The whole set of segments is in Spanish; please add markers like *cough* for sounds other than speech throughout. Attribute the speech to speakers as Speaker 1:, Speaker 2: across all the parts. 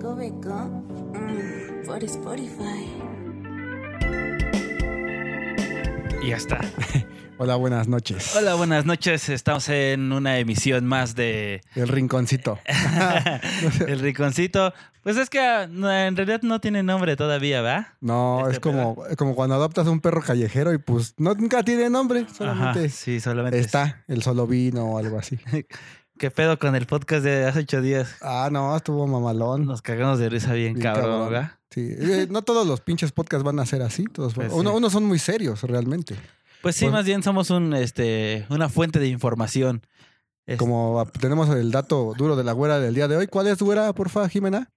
Speaker 1: Gobeco mm, por Spotify.
Speaker 2: Y ya está.
Speaker 3: Hola, buenas noches.
Speaker 2: Hola, buenas noches. Estamos en una emisión más
Speaker 3: *laughs*
Speaker 2: de
Speaker 3: El rinconcito.
Speaker 2: El Riconcito. Pues es que ah, no, en realidad no tiene nombre todavía, ¿va? *laughs*
Speaker 3: No,
Speaker 2: Este
Speaker 3: es como, como cuando adoptas a un perro callejero y pues no, nunca tiene nombre, solamente
Speaker 2: Ajá, sí, solamente. es-
Speaker 3: está el solo vino o algo así.
Speaker 2: ¿Qué pedo con el podcast de hace ocho días?
Speaker 3: Ah, no, estuvo mamalón.
Speaker 2: Nos cagamos de risa bien,
Speaker 3: Bien
Speaker 2: cabrón,
Speaker 3: cabrón.
Speaker 2: ¿verdad? *laughs*
Speaker 3: Sí, eh, no todos los pinches podcasts van a ser así. Todos,
Speaker 2: Pues
Speaker 3: uno-
Speaker 2: sí.
Speaker 3: Unos son muy serios realmente,
Speaker 2: Pues sí,
Speaker 3: Pues-
Speaker 2: más bien somos un, este, una fuente de información. Es-
Speaker 3: como a- tenemos el dato duro de la güera del día de hoy. ¿Cuál es güera, porfa, Jimena?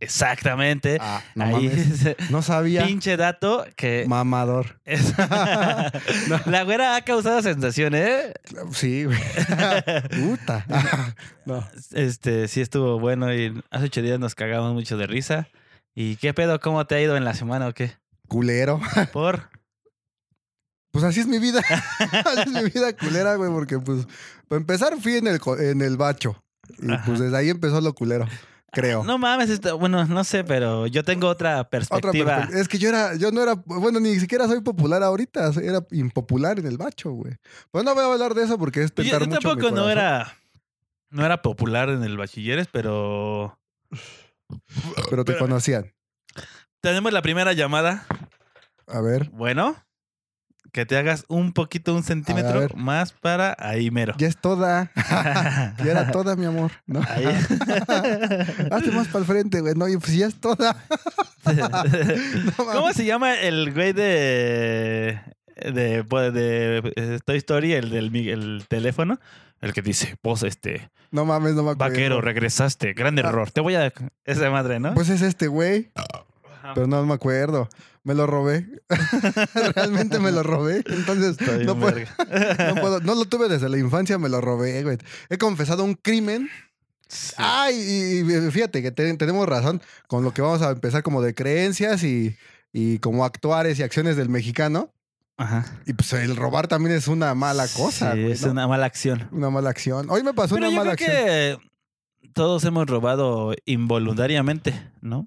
Speaker 2: Exactamente.
Speaker 3: Ah, no
Speaker 2: Ahí *laughs*
Speaker 3: mames.
Speaker 2: ese
Speaker 3: No sabía.
Speaker 2: pinche dato que
Speaker 3: Mamador. *laughs*
Speaker 2: es- *laughs* la güera ha causado sensación, ¿eh? *laughs*
Speaker 3: Sí, güey. Puta. no.
Speaker 2: Este, sí estuvo bueno y hace ocho días nos cagamos mucho de risa. ¿Y qué pedo? ¿Cómo te ha ido en la semana o
Speaker 3: *laughs*
Speaker 2: qué?
Speaker 3: Culero.
Speaker 2: Por
Speaker 3: Pues así es mi vida. *laughs* así es mi vida culera, güey, porque pues, para empezar fui en el, co- en el bacho. Y pues desde ahí empezó lo culero, creo.
Speaker 2: No mames, esto- bueno, no sé, pero yo tengo otra
Speaker 3: Otra
Speaker 2: perspectiva.
Speaker 3: perfe- es que yo era, yo no era, bueno, ni siquiera soy popular ahorita, era impopular en el bacho, güey. Pues no voy a hablar de eso porque es
Speaker 2: Pues
Speaker 3: tentar
Speaker 2: yo, yo
Speaker 3: mucho mi
Speaker 2: tampoco no
Speaker 3: corazón.
Speaker 2: era no era popular en el bachilleres, pero
Speaker 3: Pero te
Speaker 2: espérame.
Speaker 3: conocían.
Speaker 2: tenemos la primera llamada.
Speaker 3: A ver,
Speaker 2: Bueno, que te hagas un poquito un centímetro
Speaker 3: ver.
Speaker 2: más para ahí mero.
Speaker 3: ya es
Speaker 2: *laughs*
Speaker 3: toda. ya era toda, mi amor. ¿no?
Speaker 2: Ahí.
Speaker 3: *laughs* Hazte más para el frente, güey. No, y pues ya es toda. *laughs* No mames.
Speaker 2: ¿Cómo se llama el güey de de, pues, de, eh, Toy Story, el del mi- el teléfono? El que dice, vos este,
Speaker 3: No mames, no me acuerdo.
Speaker 2: vaquero, regresaste, gran error. Te voy a... *laughs* Esa madre, ¿no?
Speaker 3: Ah. Pues es este güey. Pero no me acuerdo. Me
Speaker 2: *laughs*
Speaker 3: lo robé. Realmente me lo robé. Entonces,
Speaker 2: Está bien
Speaker 3: no puedo, *laughs*
Speaker 2: verga.
Speaker 3: no puedo- no lo tuve desde la infancia, me lo robé, güey. He confesado un crimen.
Speaker 2: Sí.
Speaker 3: Ay, y, y fíjate que te- tenemos razón con lo que vamos a empezar como de creencias y, y como actuares y acciones del mexicano.
Speaker 2: Ajá.
Speaker 3: Y pues el robar también es una mala cosa,
Speaker 2: Sí,
Speaker 3: güey,
Speaker 2: es
Speaker 3: ¿no?
Speaker 2: una mala acción.
Speaker 3: Una mala acción. Hoy me pasó
Speaker 2: Pero
Speaker 3: una
Speaker 2: yo
Speaker 3: mala
Speaker 2: creo
Speaker 3: acción.
Speaker 2: que todos hemos robado involuntariamente, ¿no?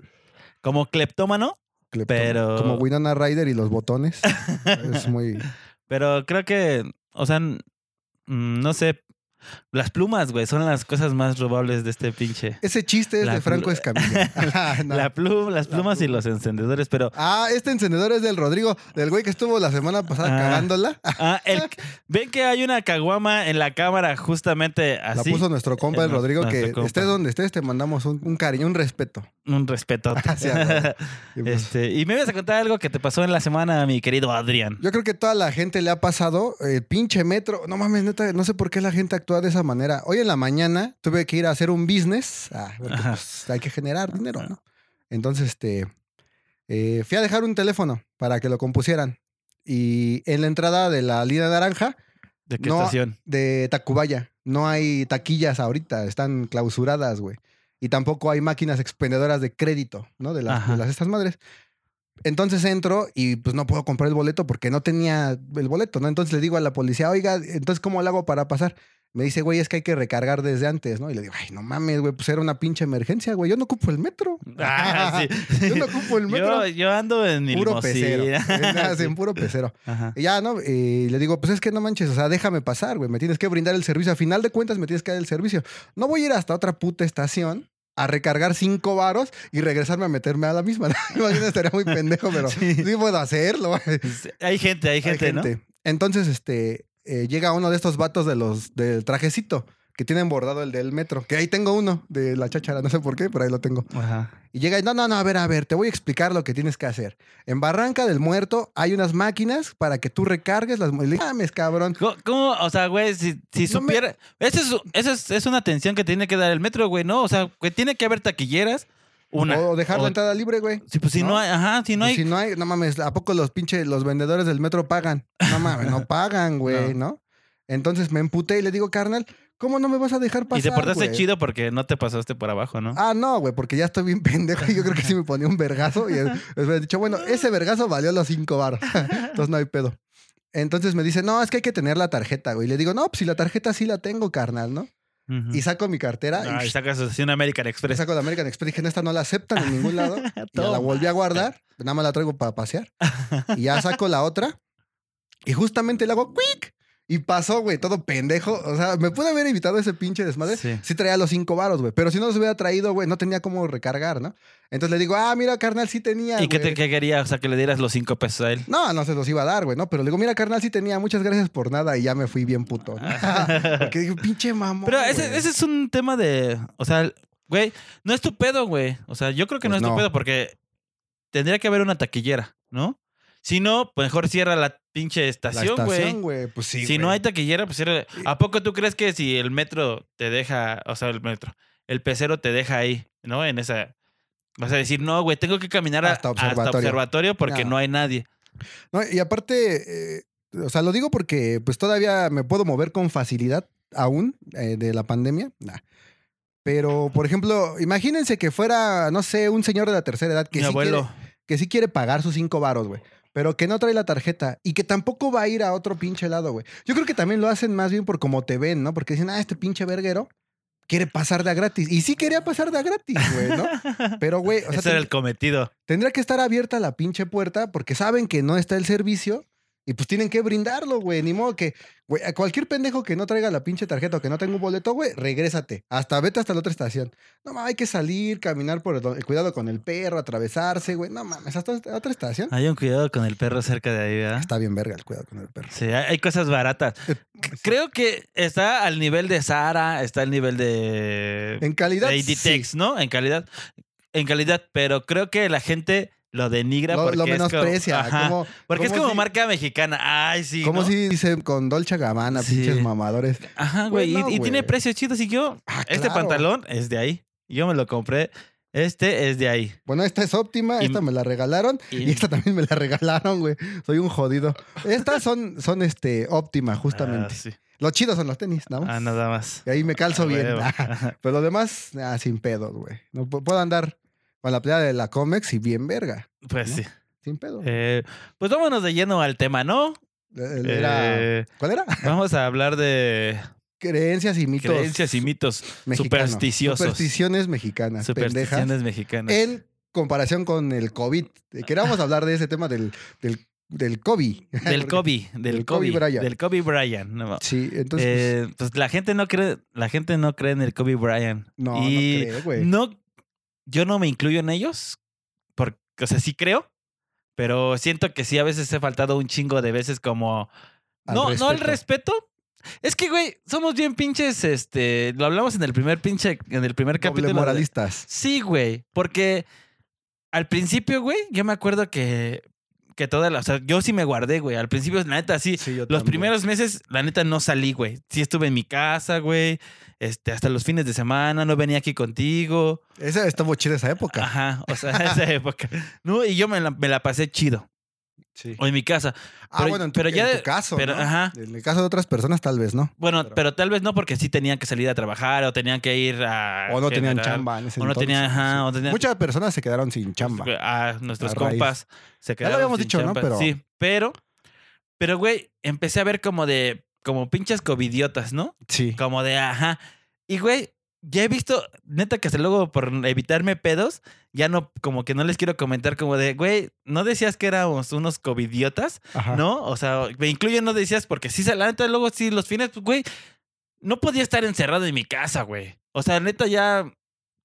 Speaker 2: Como cleptómano,
Speaker 3: Cleptoma-
Speaker 2: pero-
Speaker 3: Como Winona Ryder y
Speaker 2: *laughs*
Speaker 3: los botones. es muy...
Speaker 2: pero creo que, o sea, n- mm, no sé, las plumas, güey, son las cosas más robables de este pinche.
Speaker 3: Ese chiste es
Speaker 2: La
Speaker 3: de Franco
Speaker 2: pl-
Speaker 3: Escamilla. Ah,
Speaker 2: *laughs*
Speaker 3: no.
Speaker 2: La pluma, las
Speaker 3: *laughs* La
Speaker 2: plumas y
Speaker 3: pluma.
Speaker 2: los encendedores,
Speaker 3: *laughs*
Speaker 2: pero
Speaker 3: Ah, este encendedor es del Rodrigo, del güey que estuvo la semana pasada
Speaker 2: Ah.
Speaker 3: cagándola. *laughs*
Speaker 2: ah, el- ven que hay una caguama en la cámara justamente
Speaker 3: La
Speaker 2: así,
Speaker 3: puso nuestro compa, el
Speaker 2: Eh, no,
Speaker 3: Rodrigo,
Speaker 2: nuestro
Speaker 3: que
Speaker 2: compa.
Speaker 3: estés donde estés, te mandamos un, un cariño, un respeto.
Speaker 2: un respeto.
Speaker 3: *laughs* Así,
Speaker 2: *laughs*
Speaker 3: a huevo. Y pues,
Speaker 2: este, y me ibas a contar algo que te pasó en la semana, mi querido Adrián.
Speaker 3: Yo creo que toda la gente le ha pasado el pinche metro. No mames, neta, no sé por qué la gente actúa de esa manera. Hoy en la mañana tuve que ir a hacer un business. Ah, porque,
Speaker 2: Ajá.
Speaker 3: pues, hay que generar dinero, ¿no? Entonces, este, eh, fui a dejar un teléfono para que lo compusieran. Y en la entrada de la línea naranja
Speaker 2: ¿De qué
Speaker 3: No, *laughs*
Speaker 2: estación?
Speaker 3: de Tacubaya. No hay taquillas ahorita, están clausuradas, güey. Y tampoco hay máquinas expendedoras de crédito, ¿no? De las,
Speaker 2: Ajá.
Speaker 3: de las estas madres. Entonces entro y pues no puedo comprar el boleto porque no tenía el boleto, ¿no? Entonces le digo a la policía, oiga, entonces ¿cómo lo hago para pasar? Me dice, güey, es que hay que recargar desde antes, ¿no? Y le digo, ay, no mames, güey, pues era una pinche emergencia, güey. Yo no ocupo el metro.
Speaker 2: Ah, sí.
Speaker 3: Yo no ocupo el
Speaker 2: *laughs*
Speaker 3: metro.
Speaker 2: Yo, yo ando en mi
Speaker 3: puro pecero.
Speaker 2: *laughs*
Speaker 3: *laughs*
Speaker 2: limosina.
Speaker 3: en puro pecero.
Speaker 2: Ajá.
Speaker 3: Y ya, ¿no? Y le digo, pues es que no manches, o sea, déjame pasar, güey, me tienes que brindar el servicio. A final de cuentas, me tienes que dar el servicio. No voy a ir hasta otra puta estación a recargar cinco varos y regresarme a meterme a la misma. *laughs* Imagínate, estaría muy pendejo, pero
Speaker 2: Sí.
Speaker 3: sí, puedo hacerlo. *laughs* Hay
Speaker 2: Hay gente, hay gente, ¿no?
Speaker 3: Entonces, este, eh, llega uno de estos vatos de los, del trajecito que tienen bordado el del metro, que ahí tengo uno de la cháchara, no sé por qué, pero ahí lo tengo.
Speaker 2: Ajá.
Speaker 3: Y llega y no, no, no, a ver, a ver, te voy a explicar lo que tienes que hacer. En Barranca del Muerto hay unas máquinas para que tú recargues las... mu- Le digo, mames, cabrón.
Speaker 2: ¿Cómo, cómo? o sea, güey, si, si
Speaker 3: No me-
Speaker 2: supiera... Esa es, esa es, es una atención que tiene que dar el metro, güey, ¿no? O sea, que tiene que haber taquilleras, una.
Speaker 3: O dejar
Speaker 2: O-
Speaker 3: la entrada libre, güey.
Speaker 2: Sí, pues si no,
Speaker 3: ¿no?
Speaker 2: hay, ajá, si no hay...
Speaker 3: Si no hay, no mames, ¿a poco los pinches, los vendedores del metro pagan? No
Speaker 2: *laughs*
Speaker 3: mames, no pagan, güey, no. Entonces me emputé y le digo, carnal, ¿cómo no me vas a dejar pasar,
Speaker 2: y te portaste
Speaker 3: güey?"
Speaker 2: chido porque no te pasaste por abajo, ¿no?
Speaker 3: Ah, no, güey, porque ya estoy bien *laughs* pendejo. y Yo creo que sí me ponía un vergazo. Y les hubiera dicho, bueno, ese vergazo valió los cinco baros. *laughs* Entonces no hay pedo. Entonces me dice, no, es que hay que tener la tarjeta, güey. Y le digo, no, pues si la tarjeta sí la tengo, carnal, ¿no?
Speaker 2: Ujú.
Speaker 3: Y saco mi cartera
Speaker 2: Ah,
Speaker 3: y pues,
Speaker 2: y sacas así una American
Speaker 3: le
Speaker 2: Express.
Speaker 3: saco de American Express. Dije, "No, esta no la aceptan en ningún lado.
Speaker 2: *laughs*
Speaker 3: Y ya la
Speaker 2: Toma.
Speaker 3: volví a guardar. Nada más la traigo para pasear. Y ya saco la otra. Y justamente le hago quick. Y pasó, güey, todo pendejo. O sea, me pude haber evitado ese pinche desmadre.
Speaker 2: Sí.
Speaker 3: Sí traía los cinco varos, güey. Pero si no los hubiera traído, güey, no tenía cómo recargar, ¿no? Entonces le digo, ah, mira, carnal, sí tenía.
Speaker 2: ¿Y qué, te,
Speaker 3: güey".
Speaker 2: qué quería? O sea, que le dieras los cinco pesos a él.
Speaker 3: No, no se los iba a dar, güey, ¿no? Pero le digo, mira, carnal, sí tenía. Muchas gracias por nada. Y ya me fui bien puto. ¿no?
Speaker 2: *laughs*
Speaker 3: *laughs* Porque digo, pinche mamón.
Speaker 2: Pero ese,
Speaker 3: güey".
Speaker 2: ese es un tema de. O sea, güey, no es tu pedo, güey. O sea, yo creo que no
Speaker 3: Pues
Speaker 2: es tu
Speaker 3: no.
Speaker 2: pedo porque tendría que haber una taquillera, ¿no? Si no, pues mejor cierra la pinche
Speaker 3: La
Speaker 2: estación, güey.
Speaker 3: estación, güey. Pues sí,
Speaker 2: si no
Speaker 3: güey.
Speaker 2: hay taquillera, pues cierra. ¿A poco tú crees que si el metro te deja, o sea, el metro, el pecero te deja ahí, ¿no? En esa. Vas a decir, no, güey, tengo que caminar a-
Speaker 3: Hasta
Speaker 2: hasta observatorio,
Speaker 3: observatorio.
Speaker 2: porque
Speaker 3: No.
Speaker 2: no. hay nadie.
Speaker 3: No, y aparte, eh, o sea, lo digo porque pues todavía me puedo mover con facilidad aún eh, de la pandemia. Nah. Pero, por ejemplo, imagínense que fuera, no sé, un señor de la tercera edad que,
Speaker 2: Mi
Speaker 3: sí quiere,
Speaker 2: abuelo.
Speaker 3: que sí quiere pagar sus cinco varos, güey. Pero que no trae la tarjeta y que tampoco va a ir a otro pinche lado, güey. Yo creo que también lo hacen más bien por cómo te ven, ¿no? Porque dicen, ah, este pinche verguero quiere pasar de a gratis. Y sí quería pasar de a gratis, güey,
Speaker 2: *laughs*
Speaker 3: ¿no? Pero, güey, o sea,
Speaker 2: Ese era
Speaker 3: ten-
Speaker 2: el cometido.
Speaker 3: Tendría que estar abierta la pinche puerta porque saben que no está el servicio y pues tienen que brindarlo, güey. Ni modo que, güey, a cualquier pendejo que no traiga la pinche tarjeta o que no tenga un boleto, güey, regrésate. Hasta vete hasta la otra estación. No mames, hay que salir, caminar por el, cuidado con el perro, atravesarse, güey. No mames, hasta otra estación.
Speaker 2: Hay un cuidado con el perro cerca de ahí, ¿verdad?
Speaker 3: Está bien verga el cuidado con el perro.
Speaker 2: Sí, hay hay cosas baratas.
Speaker 3: Eh,
Speaker 2: Creo que está al nivel de Sara, está al nivel de
Speaker 3: En calidad,
Speaker 2: de
Speaker 3: sí.
Speaker 2: Inditex, ¿no? En calidad, en calidad, pero creo que la gente lo denigra
Speaker 3: Lo,
Speaker 2: porque
Speaker 3: lo
Speaker 2: es como-
Speaker 3: menosprecia.
Speaker 2: ajá,
Speaker 3: como,
Speaker 2: porque es
Speaker 3: como
Speaker 2: como
Speaker 3: si-
Speaker 2: marca mexicana. Ay, sí.
Speaker 3: Como
Speaker 2: ¿no?
Speaker 3: si dice con Dolce Gabbana,
Speaker 2: Sí.
Speaker 3: pinches mamadores.
Speaker 2: Ajá,
Speaker 3: Pues
Speaker 2: güey. y-
Speaker 3: no,
Speaker 2: y, tiene
Speaker 3: güey.
Speaker 2: precios chidos. Y yo,
Speaker 3: Ah,
Speaker 2: este
Speaker 3: claro.
Speaker 2: pantalón es de ahí. Yo me lo compré. Este es de ahí.
Speaker 3: Bueno, esta es óptima,
Speaker 2: Y-
Speaker 3: esta me la regalaron y,
Speaker 2: y-
Speaker 3: esta también me la regalaron, güey. Soy un jodido. Estas son, son este, óptima, justamente.
Speaker 2: Ah, sí.
Speaker 3: Los chidos son los tenis, ¿no?
Speaker 2: Ah, nada más.
Speaker 3: Y ahí me calzo
Speaker 2: Ah,
Speaker 3: bien.
Speaker 2: huevo.
Speaker 3: *laughs* Pero lo demás, ah, sin pedos, güey. No, pu- puedo andar con la playa de la Comex y bien verga.
Speaker 2: Pues
Speaker 3: ¿No?
Speaker 2: sí.
Speaker 3: Sin pedo.
Speaker 2: Eh, pues vámonos de lleno al tema, ¿no?
Speaker 3: El- era-
Speaker 2: Eh,
Speaker 3: ¿Cuál era? *laughs*
Speaker 2: Vamos a hablar de
Speaker 3: Creencias y mitos.
Speaker 2: creencias y mitos
Speaker 3: mexicanos.
Speaker 2: supersticiosos.
Speaker 3: Supersticiones mexicanas. pendejas. Eh,
Speaker 2: Supersticiones mexicanas.
Speaker 3: en comparación con el COVID. Eh, Queríamos hablar de ese tema del, del, del COVID. *laughs*
Speaker 2: Del
Speaker 3: Porque-
Speaker 2: Kobe, del
Speaker 3: del
Speaker 2: Kobe,
Speaker 3: Kobe Bryant.
Speaker 2: del Kobe Bryant. no.
Speaker 3: Sí, entonces.
Speaker 2: Eh, pues la gente no cree, la gente no cree en el Kobe Bryant.
Speaker 3: pues, no,
Speaker 2: Y
Speaker 3: no creo, güey.
Speaker 2: no- yo no me incluyo en ellos, porque, o sea, sí creo, pero siento que sí a veces he faltado un chingo de veces como,
Speaker 3: Al
Speaker 2: no, no el
Speaker 3: respeto.
Speaker 2: respeto. Es que, güey, somos bien pinches, este, lo hablamos en el primer pinche, en el primer
Speaker 3: Doble
Speaker 2: capítulo. de-
Speaker 3: moralistas.
Speaker 2: Sí, güey, porque al principio, güey, yo me acuerdo que que toda la, o sea, yo sí me guardé, güey. Al principio, la neta, sí.
Speaker 3: Sí, yo
Speaker 2: Los
Speaker 3: también.
Speaker 2: primeros meses, la neta, no salí, güey. Sí estuve en mi casa, güey. Este, hasta los fines de semana, no venía aquí contigo.
Speaker 3: Esa estuvo chida esa época.
Speaker 2: Ajá, o
Speaker 3: *laughs*
Speaker 2: sea, esa época. No, y yo me la, me la pasé chido.
Speaker 3: Sí.
Speaker 2: O en mi casa.
Speaker 3: Ah,
Speaker 2: pero-
Speaker 3: bueno, en tu,
Speaker 2: pero
Speaker 3: en
Speaker 2: ya-
Speaker 3: tu caso,
Speaker 2: pero,
Speaker 3: ¿no?
Speaker 2: ajá.
Speaker 3: En el caso de otras personas, tal vez, ¿no?
Speaker 2: Bueno, pero,
Speaker 3: Pero-
Speaker 2: tal vez no porque sí tenían que salir a trabajar o tenían que ir a...
Speaker 3: O no tenían
Speaker 2: generar-
Speaker 3: chamba en ese
Speaker 2: O Ah, no
Speaker 3: entonces,
Speaker 2: tenían, ajá,
Speaker 3: sí.
Speaker 2: o tenían... Pues,
Speaker 3: Muchas personas se quedaron sin chamba.
Speaker 2: A nuestros
Speaker 3: A raíz.
Speaker 2: compas. Se
Speaker 3: Ya lo
Speaker 2: quedaron
Speaker 3: habíamos
Speaker 2: sin
Speaker 3: dicho, ¿no?
Speaker 2: chamba.
Speaker 3: Pero-
Speaker 2: Sí, pero... Pero, güey, empecé a ver como de... Como pinches covidiotas, ¿no?
Speaker 3: Sí.
Speaker 2: Como de, ajá. Y, güey, ya he visto, neta, que hasta luego por evitarme pedos, ya no, como que no les quiero comentar, como de, güey, ¿no decías que éramos unos covidiotas?
Speaker 3: Ajá.
Speaker 2: ¿No? O sea, me incluyo, no decías, porque sí, la neta, luego sí, los fines, pues, güey, no podía estar encerrado en mi casa, güey. O sea, neta, ya,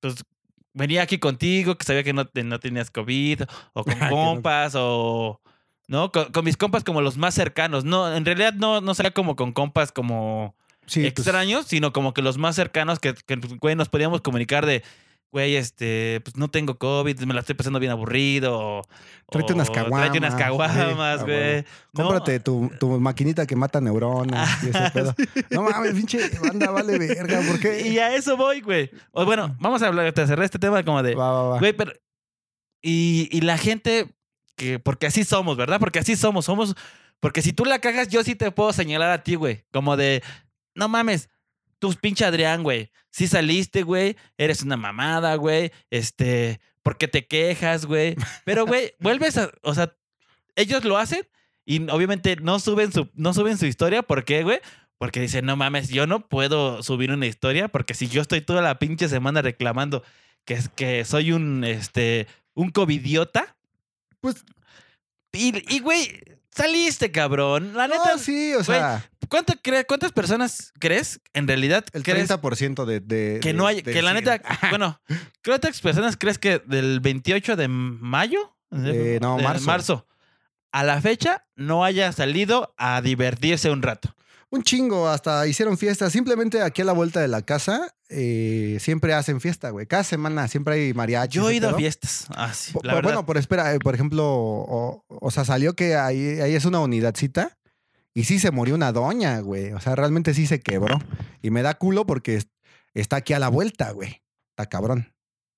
Speaker 2: pues, venía aquí contigo, que sabía que no, te- no tenías COVID,
Speaker 3: *laughs*
Speaker 2: o con
Speaker 3: Ah, Que no.
Speaker 2: compas, o... ¿No? Con, con mis compas como los más cercanos. No, en realidad no, no salía como con compas como
Speaker 3: Sí, pues,
Speaker 2: extraños, sino como que los más cercanos que, que, güey, nos podíamos comunicar de, güey, este, pues no tengo COVID, me la estoy pasando bien aburrido. o-
Speaker 3: Tráete
Speaker 2: o
Speaker 3: unas
Speaker 2: Tráete unas
Speaker 3: caguamas,
Speaker 2: caguamas,
Speaker 3: sí,
Speaker 2: güey. ¿no?
Speaker 3: Cómprate tu, tu maquinita que mata
Speaker 2: *laughs*
Speaker 3: neuronas y ese pedo. No mames, pinche banda, vale verga. ¿Por qué?
Speaker 2: *laughs* Y a eso voy, güey. O bueno, vamos a hablar, te cerré este tema como de,
Speaker 3: Va, va, va.
Speaker 2: güey, pero... Y, y la gente, que porque así somos, ¿verdad? Porque así somos, somos... Porque si tú la cagas, yo sí te puedo señalar a ti, güey. Como de, no mames, tus pinche Adrián, güey. Si saliste, güey, eres una mamada, güey. Este, porque te quejas, güey. Pero, güey, vuelves a, o sea, ellos lo hacen y obviamente no suben su, no suben su historia. ¿Por qué, güey? Porque dice, no mames, yo no puedo subir una historia porque si yo estoy toda la pinche semana reclamando que, es- que soy un, este, un covidiota.
Speaker 3: Pues-
Speaker 2: Y, y, güey, saliste, cabrón. La neta,
Speaker 3: No, sí, o sea,
Speaker 2: ¿cuánto cre- ¿cuántas personas crees en realidad
Speaker 3: el
Speaker 2: crees
Speaker 3: 30% de, de-
Speaker 2: que
Speaker 3: de-
Speaker 2: no hay,
Speaker 3: del
Speaker 2: que la
Speaker 3: cine. *laughs*
Speaker 2: neta, bueno, ¿cuántas personas crees que del 28 de mayo?
Speaker 3: Eh, no,
Speaker 2: De
Speaker 3: marzo.
Speaker 2: A la fecha no haya salido a divertirse un rato.
Speaker 3: Un chingo, hasta hicieron fiesta. Simplemente aquí a la vuelta de la casa eh, siempre hacen fiesta, güey. Cada semana siempre hay mariachi.
Speaker 2: Yo he
Speaker 3: ese
Speaker 2: ido a
Speaker 3: pedo.
Speaker 2: fiestas. Así,
Speaker 3: Po-
Speaker 2: la
Speaker 3: po-
Speaker 2: verdad.
Speaker 3: Bueno, por espera, eh, por ejemplo, o, o sea, salió que ahí, ahí es una unidadcita y sí se murió una doña, güey. O sea, realmente sí se quebró. Y me da culo porque es- está aquí a la vuelta, güey. Está cabrón.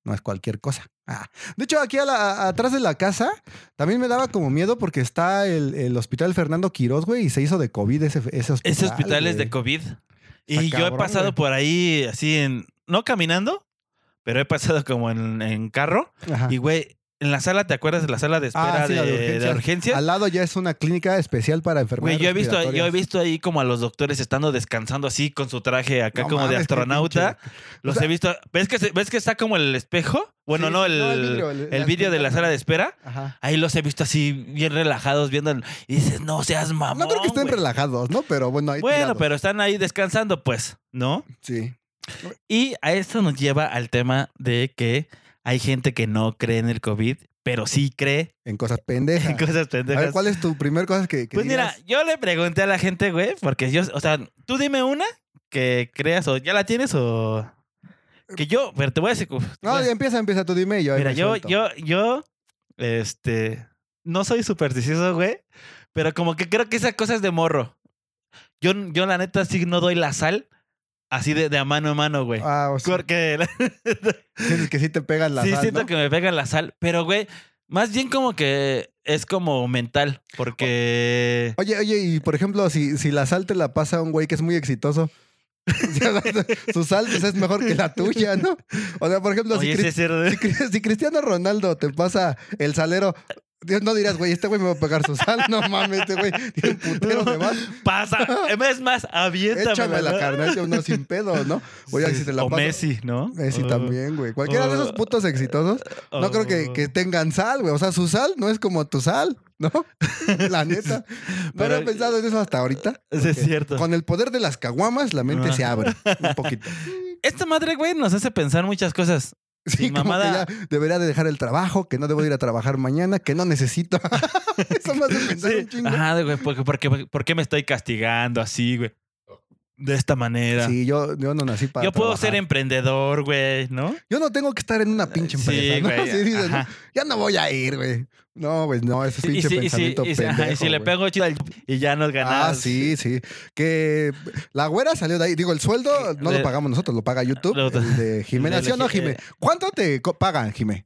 Speaker 3: No es cualquier cosa. Ah. De hecho, aquí a la- a- atrás de la casa también me daba como miedo porque está el, el hospital Fernando Quirós, güey, y se hizo de COVID ese, ese hospital.
Speaker 2: Ese hospital es de
Speaker 3: güey.
Speaker 2: COVID. Y yo he
Speaker 3: cabrón,
Speaker 2: pasado
Speaker 3: güey.
Speaker 2: por ahí así en. No caminando, pero he pasado como en, en carro.
Speaker 3: Ajá.
Speaker 2: Y güey, en la sala, ¿te acuerdas de la sala de espera
Speaker 3: Ah, sí,
Speaker 2: de,
Speaker 3: la de
Speaker 2: de
Speaker 3: urgencias.
Speaker 2: urgencias?
Speaker 3: Al lado ya es una clínica especial para
Speaker 2: Güey,
Speaker 3: enfermedades.
Speaker 2: yo he visto, yo he
Speaker 3: respiratorias.
Speaker 2: visto ahí como a los doctores estando descansando así con su traje acá
Speaker 3: No
Speaker 2: como de
Speaker 3: mames, qué
Speaker 2: astronauta. Los
Speaker 3: O sea-
Speaker 2: he visto. ¿Ves que, se- ¿Ves que está como el espejo? Bueno,
Speaker 3: Sí,
Speaker 2: no,
Speaker 3: sí,
Speaker 2: el,
Speaker 3: no,
Speaker 2: el
Speaker 3: el
Speaker 2: vidrio,
Speaker 3: vidrio, el- la
Speaker 2: de la
Speaker 3: esquina.
Speaker 2: sala de espera.
Speaker 3: Ajá.
Speaker 2: Ahí los he visto así bien relajados viendo el- y dices, no seas mamón.
Speaker 3: No creo que estén
Speaker 2: güey".
Speaker 3: relajados, ¿no? Pero bueno, ahí
Speaker 2: Bueno,
Speaker 3: tirados.
Speaker 2: pero están ahí descansando, pues, ¿no?
Speaker 3: Sí.
Speaker 2: Y a esto nos lleva al tema de que hay gente que no cree en el COVID, pero sí cree
Speaker 3: En cosas pendejas.
Speaker 2: en cosas
Speaker 3: A
Speaker 2: pendejas.
Speaker 3: ver, ¿cuál es tu primer cosa que, que
Speaker 2: Pues mira,
Speaker 3: digas?
Speaker 2: yo le pregunté a la gente, güey, porque yo, o sea, tú dime una que creas o ya la tienes o que yo, pero te voy a decir, uf,
Speaker 3: No, ya
Speaker 2: mira,
Speaker 3: empieza, empieza tú, dime y yo. ahí
Speaker 2: mira,
Speaker 3: me
Speaker 2: yo,
Speaker 3: suelto.
Speaker 2: yo, yo, este, no soy supersticioso, güey, pero como que creo que esa cosa es de morro. Yo, yo la neta sí no doy la sal así de, de a mano a mano, güey.
Speaker 3: Ah, o sea,
Speaker 2: Porque *laughs*
Speaker 3: sientes que sí te pegan las
Speaker 2: sí siento que me pegan la sal, pero güey, más bien como que es como mental, porque...
Speaker 3: Oye, oye, y por ejemplo, si, si la sal te la pasa a un güey que es muy exitoso, *laughs* su sal pues, es mejor que la tuya, ¿no? O sea, por ejemplo, si,
Speaker 2: Oye, sí
Speaker 3: Cris-
Speaker 2: es cierto.
Speaker 3: si Cris- si Cristiano Ronaldo te pasa el salero, Dios, no dirás, güey, este güey me va a pagar su sal. No mames, este güey tiene un *laughs* putero de más. *laughs*
Speaker 2: pasa. Es más, aviéntame.
Speaker 3: Échame la
Speaker 2: ¿no?
Speaker 3: carnal, yo no sin pedo, ¿no? Oye,
Speaker 2: Sí.
Speaker 3: si te la
Speaker 2: o
Speaker 3: paso-
Speaker 2: Messi, Ah. ¿no?
Speaker 3: Messi
Speaker 2: O-
Speaker 3: también, güey. Cualquiera de esos
Speaker 2: o-
Speaker 3: putos exitosos, no
Speaker 2: o-
Speaker 3: creo que,
Speaker 2: Ah.
Speaker 3: que tengan sal, güey. O sea, su sal no es como tu sal,
Speaker 2: *laughs*
Speaker 3: ¿no? La neta. No
Speaker 2: Pero-
Speaker 3: había pensado en eso hasta ahorita.
Speaker 2: Oh. Sí, es
Speaker 3: porque
Speaker 2: cierto.
Speaker 3: Con el poder de las caguamas, la mente
Speaker 2: Ah.
Speaker 3: se abre un poquito.
Speaker 2: Esta madre, güey, nos hace pensar muchas cosas.
Speaker 3: *laughs* Sí,
Speaker 2: Mi
Speaker 3: como que
Speaker 2: mamada-
Speaker 3: ya debería de dejar el trabajo, que no debo de ir a trabajar mañana, que no necesito. *laughs* eso me hace pensar
Speaker 2: Sí.
Speaker 3: un chingo.
Speaker 2: Ajá, güey, porque, porque, ¿por qué me estoy castigando así, güey? De esta manera.
Speaker 3: Sí, yo, yo no nací para
Speaker 2: Yo puedo ser
Speaker 3: trabajar.
Speaker 2: emprendedor, güey, ¿no?
Speaker 3: Yo no tengo que estar en una pinche empresa,
Speaker 2: sí,
Speaker 3: ¿no?
Speaker 2: güey.
Speaker 3: *laughs* Sí, dices, ¿no?
Speaker 2: ajá.
Speaker 3: Ya no voy a ir, güey. No, güey, no, ese es
Speaker 2: Y
Speaker 3: pinche
Speaker 2: si, y si-
Speaker 3: pensamiento
Speaker 2: y si- ajá, y
Speaker 3: pendejo,
Speaker 2: si le
Speaker 3: güey.
Speaker 2: pego chido al- y ya nos ganamos.
Speaker 3: Ah, sí, sí. Que la güera salió de ahí. Digo, el sueldo no
Speaker 2: De-
Speaker 3: lo pagamos nosotros, lo paga YouTube.
Speaker 2: Ah, Lo-
Speaker 3: el de
Speaker 2: *laughs*
Speaker 3: Jimena.
Speaker 2: de la
Speaker 3: ¿Sí o no,
Speaker 2: Ji-
Speaker 3: Jimé?
Speaker 2: eh.
Speaker 3: ¿Cuánto te co- pagan, Jimé?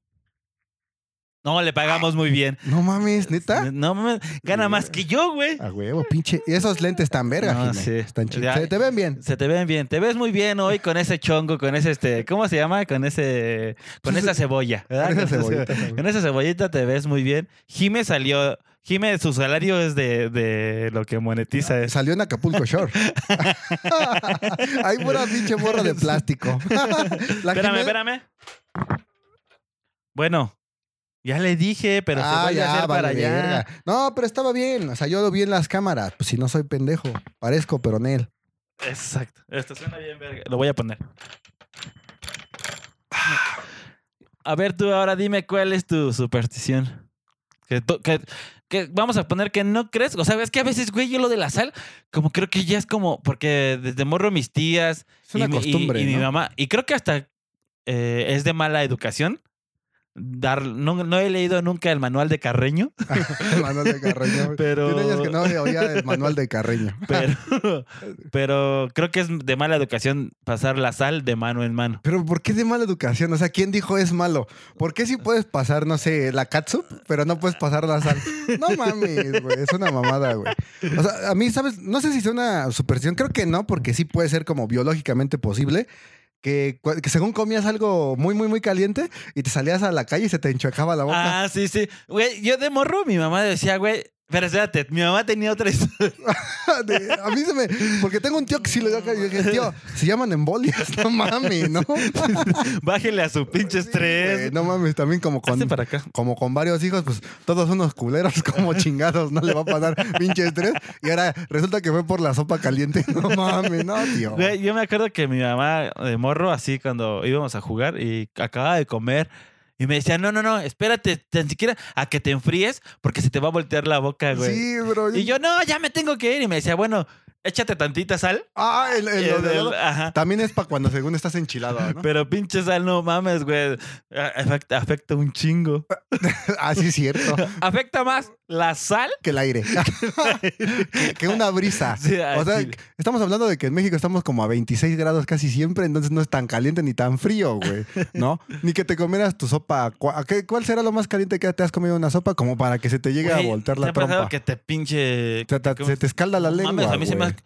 Speaker 2: No, le pagamos muy bien.
Speaker 3: No mames, neta.
Speaker 2: No, mames, gana más que yo, güey.
Speaker 3: A huevo, pinche. Y esos lentes tan verga,
Speaker 2: No,
Speaker 3: Jimé.
Speaker 2: sí.
Speaker 3: Están chidos.
Speaker 2: Ya-
Speaker 3: Se te ven bien.
Speaker 2: Se te ven bien, te ves muy bien hoy con ese chongo, con ese este, ¿cómo se llama? Con ese con esa cebolla, ¿verdad?
Speaker 3: Con esa
Speaker 2: Con esa-
Speaker 3: cebollita.
Speaker 2: Con esa cebollita te ves muy bien. Jime salió, Jime su salario es de, de lo que monetiza es.
Speaker 3: Eh, Salió en
Speaker 2: *laughs*
Speaker 3: Acapulco Shore. Hay pura pinche morra de plástico.
Speaker 2: *laughs*
Speaker 3: La
Speaker 2: Espérame,
Speaker 3: Jimé-
Speaker 2: espérame. Bueno, ya le dije, pero se
Speaker 3: Ah,
Speaker 2: voy a
Speaker 3: ya,
Speaker 2: hacer
Speaker 3: vale,
Speaker 2: para allá.
Speaker 3: verga. No, pero estaba bien. O sea, yo lo vi en las cámaras. Pues si no soy pendejo. Parezco, pero en él.
Speaker 2: Exacto. Esto suena bien verga. Lo voy a poner. A ver, tú ahora dime cuál es tu superstición. Que, tú- que- que vamos a poner que no crees. O sea, es que a veces, güey, yo lo de la sal, como creo que ya es como, porque desde morro mis tías
Speaker 3: Es una
Speaker 2: y mi- y-
Speaker 3: costumbre.
Speaker 2: y, mi
Speaker 3: ¿no?
Speaker 2: mamá, y creo que hasta eh, es de mala educación. Dar, no, no he leído nunca el manual de Carreño, *laughs*
Speaker 3: *laughs* El manual de Carreño.
Speaker 2: Pero-
Speaker 3: Tiene años que no oía el manual de Carreño.
Speaker 2: pero,
Speaker 3: *laughs*
Speaker 2: pero creo que es de mala educación pasar la sal de mano en mano.
Speaker 3: Pero ¿por qué de mala educación? O sea, ¿quién dijo es malo? ¿Por qué si puedes pasar, no sé, la catsup, pero no puedes pasar la sal? No mames, güey. Es una mamada, güey. O sea, a mí, ¿sabes? No sé si es una superstición. Creo que no, porque sí puede ser como biológicamente posible. Que, cu- que según comías algo muy, muy, muy caliente y te salías a la calle y se te enchuecaba la boca.
Speaker 2: Ah, sí, sí. Güey, yo de morro, mi mamá decía, güey, Pero espérate, mi mamá tenía otra historia.
Speaker 3: *laughs* De- a mí se me. Porque tengo un tío que sí lo acá. y Yo dije, tío, se llaman embolias, *laughs* no mames, ¿no?
Speaker 2: *laughs* Bájele a su pinche
Speaker 3: Pues Güey,
Speaker 2: estrés.
Speaker 3: no mames, también como
Speaker 2: *laughs*
Speaker 3: con.
Speaker 2: Hazte para acá.
Speaker 3: Como con varios hijos, pues todos unos culeros, *laughs* como chingados, no le va a pasar pinche estrés. Y ahora resulta que fue por la sopa caliente. *laughs* No mames, no, tío.
Speaker 2: Güey, yo me acuerdo que mi mamá de morro, así cuando íbamos a jugar y acababa de comer. Y me decía, no, no, no, espérate tan siquiera a que te enfríes porque se te va a voltear la boca, güey.
Speaker 3: Sí, bro.
Speaker 2: Y yo, no, ya me tengo que ir. Y me decía, bueno, échate tantita sal.
Speaker 3: Ah, el, el-
Speaker 2: Y
Speaker 3: lo de-
Speaker 2: el- ajá.
Speaker 3: También es para cuando según estás enchilado, ¿no?
Speaker 2: Pero pinche sal, no mames, güey. A- Afecta, afecta un
Speaker 3: *laughs*
Speaker 2: chingo.
Speaker 3: ah, sí,
Speaker 2: *laughs*
Speaker 3: es cierto.
Speaker 2: Afecta más la sal.
Speaker 3: Que
Speaker 2: *laughs*
Speaker 3: el aire. que, que una brisa.
Speaker 2: Sí, ah,
Speaker 3: O sea,
Speaker 2: sí.
Speaker 3: estamos hablando de que en México estamos como a 26 grados casi siempre, entonces no es tan caliente ni tan frío, güey,
Speaker 2: *laughs*
Speaker 3: ¿no? ni que te comieras tu sopa. ¿Cu- a qué- ¿Cuál será lo más caliente que te has comido una sopa como para que se te llegue
Speaker 2: Güey,
Speaker 3: a voltear
Speaker 2: ¿te
Speaker 3: la
Speaker 2: ha pasado
Speaker 3: trompa?
Speaker 2: que te pinche...
Speaker 3: Se te, se te escalda la
Speaker 2: No
Speaker 3: lengua,
Speaker 2: mames, a mí se me
Speaker 3: güey.
Speaker 2: ha-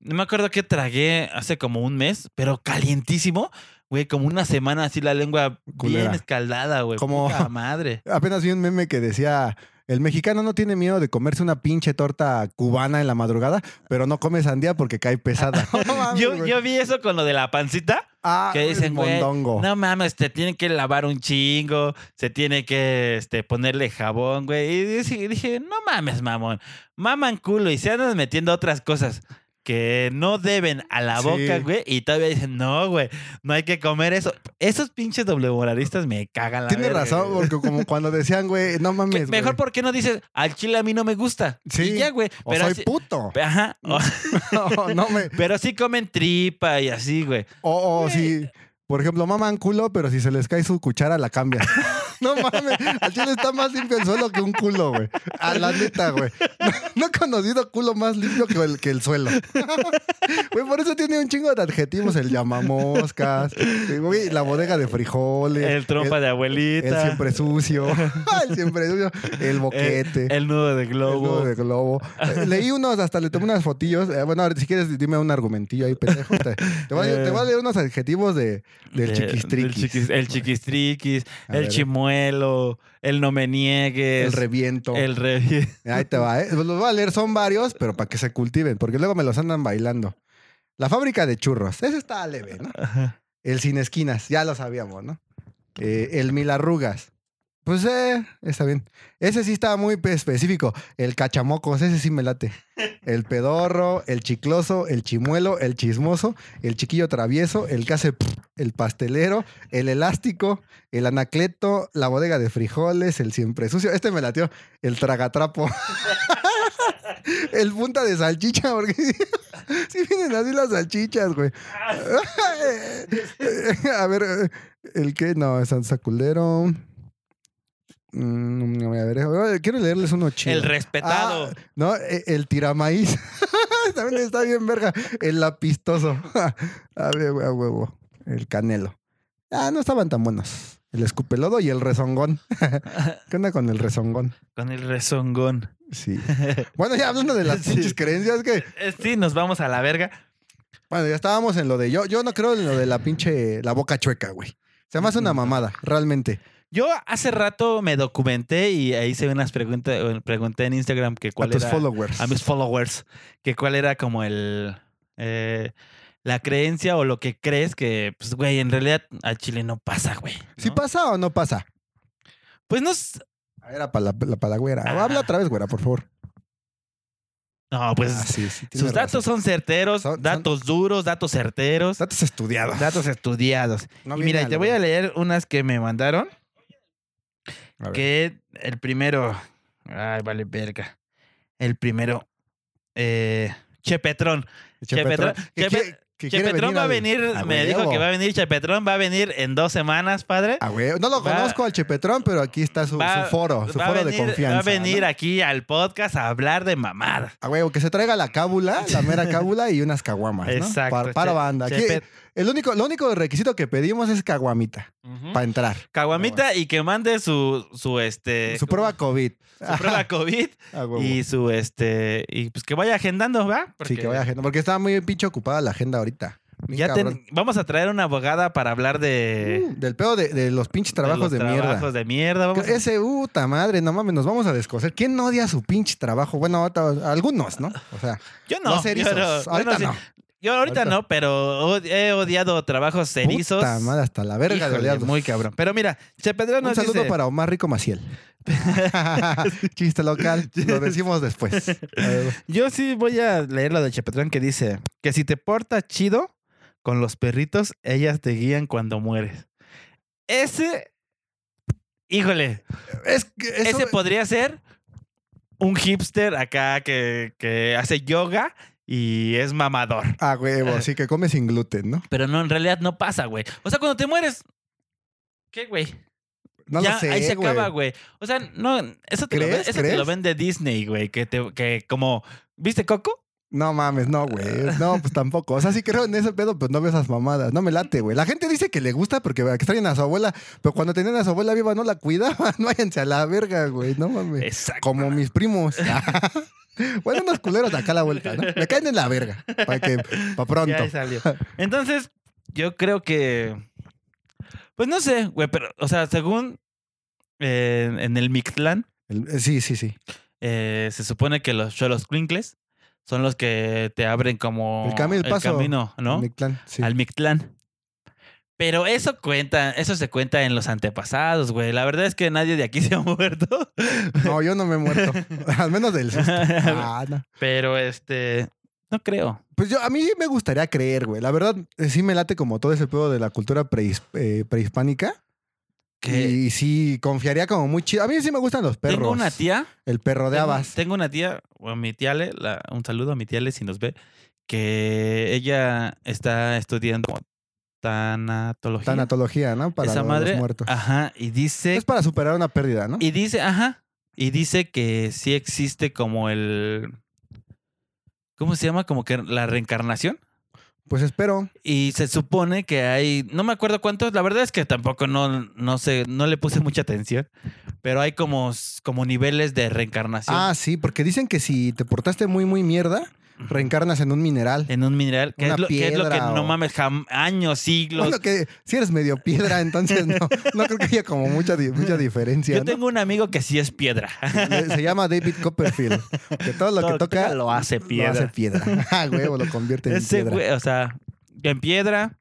Speaker 2: No me acuerdo que tragué hace como un mes, pero calientísimo. Güey, como una semana así la lengua
Speaker 3: Culera.
Speaker 2: bien escaldada, güey.
Speaker 3: Como-
Speaker 2: Puta
Speaker 3: *laughs*
Speaker 2: madre.
Speaker 3: Apenas vi un meme que decía... El mexicano no tiene miedo de comerse una pinche torta cubana en la madrugada, pero no come sandía porque cae pesada.
Speaker 2: *laughs*
Speaker 3: *laughs* No mames,
Speaker 2: Yo,
Speaker 3: güey.
Speaker 2: yo vi eso con lo de la pancita.
Speaker 3: Ah,
Speaker 2: que dicen,
Speaker 3: el
Speaker 2: güey,
Speaker 3: mondongo.
Speaker 2: No mames, te tienen que lavar un chingo, se tiene que este, ponerle jabón, güey. Y dije, dije, no mames, mamón. Maman culo y se andan metiendo otras cosas que no deben a la
Speaker 3: Sí.
Speaker 2: boca, güey. Y todavía dicen, no, güey, no hay que comer eso. Esos pinches doble moralistas me cagan la
Speaker 3: Tienes
Speaker 2: verga,
Speaker 3: razón,
Speaker 2: güey.
Speaker 3: porque como cuando decían, güey, no
Speaker 2: eh. Que
Speaker 3: mames, güey.
Speaker 2: mejor porque no dices, al chile a mí no me gusta.
Speaker 3: Sí.
Speaker 2: Sí. Y ya, güey.
Speaker 3: O
Speaker 2: Pero,
Speaker 3: soy
Speaker 2: así-
Speaker 3: puto.
Speaker 2: ajá, o-
Speaker 3: *laughs*
Speaker 2: *laughs*
Speaker 3: No, no me...
Speaker 2: pero sí comen tripa y así, güey.
Speaker 3: O, o si, Oh, por ejemplo, maman culo, pero si se les cae su cuchara, la cambian. *laughs* no mames, al chile está más limpio el suelo que un culo, güey. A la neta, güey. *laughs* No, no he conocido culo más limpio que el, que el suelo. *laughs* Güey, por eso tiene un chingo de adjetivos. El llamamoscas, eh, güey, la bodega de frijoles.
Speaker 2: El trompa de Eh,
Speaker 3: el,
Speaker 2: abuelita.
Speaker 3: el siempre sucio. *laughs* el siempre sucio. El boquete.
Speaker 2: El, nudo de globo.
Speaker 3: El nudo de globo. Eh, Leí unos, hasta le tomé unas fotillos. Eh, bueno, ahora, si quieres, dime un argumentillo ahí, pendejo. Te, te voy, a- te voy a leer unos adjetivos de, del
Speaker 2: Eh, De-
Speaker 3: chiquistriquis.
Speaker 2: Eh, del chiquis- El chiquistriquis,
Speaker 3: *laughs* A
Speaker 2: el
Speaker 3: ver.
Speaker 2: chimuelo, el no me niegues.
Speaker 3: El reviento.
Speaker 2: El re- *laughs*
Speaker 3: Ahí te va, ¿eh? Los voy a leer, son varios, pero para que se cultiven, porque luego me los andan bailando. La fábrica de churros. Ese está leve, ¿no?
Speaker 2: Ajá.
Speaker 3: El sin esquinas, ya lo sabíamos, ¿no? Eh, el mil arrugas. Pues, eh, está bien. Ese sí está muy pe- específico. El cachamocos, ese sí me late. El pedorro, el chicloso, el chimuelo, el chismoso, el chiquillo travieso, el que hace pf, el pastelero, el elástico, el anacleto, la bodega de frijoles, el siempre sucio. Este me lateó. El tragatrapo. *laughs* el punta de salchicha, porque *laughs* sí, sí vienen así las salchichas, güey. *laughs* A ver, eh, el que no, es saculero. Mm, a ver, eh, quiero leerles uno chido.
Speaker 2: el respetado.
Speaker 3: Ah, no, e- el tiramaíz. *laughs* También está bien, verga. El lapistoso. *laughs* a ver, güey, a huevo. El canelo. Ah, no estaban tan buenos. El escupelodo y el rezongón. *laughs* ¿Qué onda con el rezongón?
Speaker 2: Con el rezongón.
Speaker 3: Sí. Bueno, ya hablando de las
Speaker 2: *laughs* Sí.
Speaker 3: pinches creencias, que.
Speaker 2: Eh, Sí, nos vamos a la verga.
Speaker 3: Bueno, ya estábamos en lo de yo. Yo no creo en lo de la pinche. La boca chueca, güey. Se me hace una mamada, realmente.
Speaker 2: Yo hace rato me documenté y ahí hice unas preguntas. Pregunté en Instagram que
Speaker 3: A
Speaker 2: cuál
Speaker 3: tus
Speaker 2: era.
Speaker 3: followers.
Speaker 2: A mis followers. Que cuál era como el. eh, la creencia o lo que crees que, pues, güey, en realidad al Chile no pasa, güey.
Speaker 3: ¿Sí
Speaker 2: ¿no?
Speaker 3: pasa o no pasa?
Speaker 2: Pues no, s-
Speaker 3: A ver, para la, la, pa' la güera. Habla otra vez, güera, por favor.
Speaker 2: No, Ah. pues
Speaker 3: Ah, sí, sí, tiene
Speaker 2: sus
Speaker 3: razón.
Speaker 2: datos son certeros,
Speaker 3: Son- son-
Speaker 2: datos duros, datos certeros,
Speaker 3: Datos estudiados.
Speaker 2: datos estudiados.
Speaker 3: *laughs* No
Speaker 2: y
Speaker 3: viene
Speaker 2: mira,
Speaker 3: al-
Speaker 2: te voy a leer unas que me mandaron,
Speaker 3: A ver.
Speaker 2: que el primero, ay, vale, verga. El primero, eh, Che Petrón.
Speaker 3: Che
Speaker 2: Che
Speaker 3: Petrón,
Speaker 2: Petrón-
Speaker 3: que
Speaker 2: Che
Speaker 3: quiere-
Speaker 2: Pe-
Speaker 3: que
Speaker 2: Che
Speaker 3: quiere
Speaker 2: Petrón va a
Speaker 3: al-
Speaker 2: venir,
Speaker 3: a
Speaker 2: me dijo
Speaker 3: huevo. Ah,
Speaker 2: que va a venir, Che Petrón va a venir en dos semanas, padre.
Speaker 3: A huevo. No lo
Speaker 2: Va-
Speaker 3: conozco al Chepetrón, pero aquí está su,
Speaker 2: Va-
Speaker 3: su foro, su
Speaker 2: va a
Speaker 3: foro de
Speaker 2: venir-
Speaker 3: confianza.
Speaker 2: Va a venir
Speaker 3: ¿no?
Speaker 2: aquí al podcast a hablar de mamada.
Speaker 3: A huevo, que se traiga la cábula, la
Speaker 2: *laughs*
Speaker 3: mera cábula y unas caguamas, ¿no?
Speaker 2: Exacto,
Speaker 3: Para, para
Speaker 2: Che-
Speaker 3: banda.
Speaker 2: Che
Speaker 3: Aquí,
Speaker 2: Pet-
Speaker 3: el único, lo único requisito que pedimos es caguamita
Speaker 2: Ujú.
Speaker 3: para entrar.
Speaker 2: Caguamita y que mande su, su este.
Speaker 3: Su prueba COVID.
Speaker 2: su prueba
Speaker 3: *laughs*
Speaker 2: COVID
Speaker 3: A huevo.
Speaker 2: y su este. Y pues que vaya agendando, ¿va?
Speaker 3: sí, que vaya agenda. Porque está muy pinche ocupada la agenda ahorita. Bien
Speaker 2: Ya ten-
Speaker 3: cabrón. Uh,
Speaker 2: vamos a traer una abogada para hablar de,
Speaker 3: Del pedo de, de los pinches trabajos de,
Speaker 2: los trabajos
Speaker 3: mierda.
Speaker 2: de mierda. Vamos a-
Speaker 3: Ese, puta madre, no mames, nos vamos a descoser. ¿Quién odia su pinche trabajo? Bueno, ahorita- algunos, ¿no? O
Speaker 2: *laughs*
Speaker 3: sea,
Speaker 2: yo no,
Speaker 3: los
Speaker 2: yo
Speaker 3: erizos.
Speaker 2: no- yo
Speaker 3: ahorita
Speaker 2: no sé-
Speaker 3: no.
Speaker 2: yo ahorita
Speaker 3: Ahorita.
Speaker 2: no, pero od- he odiado trabajos erizos.
Speaker 3: Puta madre, hasta la verga de
Speaker 2: Híjole,
Speaker 3: odiarlos.
Speaker 2: muy cabrón. Pero mira, Chepedrón
Speaker 3: Un
Speaker 2: nos
Speaker 3: saludo
Speaker 2: dice-
Speaker 3: para Omar
Speaker 2: *laughs*
Speaker 3: Rico Maciel. Chiste local, lo
Speaker 2: *laughs*
Speaker 3: decimos después. A ver,
Speaker 2: Yo sí voy a leer lo de Chepedrón que dice que si te portas chido con los perritos, ellas te guían cuando mueres. Ese, híjole,
Speaker 3: Es que eso-
Speaker 2: ese podría ser un hipster acá que, que hace yoga y es mamador.
Speaker 3: Ah, huevo, sí que come sin gluten, ¿no?
Speaker 2: Pero no, en realidad no pasa, güey. O sea, cuando te mueres, ¿qué, güey?
Speaker 3: No
Speaker 2: ya
Speaker 3: lo sé,
Speaker 2: ahí se
Speaker 3: güey.
Speaker 2: acaba, güey. O sea, no, eso te, lo, ve-
Speaker 3: ¿Crees?
Speaker 2: eso te lo
Speaker 3: ¿Crees?
Speaker 2: vende Disney, güey. Que, te- que como, ¿viste Coco?
Speaker 3: No mames, no,
Speaker 2: Ah.
Speaker 3: güey. No, pues tampoco. O sea, sí creo en ese pedo, pues no veo esas mamadas. No me late, güey. La gente dice que le gusta porque extrañan a su abuela, pero cuando tenían a su abuela viva no la cuidaban. *laughs* Váyanse a la verga, güey. No mames.
Speaker 2: Exacto.
Speaker 3: Como mis primos. *laughs* bueno, unos culeros de acá a la vuelta, ¿no? Me caen en la verga. Para que, para pronto.
Speaker 2: Ya
Speaker 3: *laughs*
Speaker 2: salió. Entonces, yo creo que. Pues no sé, güey, pero, o sea, según eh, en el Mictlán,
Speaker 3: El- Sí, sí, sí.
Speaker 2: eh, se supone que los cholos cuincles son los que te abren como
Speaker 3: El camino, el paso.
Speaker 2: camino, ¿no?
Speaker 3: Mictlán, sí.
Speaker 2: Al Mictlán. Pero eso cuenta, eso se cuenta en los antepasados, güey. La verdad es que nadie de aquí *laughs* se ha muerto.
Speaker 3: No, yo no me
Speaker 2: *laughs*
Speaker 3: he muerto. Al menos del susto. Ah, no.
Speaker 2: Pero este, no creo.
Speaker 3: Pues yo, a mí me gustaría creer, güey. La verdad, eh, sí me late como todo ese pedo de la cultura prehis- eh, prehispánica.
Speaker 2: Que
Speaker 3: Y sí, confiaría como muy chido. A mí sí me gustan los perros.
Speaker 2: tengo una tía
Speaker 3: El perro de
Speaker 2: Tengo-
Speaker 3: habas.
Speaker 2: Tengo una tía, o mi tía Ale, la- un saludo a mi tía Ale si nos ve, que ella está estudiando tanatología.
Speaker 3: Tanatología, ¿no? Para
Speaker 2: Esa
Speaker 3: los
Speaker 2: madre.
Speaker 3: muertos.
Speaker 2: Ajá, y dice,
Speaker 3: Es para superar una pérdida, ¿no?
Speaker 2: y dice, ajá, y dice que sí existe como el, ¿cómo se llama? Como que la reencarnación.
Speaker 3: Pues espero.
Speaker 2: Y se supone que hay, no me acuerdo cuántos, la verdad es que tampoco no, no sé, no le puse mucha atención, pero hay como, como niveles de reencarnación
Speaker 3: Ah, sí, porque dicen que si te portaste muy, muy mierda, reencarnas en un mineral.
Speaker 2: en un mineral, que,
Speaker 3: Una
Speaker 2: es lo, que es lo que
Speaker 3: piedra
Speaker 2: no
Speaker 3: o-
Speaker 2: mames, jam- años, siglos,
Speaker 3: *laughs* Bueno, que si eres medio piedra, entonces no, no creo que haya como mucha, di- mucha diferencia.
Speaker 2: Yo
Speaker 3: ¿no?
Speaker 2: tengo un amigo que sí es piedra. *laughs*
Speaker 3: Le- Se llama David Copperfield. Que todo lo
Speaker 2: Todo
Speaker 3: que toca
Speaker 2: lo hace piedra.
Speaker 3: Lo hace
Speaker 2: *laughs*
Speaker 3: piedra. *laughs* Ah, huevo, lo convierte en
Speaker 2: Ese
Speaker 3: piedra.
Speaker 2: güey, o sea, en piedra,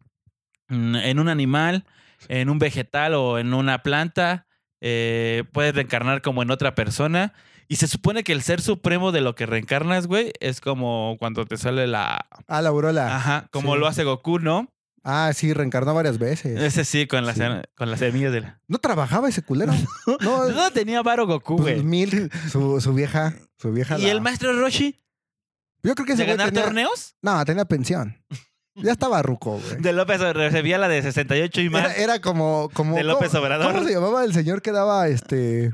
Speaker 2: mm, en un animal, en un vegetal o en una planta, eh, puedes reencarnar como en otra persona. Y se supone que el ser supremo de lo que reencarnas, güey, es como cuando te sale la...
Speaker 3: Ah, la aurola.
Speaker 2: Ajá, como
Speaker 3: sí.
Speaker 2: lo hace Goku, ¿no?
Speaker 3: Ah, sí, reencarnó varias veces.
Speaker 2: Ese sí, con la,
Speaker 3: Sí.
Speaker 2: sem- con la semilla de
Speaker 3: *laughs*
Speaker 2: la...
Speaker 3: No trabajaba ese culero. *laughs* No,
Speaker 2: No tenía varo Goku,
Speaker 3: pues,
Speaker 2: güey.
Speaker 3: mil. Su, su vieja, su vieja.
Speaker 2: ¿Y
Speaker 3: la-
Speaker 2: el maestro Roshi?
Speaker 3: Yo creo que ese
Speaker 2: ¿De
Speaker 3: güey
Speaker 2: ganar
Speaker 3: tenía...
Speaker 2: torneos?
Speaker 3: No, tenía pensión. Ya estaba ruco, güey.
Speaker 2: De López recibía la de 68 y más.
Speaker 3: Era, era como, como...
Speaker 2: De López
Speaker 3: ¿cómo-
Speaker 2: Obrador.
Speaker 3: ¿Cómo se llamaba el señor que daba este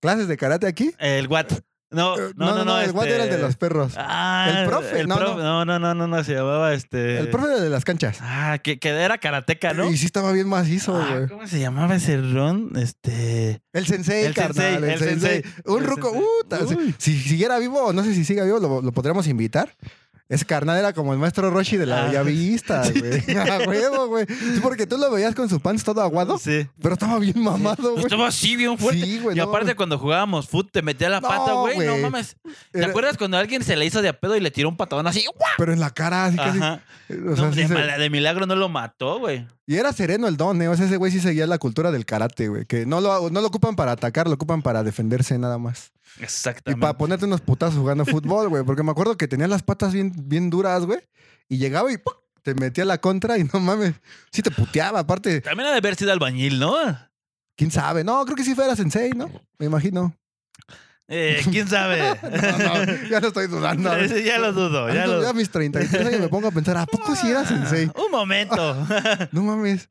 Speaker 3: clases de karate aquí?
Speaker 2: El Watt. No, no,
Speaker 3: Eh,
Speaker 2: no, no.
Speaker 3: el
Speaker 2: este-
Speaker 3: guante era el de los perros.
Speaker 2: Ah,
Speaker 3: El profe,
Speaker 2: el
Speaker 3: no,
Speaker 2: profe- No, no, no, no, no, se llamaba este.
Speaker 3: El profe de las canchas.
Speaker 2: Ah, que, que era karateca, ¿no?
Speaker 3: Y sí estaba bien macizo,
Speaker 2: Ah,
Speaker 3: güey.
Speaker 2: ¿Cómo se llamaba ese ron? Este.
Speaker 3: El sensei,
Speaker 2: El
Speaker 3: carnal,
Speaker 2: sensei,
Speaker 3: el,
Speaker 2: el
Speaker 3: sensei.
Speaker 2: sensei.
Speaker 3: Un
Speaker 2: El
Speaker 3: ruco,
Speaker 2: sensei.
Speaker 3: puta, si-
Speaker 2: Uy.
Speaker 3: Si siguiera vivo, o no sé si siga vivo, lo, lo podríamos invitar. Ese carnal era como el maestro Roshi de la
Speaker 2: Ah. *laughs*
Speaker 3: llavista, güey. A huevo, güey. Sí, Porque tú lo veías con su pants todo aguado,
Speaker 2: Sí.
Speaker 3: pero estaba bien mamado, güey.
Speaker 2: Estaba así bien fuerte.
Speaker 3: Sí, güey.
Speaker 2: y
Speaker 3: no
Speaker 2: aparte,
Speaker 3: mames.
Speaker 2: cuando jugábamos fútbol, te metía la
Speaker 3: No,
Speaker 2: pata, güey. No
Speaker 3: güey.
Speaker 2: mames. ¿Te
Speaker 3: Era-
Speaker 2: acuerdas cuando alguien se le hizo de a pedo y le tiró un patadón así? ¡guau!
Speaker 3: Pero en la cara, así casi.
Speaker 2: Ajá.
Speaker 3: o sea,
Speaker 2: No,
Speaker 3: sí
Speaker 2: de,
Speaker 3: se-
Speaker 2: mala- de milagro no lo mató, güey.
Speaker 3: Y era sereno el don, ¿eh? O sea, ese güey sí seguía la cultura del karate, güey. Que no lo, no lo ocupan para atacar, lo ocupan para defenderse nada más. Y
Speaker 2: Exactamente.
Speaker 3: para ponerte unos putazos jugando fútbol, güey. Porque me acuerdo que tenía las patas bien, bien duras, güey. Y llegaba y ¡pum! te metía la contra y no mames. Sí te puteaba, aparte.
Speaker 2: También ha de haber sido albañil, ¿no?
Speaker 3: ¿Quién sabe? No, creo que sí fuera sensei, ¿no? Me imagino.
Speaker 2: Eh, ¿Quién sabe?
Speaker 3: No, *laughs* no, ya lo estoy
Speaker 2: *laughs*
Speaker 3: dudando.
Speaker 2: Sí, ya lo dudo, ya
Speaker 3: Antes
Speaker 2: lo-
Speaker 3: de a mis 33 años me pongo a pensar, ¿a poco sí era sensei?
Speaker 2: Un momento.
Speaker 3: No mames.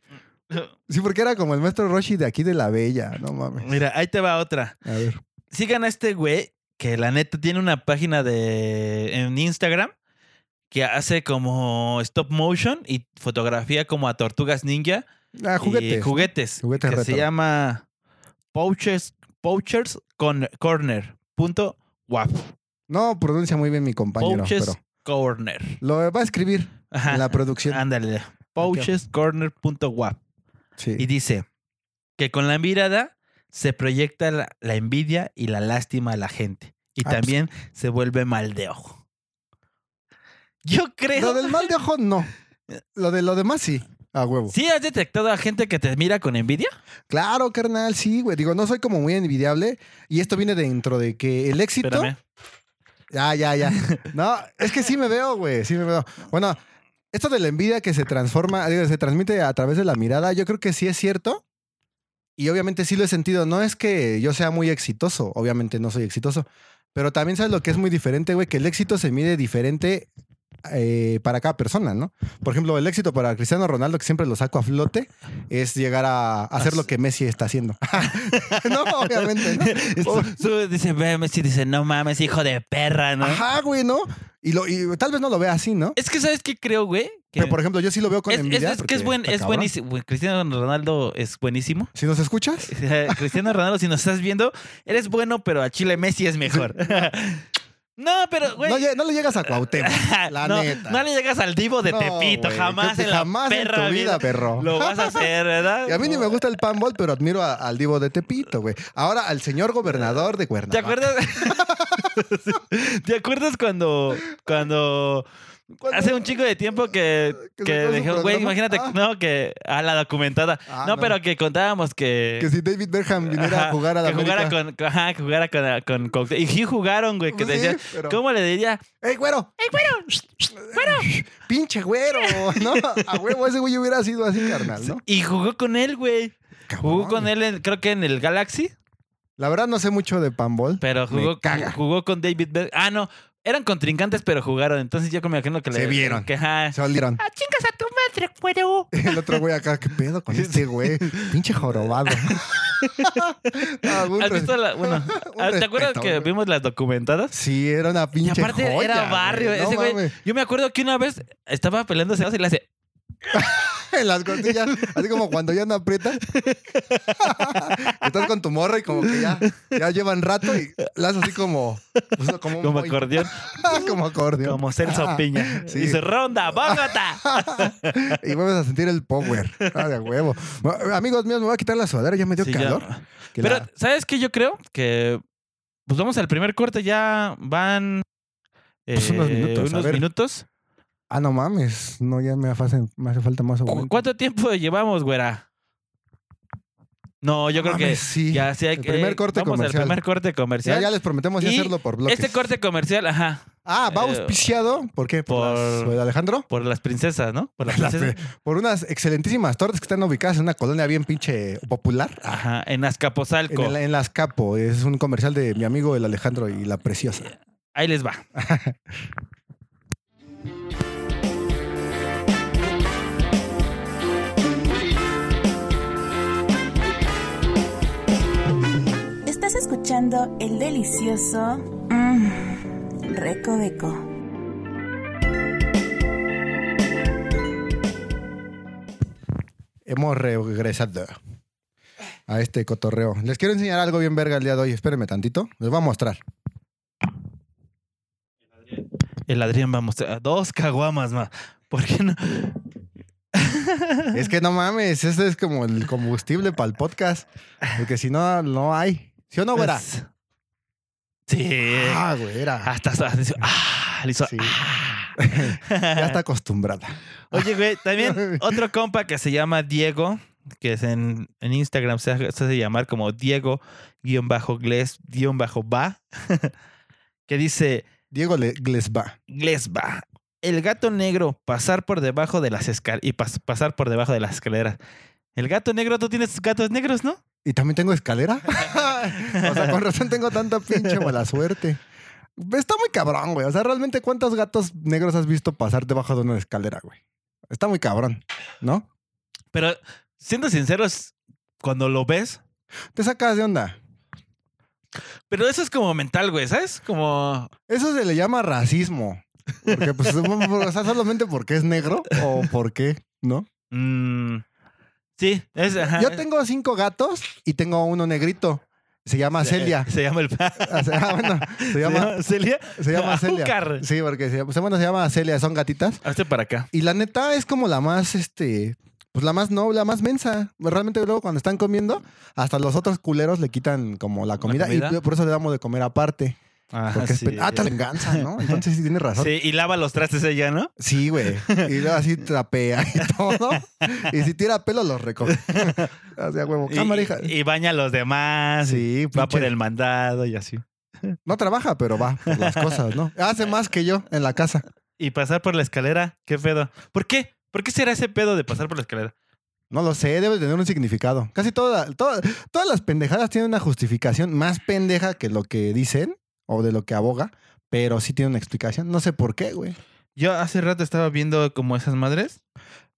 Speaker 3: Sí, porque era como el maestro Roshi de aquí de la Bella. No mames.
Speaker 2: *laughs* Mira, ahí te va otra.
Speaker 3: A ver.
Speaker 2: Sigan a este güey que la neta tiene una página de en Instagram que hace como stop motion y fotografía como a tortugas ninja
Speaker 3: Ah,
Speaker 2: y
Speaker 3: juguetes.
Speaker 2: juguetes.
Speaker 3: Juguetes
Speaker 2: que se
Speaker 3: retro.
Speaker 2: llama Pouchers, Pouchers con Corner. Punto wap.
Speaker 3: No pronuncia muy bien mi compañero,
Speaker 2: Pouches
Speaker 3: pero.
Speaker 2: Corner.
Speaker 3: Lo va a escribir.
Speaker 2: Ajá.
Speaker 3: en la producción.
Speaker 2: Ándale. Pouchescorner.wap.
Speaker 3: Sí.
Speaker 2: Y dice que con la mirada se proyecta la, la envidia y la lástima a la gente. Y
Speaker 3: Ah, pues.
Speaker 2: también se vuelve mal de ojo. Yo creo.
Speaker 3: Lo del mal de ojo, no. Lo de lo demás, sí. A huevo.
Speaker 2: ¿Sí has detectado a gente que te mira con envidia?
Speaker 3: Claro, carnal, sí, güey. Digo, no soy como muy envidiable. Y esto viene dentro de que el éxito.
Speaker 2: Espérame.
Speaker 3: Ya, ya, ya. No, es que sí me veo, güey. Sí me veo. Bueno, esto de la envidia que se transforma, digo, se transmite a través de la mirada, yo creo que sí es cierto. Y obviamente sí lo he sentido. No es que yo sea muy exitoso. Obviamente no soy exitoso. Pero también sabes lo que es muy diferente, güey, que el éxito se mide diferente eh, para cada persona, ¿no? Por ejemplo, el éxito para Cristiano Ronaldo, que siempre lo saco a flote, es llegar a hacer lo que Messi está haciendo. *laughs* no, obviamente,
Speaker 2: *laughs*
Speaker 3: ¿no?
Speaker 2: Su- dice, ve, Messi dice, no mames, hijo de perra, ¿no?
Speaker 3: Ajá, güey, ¿no? Y, lo, y tal vez no lo vea así, ¿no?
Speaker 2: Es que, ¿sabes qué creo, güey? Que
Speaker 3: Pero, por ejemplo, yo sí lo veo con
Speaker 2: es, es-
Speaker 3: envidia.
Speaker 2: es que es,
Speaker 3: porque
Speaker 2: buen,
Speaker 3: está
Speaker 2: es
Speaker 3: cabrón.
Speaker 2: buenísimo. Güey, Cristiano Ronaldo es buenísimo.
Speaker 3: Si nos escuchas,
Speaker 2: *laughs* Cristiano Ronaldo, si nos estás viendo, eres bueno, pero a Chile Messi es mejor. *laughs* no, pero, güey.
Speaker 3: no, lle- no le llegas a Cuauhtémoc,
Speaker 2: *laughs*
Speaker 3: la
Speaker 2: no,
Speaker 3: neta.
Speaker 2: no le llegas al divo de
Speaker 3: No,
Speaker 2: Tepito,
Speaker 3: güey,
Speaker 2: jamás
Speaker 3: que-
Speaker 2: en la
Speaker 3: jamás en
Speaker 2: perra
Speaker 3: tu vida,
Speaker 2: *laughs*
Speaker 3: perro.
Speaker 2: Lo
Speaker 3: *laughs*
Speaker 2: vas a hacer, ¿verdad?
Speaker 3: Y a mí ni me gusta el panball, pero admiro a- al divo de Tepito, güey. Ahora al señor gobernador de
Speaker 2: ¿Te
Speaker 3: Cuernavaca.
Speaker 2: acuerdas? *laughs* ¿Te acuerdas cuando, cuando
Speaker 3: ¿Cuándo?
Speaker 2: hace un chico de tiempo que,
Speaker 3: ¿Que
Speaker 2: que
Speaker 3: sacó su
Speaker 2: dejó, güey,
Speaker 3: programa?
Speaker 2: imagínate,
Speaker 3: Ah.
Speaker 2: no, que a la documentada.
Speaker 3: Ah,
Speaker 2: no,
Speaker 3: no.
Speaker 2: pero que contábamos que
Speaker 3: Que si David Berham viniera
Speaker 2: Ajá,
Speaker 3: a jugar a la
Speaker 2: que jugara
Speaker 3: América.
Speaker 2: con, ajá, que jugara con, con, Cuauhtémoc. Y sí jugaron, güey, que
Speaker 3: Pues
Speaker 2: te
Speaker 3: sí,
Speaker 2: decían,
Speaker 3: pero-
Speaker 2: ¿cómo le diría?
Speaker 3: ¡Ey, güero!
Speaker 2: ¡Ey, güero!
Speaker 3: *laughs* ¡Pinche güero! ¿No? A huevo, ese güey hubiera sido así, carnal, ¿no?
Speaker 2: Y jugó con él, güey. Jugó
Speaker 3: Cabrón.
Speaker 2: con él, en- creo que en el Galaxy,
Speaker 3: La verdad no sé mucho de panball.
Speaker 2: pero
Speaker 3: Me
Speaker 2: jugó,
Speaker 3: caga.
Speaker 2: jugó con David Berg. Ah, no, eran contrincantes, pero jugaron. Entonces yo me imagino que
Speaker 3: Se
Speaker 2: le
Speaker 3: vieron.
Speaker 2: Que, ajá.
Speaker 3: Se olvidaron.
Speaker 2: ¡Ah, chingas a tu madre, güero!
Speaker 3: *laughs* El otro güey acá, ¿qué pedo con este güey?
Speaker 2: *laughs*
Speaker 3: Pinche jorobado. Ah, un
Speaker 2: ¿Has
Speaker 3: res-
Speaker 2: visto la.? Bueno,
Speaker 3: *laughs*
Speaker 2: ah,
Speaker 3: Un
Speaker 2: ¿te acuerdas
Speaker 3: respeto,
Speaker 2: que
Speaker 3: güey.
Speaker 2: vimos las documentadas?
Speaker 3: Sí, era una
Speaker 2: Y
Speaker 3: pinche
Speaker 2: aparte
Speaker 3: joya,
Speaker 2: era
Speaker 3: güey.
Speaker 2: barrio.
Speaker 3: No
Speaker 2: Ese güey.
Speaker 3: mames.
Speaker 2: Yo me acuerdo que una vez estaba peleándose y le hace.
Speaker 3: En las costillas, así como cuando ya no aprieta. *laughs* Estás con tu morra y como que ya, ya llevan rato y las así como, pues, como, un
Speaker 2: Como
Speaker 3: boy. *laughs*
Speaker 2: acordeón,
Speaker 3: como acordeón.
Speaker 2: como Celso Piña.
Speaker 3: sí.
Speaker 2: Dice, ronda, Bogotá.
Speaker 3: *laughs* y vuelves a sentir el power. Ah, de huevo. Bueno, amigos míos, me voy a quitar la sudadera, ya me dio
Speaker 2: Sí, ya.
Speaker 3: calor. Que
Speaker 2: Pero,
Speaker 3: la-
Speaker 2: ¿sabes qué? Yo creo que. Pues vamos al primer corte, ya van. eh,
Speaker 3: Pues unos minutos, a
Speaker 2: unos
Speaker 3: ver.
Speaker 2: minutos.
Speaker 3: Ah, no mames. No, ya me hace, me hace falta más agua.
Speaker 2: ¿Cu- ¿Cuánto tiempo llevamos, güera? No, yo creo que.
Speaker 3: Mames, sí.
Speaker 2: Ya, sí, hay
Speaker 3: El
Speaker 2: que-
Speaker 3: primer corte
Speaker 2: vamos
Speaker 3: comercial.
Speaker 2: al primer corte
Speaker 3: Ya,
Speaker 2: comercial.
Speaker 3: ya les prometemos ya
Speaker 2: Y
Speaker 3: hacerlo por bloques.
Speaker 2: este corte comercial, ajá,
Speaker 3: Ah, va
Speaker 2: eh,
Speaker 3: auspiciado. ¿Por qué? ¿Por,
Speaker 2: por-
Speaker 3: las- por Alejandro?
Speaker 2: por las princesas, ¿no? Por las
Speaker 3: *laughs* La
Speaker 2: princesas.
Speaker 3: Por unas excelentísimas tortas que están ubicadas en una colonia bien pinche popular. ah,
Speaker 2: Ajá, en
Speaker 3: En,
Speaker 2: Azcapotzalco.
Speaker 3: el- en Las Capo. Es un comercial de mi amigo el Alejandro y la preciosa.
Speaker 2: Ahí les va.
Speaker 1: Estás escuchando el delicioso mmm, Recoveco.
Speaker 3: Hemos regresado a este cotorreo. Les quiero enseñar algo bien verga el día de hoy. Espérenme tantito. Les voy
Speaker 2: *laughs*
Speaker 3: a mostrar.
Speaker 2: El Adrián va a mostrar dos caguamas más. ¿Por qué no?
Speaker 3: Es que no mames. Este es como el combustible para el podcast. Porque si no, no hay. ¿Sí o no, güera?
Speaker 2: Es- Sí.
Speaker 3: Ah, güera.
Speaker 2: Hasta, hasta dice, ah, le hizo, *laughs*
Speaker 3: Sí.
Speaker 2: ah.
Speaker 3: Ya está acostumbrada.
Speaker 2: Oye, güey,
Speaker 3: *laughs*
Speaker 2: también otro compa que se llama Diego, que es en, en Instagram se hace se hace llamar como Diego-Gles-Va, *laughs* que dice,
Speaker 3: Diego Le- Glesba.
Speaker 2: Glesba. El gato negro pasar por debajo de las escaleras y pas- pasar por debajo de las escaleras. El gato negro, tú tienes gatos negros, ¿no?
Speaker 3: ¿Y también tengo escalera? *laughs* o sea, con razón tengo tanta pinche mala suerte. Está muy cabrón, güey. O sea, realmente, ¿cuántos gatos negros has visto pasar debajo de una escalera, güey? Está muy cabrón, ¿no?
Speaker 2: Pero siendo sinceros, cuando lo ves,
Speaker 3: Te sacas de onda.
Speaker 2: pero eso es como mental, güey, ¿sabes? Como
Speaker 3: Eso se le llama racismo. Porque, pues, *laughs* o sea, solamente porque es negro o porque, ¿no?
Speaker 2: mm, sí, es ajá,
Speaker 3: Yo
Speaker 2: es-
Speaker 3: tengo cinco gatos y tengo uno negrito. Se llama Celia.
Speaker 2: Se llama el.
Speaker 3: O sea, *laughs* bueno,
Speaker 2: *laughs*
Speaker 3: se llama,
Speaker 2: Celia.
Speaker 3: se
Speaker 2: *laughs*
Speaker 3: llama Celia.
Speaker 2: Azúcar.
Speaker 3: Sí, porque se, bueno, se llama Celia, son gatitas.
Speaker 2: Hazte para acá.
Speaker 3: Y la neta es como la más, este, pues la más noble, la más mensa. Realmente luego cuando están comiendo, hasta los otros culeros le quitan como la comida, y
Speaker 2: comida?
Speaker 3: por eso le damos de comer aparte.
Speaker 2: Ah,
Speaker 3: Porque es
Speaker 2: sí.
Speaker 3: pe- ah, te venganza,
Speaker 2: *laughs*
Speaker 3: ¿no? Entonces sí tienes razón.
Speaker 2: Sí, y lava los trastes ella, ¿no?
Speaker 3: Sí, güey. Y luego así trapea y *laughs* todo. Y si tira pelo,
Speaker 2: *laughs*
Speaker 3: los recoge. Así a huevo.
Speaker 2: Y-
Speaker 3: Cámara, hija.
Speaker 2: Y, y baña a los demás. y
Speaker 3: Sí,
Speaker 2: Va
Speaker 3: pinche-
Speaker 2: por el mandado y así.
Speaker 3: No trabaja, pero va por las cosas, ¿no? Hace más que yo en la casa.
Speaker 2: Y pasar por la escalera, qué pedo. ¿Por qué? ¿Por qué será ese pedo de pasar por la escalera?
Speaker 3: No lo sé, debe tener un significado. Casi toda, toda- todas las pendejadas tienen una justificación más pendeja que lo que dicen o de lo que aboga, pero sí tiene una explicación. No sé por qué, güey.
Speaker 2: Yo hace rato estaba viendo como esas madres.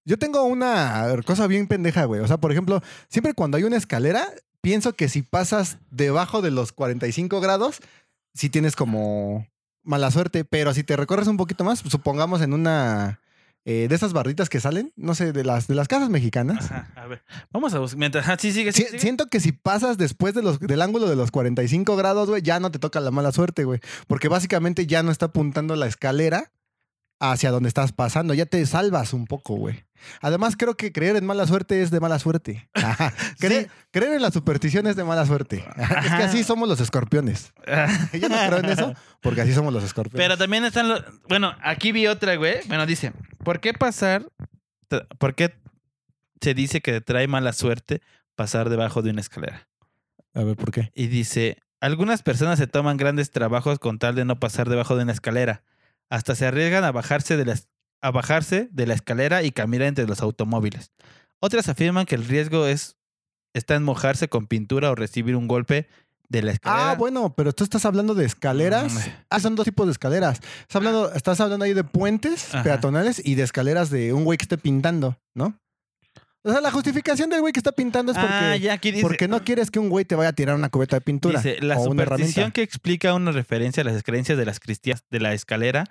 Speaker 3: Yo tengo una cosa bien pendeja, güey. O sea, por ejemplo, siempre cuando hay una escalera, pienso que si pasas debajo de los 45 grados, sí tienes como mala suerte. Pero si te recorres un poquito más, supongamos en una eh, de esas barritas que salen, no sé, de las, de las casas mexicanas.
Speaker 2: Ajá, a ver. Vamos a buscar. Mientras. Ah, sí, sigue,
Speaker 3: Si-
Speaker 2: sí, sigue.
Speaker 3: siento que si pasas después de los, del ángulo de los 45 grados, güey, ya no te toca la mala suerte, güey. Porque básicamente ya no está apuntando la escalera hacia donde estás pasando. Ya te salvas un poco, güey. Además, creo que creer en mala suerte es de mala suerte. *laughs* Ajá. Cre-
Speaker 2: Sí.
Speaker 3: Creer en la superstición es de mala suerte. Ajá. Es que
Speaker 2: Ajá.
Speaker 3: así somos
Speaker 2: *laughs*
Speaker 3: los escorpiones. Yo no creo en eso porque así somos los escorpiones.
Speaker 2: Pero también están los. Bueno, aquí vi otra, güey. Bueno, dice: ¿Por qué pasar? tra- ¿Por qué se dice que trae mala suerte pasar debajo de una escalera?
Speaker 3: A ver, ¿por qué?
Speaker 2: Y dice: Algunas personas se toman grandes trabajos con tal de no pasar debajo de una escalera. Hasta se arriesgan a bajarse de la, es- a bajarse de la escalera y caminar entre los automóviles. Otras afirman que el riesgo es está en mojarse con pintura o recibir un golpe de la escalera.
Speaker 3: Ah, bueno, pero tú estás hablando de escaleras.
Speaker 2: Hombre. Ah.
Speaker 3: Ah, son dos tipos de escaleras. Estás hablando, estás hablando ahí de puentes
Speaker 2: Ajá.
Speaker 3: peatonales y de escaleras de un güey que esté pintando, ¿no? O sea, la justificación del güey que está pintando es porque,
Speaker 2: Mm. ah, ya aquí dice.
Speaker 3: porque no quieres que un güey te vaya a tirar una cubeta de pintura
Speaker 2: Dice, la
Speaker 3: o una
Speaker 2: superstición
Speaker 3: herramienta.
Speaker 2: que explica una referencia a las creencias de las cristianas de la escalera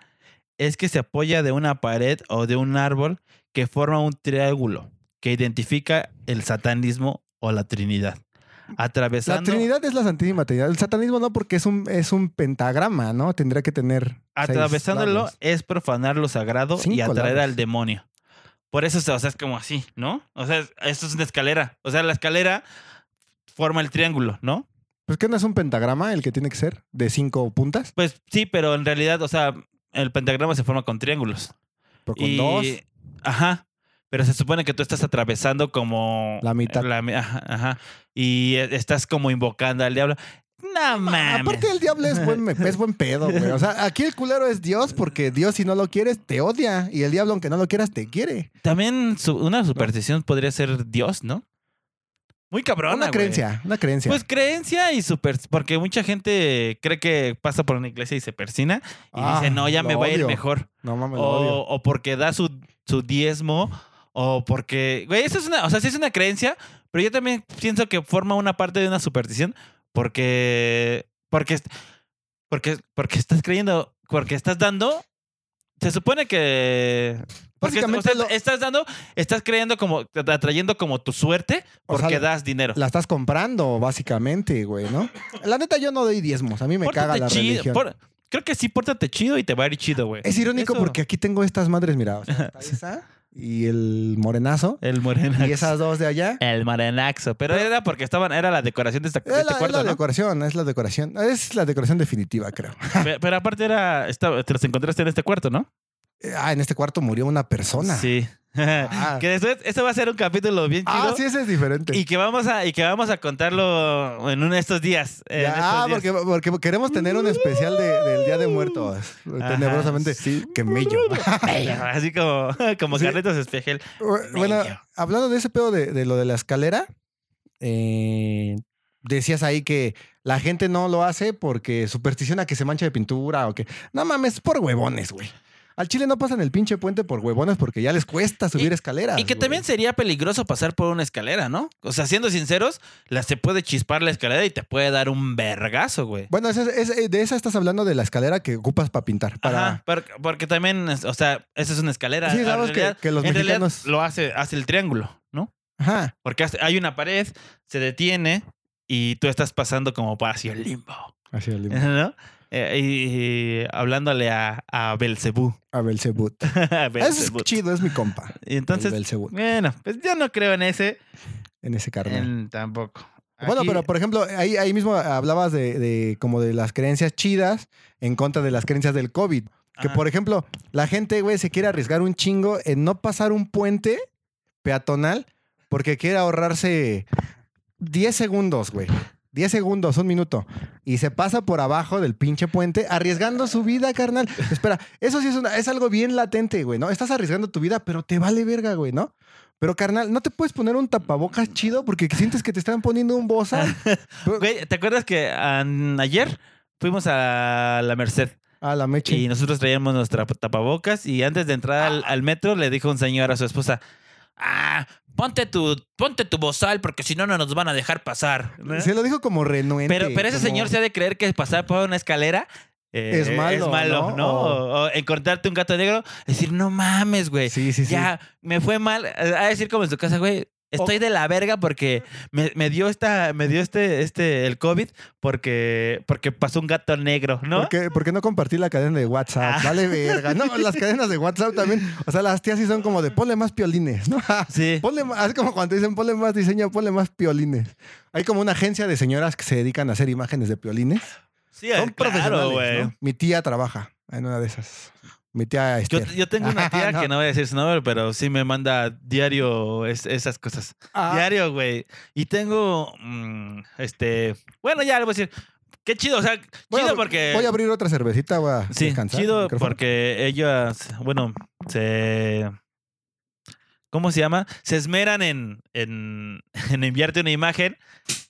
Speaker 2: es que se apoya de una pared o de un árbol que forma un triángulo que identifica el satanismo o la Trinidad.
Speaker 3: La
Speaker 2: Atravesando,
Speaker 3: Trinidad es la Santísima Trinidad. El satanismo no, porque es un, es un pentagrama, ¿no? Tendría que tener. seis
Speaker 2: atravesándolo
Speaker 3: lados.
Speaker 2: es profanar lo sagrado y
Speaker 3: Cinco
Speaker 2: atraer
Speaker 3: lados.
Speaker 2: al demonio. Por eso, o sea, es como así, ¿no? O sea, esto es una escalera. O sea, la escalera forma el triángulo, ¿no?
Speaker 3: Pues que no es un pentagrama el que tiene que ser de cinco puntas,
Speaker 2: Pues sí, pero en realidad, o sea, el pentagrama se forma con triángulos.
Speaker 3: pero con
Speaker 2: Y-
Speaker 3: dos.
Speaker 2: Ajá. Pero se supone que tú estás atravesando como.
Speaker 3: La mitad.
Speaker 2: mi- ajá, ajá. Y eh, estás como invocando al diablo. No mames.
Speaker 3: Aparte el diablo es buen, es buen pedo, güey. O sea, aquí el culero es Dios porque Dios si no lo quieres te odia y el diablo aunque no lo quieras te quiere.
Speaker 2: También su- una superstición podría ser Dios, ¿no? Muy cabrona.
Speaker 3: una
Speaker 2: güey.
Speaker 3: creencia, una creencia.
Speaker 2: Pues creencia y super. Porque mucha gente cree que pasa por una iglesia y se persina y
Speaker 3: Ah,
Speaker 2: dice, no, ya me
Speaker 3: lo
Speaker 2: va a ir
Speaker 3: odio.
Speaker 2: mejor.
Speaker 3: No mames, lo
Speaker 2: o,
Speaker 3: odio.
Speaker 2: o porque da su, su diezmo, o porque. Güey, eso es una. O sea, sí es una creencia, pero yo también pienso que forma una parte de una superstición porque. Porque. Porque, porque estás creyendo. Porque estás dando. Se supone que. Porque, o
Speaker 3: Básicamente
Speaker 2: sea,
Speaker 3: lo-
Speaker 2: estás dando, estás creyendo como, atrayendo como tu suerte
Speaker 3: O sea,
Speaker 2: porque das dinero.
Speaker 3: La estás comprando, básicamente, güey, ¿no? La neta, yo no doy diezmos. A mí me caga la
Speaker 2: chido.
Speaker 3: religión.
Speaker 2: por- creo que sí, pórtate chido y te va a ir chido, güey.
Speaker 3: Es irónico
Speaker 2: Eso-
Speaker 3: porque aquí tengo estas madres,
Speaker 2: *laughs*
Speaker 3: mira. o sea, está esa y el morenazo
Speaker 2: El morenaxo.
Speaker 3: y esas dos de allá.
Speaker 2: El morenaxo. Pero era porque estaban, era la decoración de, esta, de
Speaker 3: Es
Speaker 2: este
Speaker 3: la, es
Speaker 2: cuarto,
Speaker 3: la
Speaker 2: ¿no?
Speaker 3: decoración, es la decoración. Es la decoración definitiva, creo.
Speaker 2: Pe- Pero aparte era, esta- te los encontraste en este cuarto, ¿no?
Speaker 3: Eh, Ah, en este cuarto murió una persona.
Speaker 2: Sí.
Speaker 3: Ah.
Speaker 2: *laughs* que después, eso va a ser un capítulo bien chido.
Speaker 3: Ah, sí, ese es diferente.
Speaker 2: Y que vamos a, y que vamos a contarlo en uno de estos días. en
Speaker 3: Ya,
Speaker 2: estos
Speaker 3: ah,
Speaker 2: días. *laughs*
Speaker 3: porque, porque queremos tener un especial de- del Día de Muertos.
Speaker 2: Ajá,
Speaker 3: Tenebrosamente.
Speaker 2: sí.
Speaker 3: Que mello.
Speaker 2: Así como, *laughs* como
Speaker 3: Sí.
Speaker 2: Carlitos Espejel.
Speaker 3: bueno,
Speaker 2: Mello.
Speaker 3: hablando de ese pedo de, de lo de la escalera, eh, decías ahí que la gente no lo hace porque superstición a que se mancha de pintura o que. No mames, por huevones, güey. Al Chile no pasan el pinche puente por huevones porque ya les cuesta subir escaleras.
Speaker 2: Y que
Speaker 3: güey.
Speaker 2: también sería peligroso pasar por una escalera, ¿no? O sea, siendo sinceros, la se puede chispar la escalera y te puede dar un vergazo, güey.
Speaker 3: Bueno, esa es- es- de esa estás hablando de la escalera que ocupas para pintar. Para...
Speaker 2: Ajá, por- porque, también, es- o sea, esa es una escalera.
Speaker 3: Sí,
Speaker 2: En
Speaker 3: sabemos que-
Speaker 2: realidad-
Speaker 3: que los
Speaker 2: en realidad
Speaker 3: mexicanos-
Speaker 2: lo hace, hace el triángulo, ¿no?
Speaker 3: Ajá.
Speaker 2: Porque hace- hay una pared, se detiene y tú estás pasando como para hacia el limbo,
Speaker 3: Así el limbo.
Speaker 2: *laughs* ¿no? Eh, y, y hablándole a, a Belcebú. *laughs*
Speaker 3: A Belzebut.
Speaker 2: A
Speaker 3: Eso es
Speaker 2: Belcebú.
Speaker 3: chido, es mi compa.
Speaker 2: Y entonces,
Speaker 3: el Belzebut,
Speaker 2: bueno, pues yo no creo en ese,
Speaker 3: en ese carnal.
Speaker 2: en- tampoco.
Speaker 3: Bueno,
Speaker 2: Aquí-
Speaker 3: pero por ejemplo, ahí, ahí mismo hablabas de, de como de las creencias chidas en contra de las creencias del COVID. Que
Speaker 2: Ajá.
Speaker 3: por ejemplo, la gente, güey, se quiere arriesgar un chingo en no pasar un puente peatonal porque quiere ahorrarse 10 segundos, güey. 10 segundos, un minuto. Y se pasa por abajo del pinche puente arriesgando su vida, carnal. Espera, eso sí es, una- es algo bien latente, güey, ¿no? Estás arriesgando tu vida, pero te vale verga, güey, ¿no? Pero, carnal, ¿no te puedes poner un tapabocas chido porque sientes que te están poniendo un bosa?
Speaker 2: *laughs* Güey, ¿te acuerdas que an- ayer fuimos a la Merced
Speaker 3: A la mecha.
Speaker 2: y nosotros traíamos nuestra tapabocas y antes de entrar al, al metro le dijo un señor a su esposa, ah, ponte tu, ponte tu bozal porque si no, no nos van a dejar pasar. ¿no?
Speaker 3: Se lo dijo como renuente.
Speaker 2: Pero, pero ese
Speaker 3: como-
Speaker 2: señor se ha de creer que pasar por una escalera eh,
Speaker 3: Es malo, ¿no?
Speaker 2: O, o encontrarte un gato negro, decir, no mames, güey.
Speaker 3: Sí, sí, sí.
Speaker 2: Ya, me fue mal. A decir como en su casa, güey. Estoy de la verga porque me, me dio esta, me dio este, este, el COVID porque, porque pasó un gato negro, ¿no?
Speaker 3: ¿Por *laughs* qué, por qué no compartí la cadena de WhatsApp?
Speaker 2: Ah.
Speaker 3: Dale verga. No, las cadenas de WhatsApp también. O sea, las tías sí son como de ponle más piolines, ¿no? *laughs*
Speaker 2: Sí.
Speaker 3: Ponle más, es como cuando dicen ponle más diseño, ponle más piolines. Hay como una agencia de señoras que se dedican a hacer imágenes de piolines.
Speaker 2: Sí,
Speaker 3: Son
Speaker 2: claro,
Speaker 3: profesionales,
Speaker 2: güey.
Speaker 3: ¿no? Mi tía trabaja en una de esas. Mi tía
Speaker 2: Yo,
Speaker 3: Esther.
Speaker 2: yo tengo
Speaker 3: *laughs*
Speaker 2: una tía
Speaker 3: No.
Speaker 2: que no voy a decir su nombre, pero sí me manda diario es- esas cosas.
Speaker 3: Ah,
Speaker 2: Diario, güey. Y tengo, mm, este, bueno, ya le voy a decir, qué chido, o sea,
Speaker 3: voy a-
Speaker 2: chido porque...
Speaker 3: Voy a abrir otra cervecita, voy a
Speaker 2: Sí,
Speaker 3: descansar. el
Speaker 2: chido
Speaker 3: micrófono.
Speaker 2: porque ellas, bueno, se... ¿Cómo se llama? Se esmeran en, en, *laughs* en enviarte una imagen.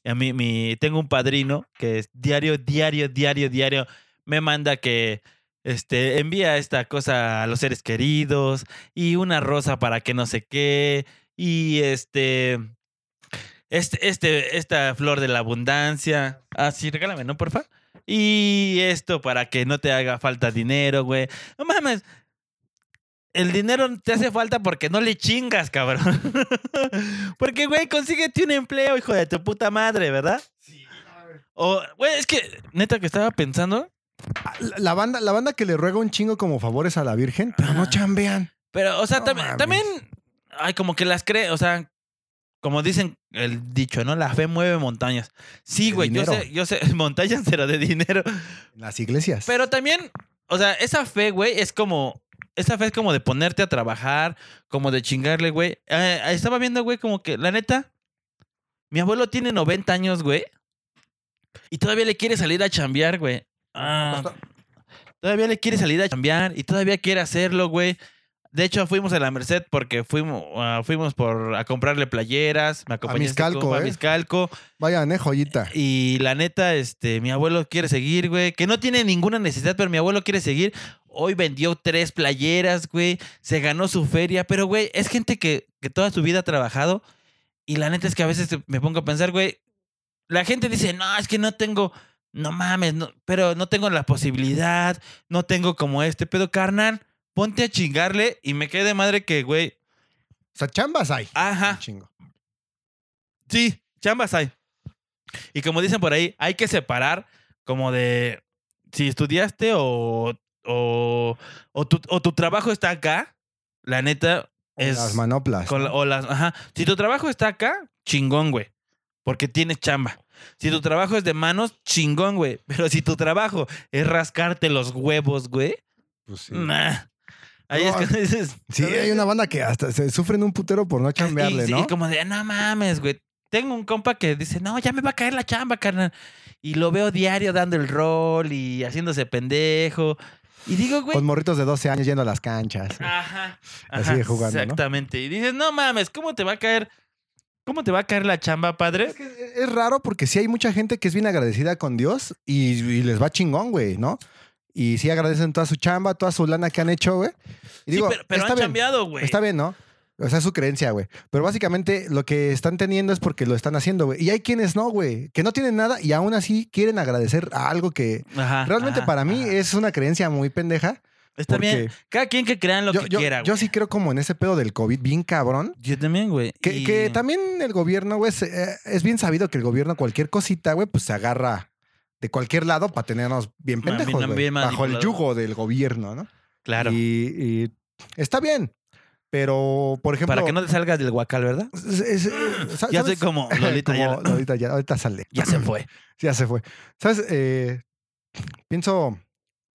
Speaker 2: A mí, mi, tengo un padrino que es diario, diario, diario, diario. Me manda que este, envía esta cosa a los seres queridos y una rosa para que no sé qué. Y este, este, este, esta flor de la abundancia. Ah, sí, regálame, ¿no, porfa? Y esto para que no te haga falta dinero, güey. No mames. El dinero te hace falta porque no le chingas, cabrón. *laughs* porque, güey, consíguete un empleo, hijo de tu puta madre, ¿verdad? Sí. O, güey, es que, neta, que estaba pensando,
Speaker 3: Ah, La- La banda, la banda que le ruega un chingo como favores a la Virgen, pero no
Speaker 2: Ah.
Speaker 3: chambean.
Speaker 2: pero, o sea,
Speaker 3: No
Speaker 2: tam-
Speaker 3: mames.
Speaker 2: también, hay como que las cree, o sea, como dicen el dicho, ¿no? La fe mueve montañas. Sí,
Speaker 3: De
Speaker 2: güey, yo
Speaker 3: dinero.
Speaker 2: sé, yo sé, *laughs* montañas cero de dinero.
Speaker 3: En las iglesias.
Speaker 2: Pero también, o sea, esa fe, güey, es como. Esa fe es como de ponerte a trabajar, como de chingarle, güey. Eh, estaba viendo, güey, como que, la neta, mi abuelo tiene 90 años, güey. Y todavía le quiere salir a chambear, güey. Ah, todavía le quiere salir a chambear y todavía quiere hacerlo, güey. De hecho, fuimos a la Merced porque fuimos, ah, fuimos por, a comprarle playeras. Me acompañó este
Speaker 3: Miscalco,
Speaker 2: compa, a
Speaker 3: ¿eh?
Speaker 2: Miscalco.
Speaker 3: Vayan, eh, joyita.
Speaker 2: Y la neta, este, mi abuelo quiere seguir, güey. Que no tiene ninguna necesidad, pero mi abuelo quiere seguir. Hoy vendió tres playeras, güey. Se ganó su feria. Pero, güey, es gente que, que toda su vida ha trabajado. Y la neta es que a veces te- me pongo a pensar, güey. La gente dice, no, es que no tengo. No mames, no- pero no tengo la posibilidad. No tengo como este pedo, carnal. Ponte a chingarle y me quede madre que, güey.
Speaker 3: O sea, chambas hay. Un
Speaker 2: Ah, Ajá.
Speaker 3: chingo.
Speaker 2: Sí, chambas hay. Y como dicen por ahí, hay que separar como de si estudiaste o, o, o tu, o tu trabajo está acá, la neta es...
Speaker 3: Las manoplas.
Speaker 2: con la- o las, ajá. Si tu trabajo está acá, chingón, güey. Porque tienes chamba. Si tu trabajo es de manos, chingón, güey. Pero si tu trabajo es rascarte los huevos, güey,
Speaker 3: Pues sí.
Speaker 2: nah. Ahí es
Speaker 3: No,
Speaker 2: que *laughs* dices...
Speaker 3: Sí, hay una banda que hasta se sufren un putero por no chambearle,
Speaker 2: Y- sí,
Speaker 3: ¿no?
Speaker 2: Y como de, "Ah, no mames, güey. Tengo un compa que dice, no, ya me va a caer la chamba, carnal. Y lo veo diario dando el rol y haciéndose pendejo. Y digo, güey. Ah.
Speaker 3: Con morritos de 12 años yendo a las canchas.
Speaker 2: Ajá.
Speaker 3: La
Speaker 2: ajá,
Speaker 3: sigue jugando, ¿no?
Speaker 2: Exactamente. Y dices, no mames, ¿cómo te va a caer? ¿Cómo te va a caer la chamba, padre?
Speaker 3: Es, que es- es raro porque sí hay mucha gente que es bien agradecida con Dios y, y les va chingón, güey, ¿no? Y sí agradecen toda su chamba, toda su lana que han hecho, güey. Y
Speaker 2: Sí,
Speaker 3: digo,
Speaker 2: pero, pero
Speaker 3: está
Speaker 2: han
Speaker 3: bien,
Speaker 2: chambeado, güey.
Speaker 3: Está bien, ¿no? O sea, es su creencia, güey. Pero básicamente lo que están teniendo es porque lo están haciendo, güey. Y hay quienes no, güey, que no tienen nada y aún así quieren agradecer a algo que,
Speaker 2: Ajá,
Speaker 3: Realmente
Speaker 2: ajá,
Speaker 3: para mí
Speaker 2: ajá.
Speaker 3: es una creencia muy pendeja,
Speaker 2: Está
Speaker 3: porque
Speaker 2: bien. Cada quien que crean lo
Speaker 3: yo,
Speaker 2: que
Speaker 3: yo-
Speaker 2: quiera, güey.
Speaker 3: yo sí creo como en ese pedo del COVID, bien cabrón.
Speaker 2: Yo también, güey.
Speaker 3: Que,
Speaker 2: Y-
Speaker 3: que también el gobierno, güey, se- eh, es bien sabido que el gobierno cualquier cosita, güey, pues se agarra de cualquier lado para tenernos bien
Speaker 2: Ma- bien-
Speaker 3: pendejos, güey,
Speaker 2: bien
Speaker 3: bajo el
Speaker 2: manipulado.
Speaker 3: yugo del gobierno, ¿no?
Speaker 2: Claro.
Speaker 3: Y, y está bien, pero, por ejemplo...
Speaker 2: Para que no te salgas del guacal, ¿verdad?
Speaker 3: es- es- es- sa-
Speaker 2: Ya
Speaker 3: ¿sabes?
Speaker 2: soy
Speaker 3: *laughs*
Speaker 2: como Lolita.
Speaker 3: Como
Speaker 2: ya,
Speaker 3: Lolita ya, ahorita sale.
Speaker 2: ya se fue.
Speaker 3: Ya se fue. ¿Sabes? Eh, pienso,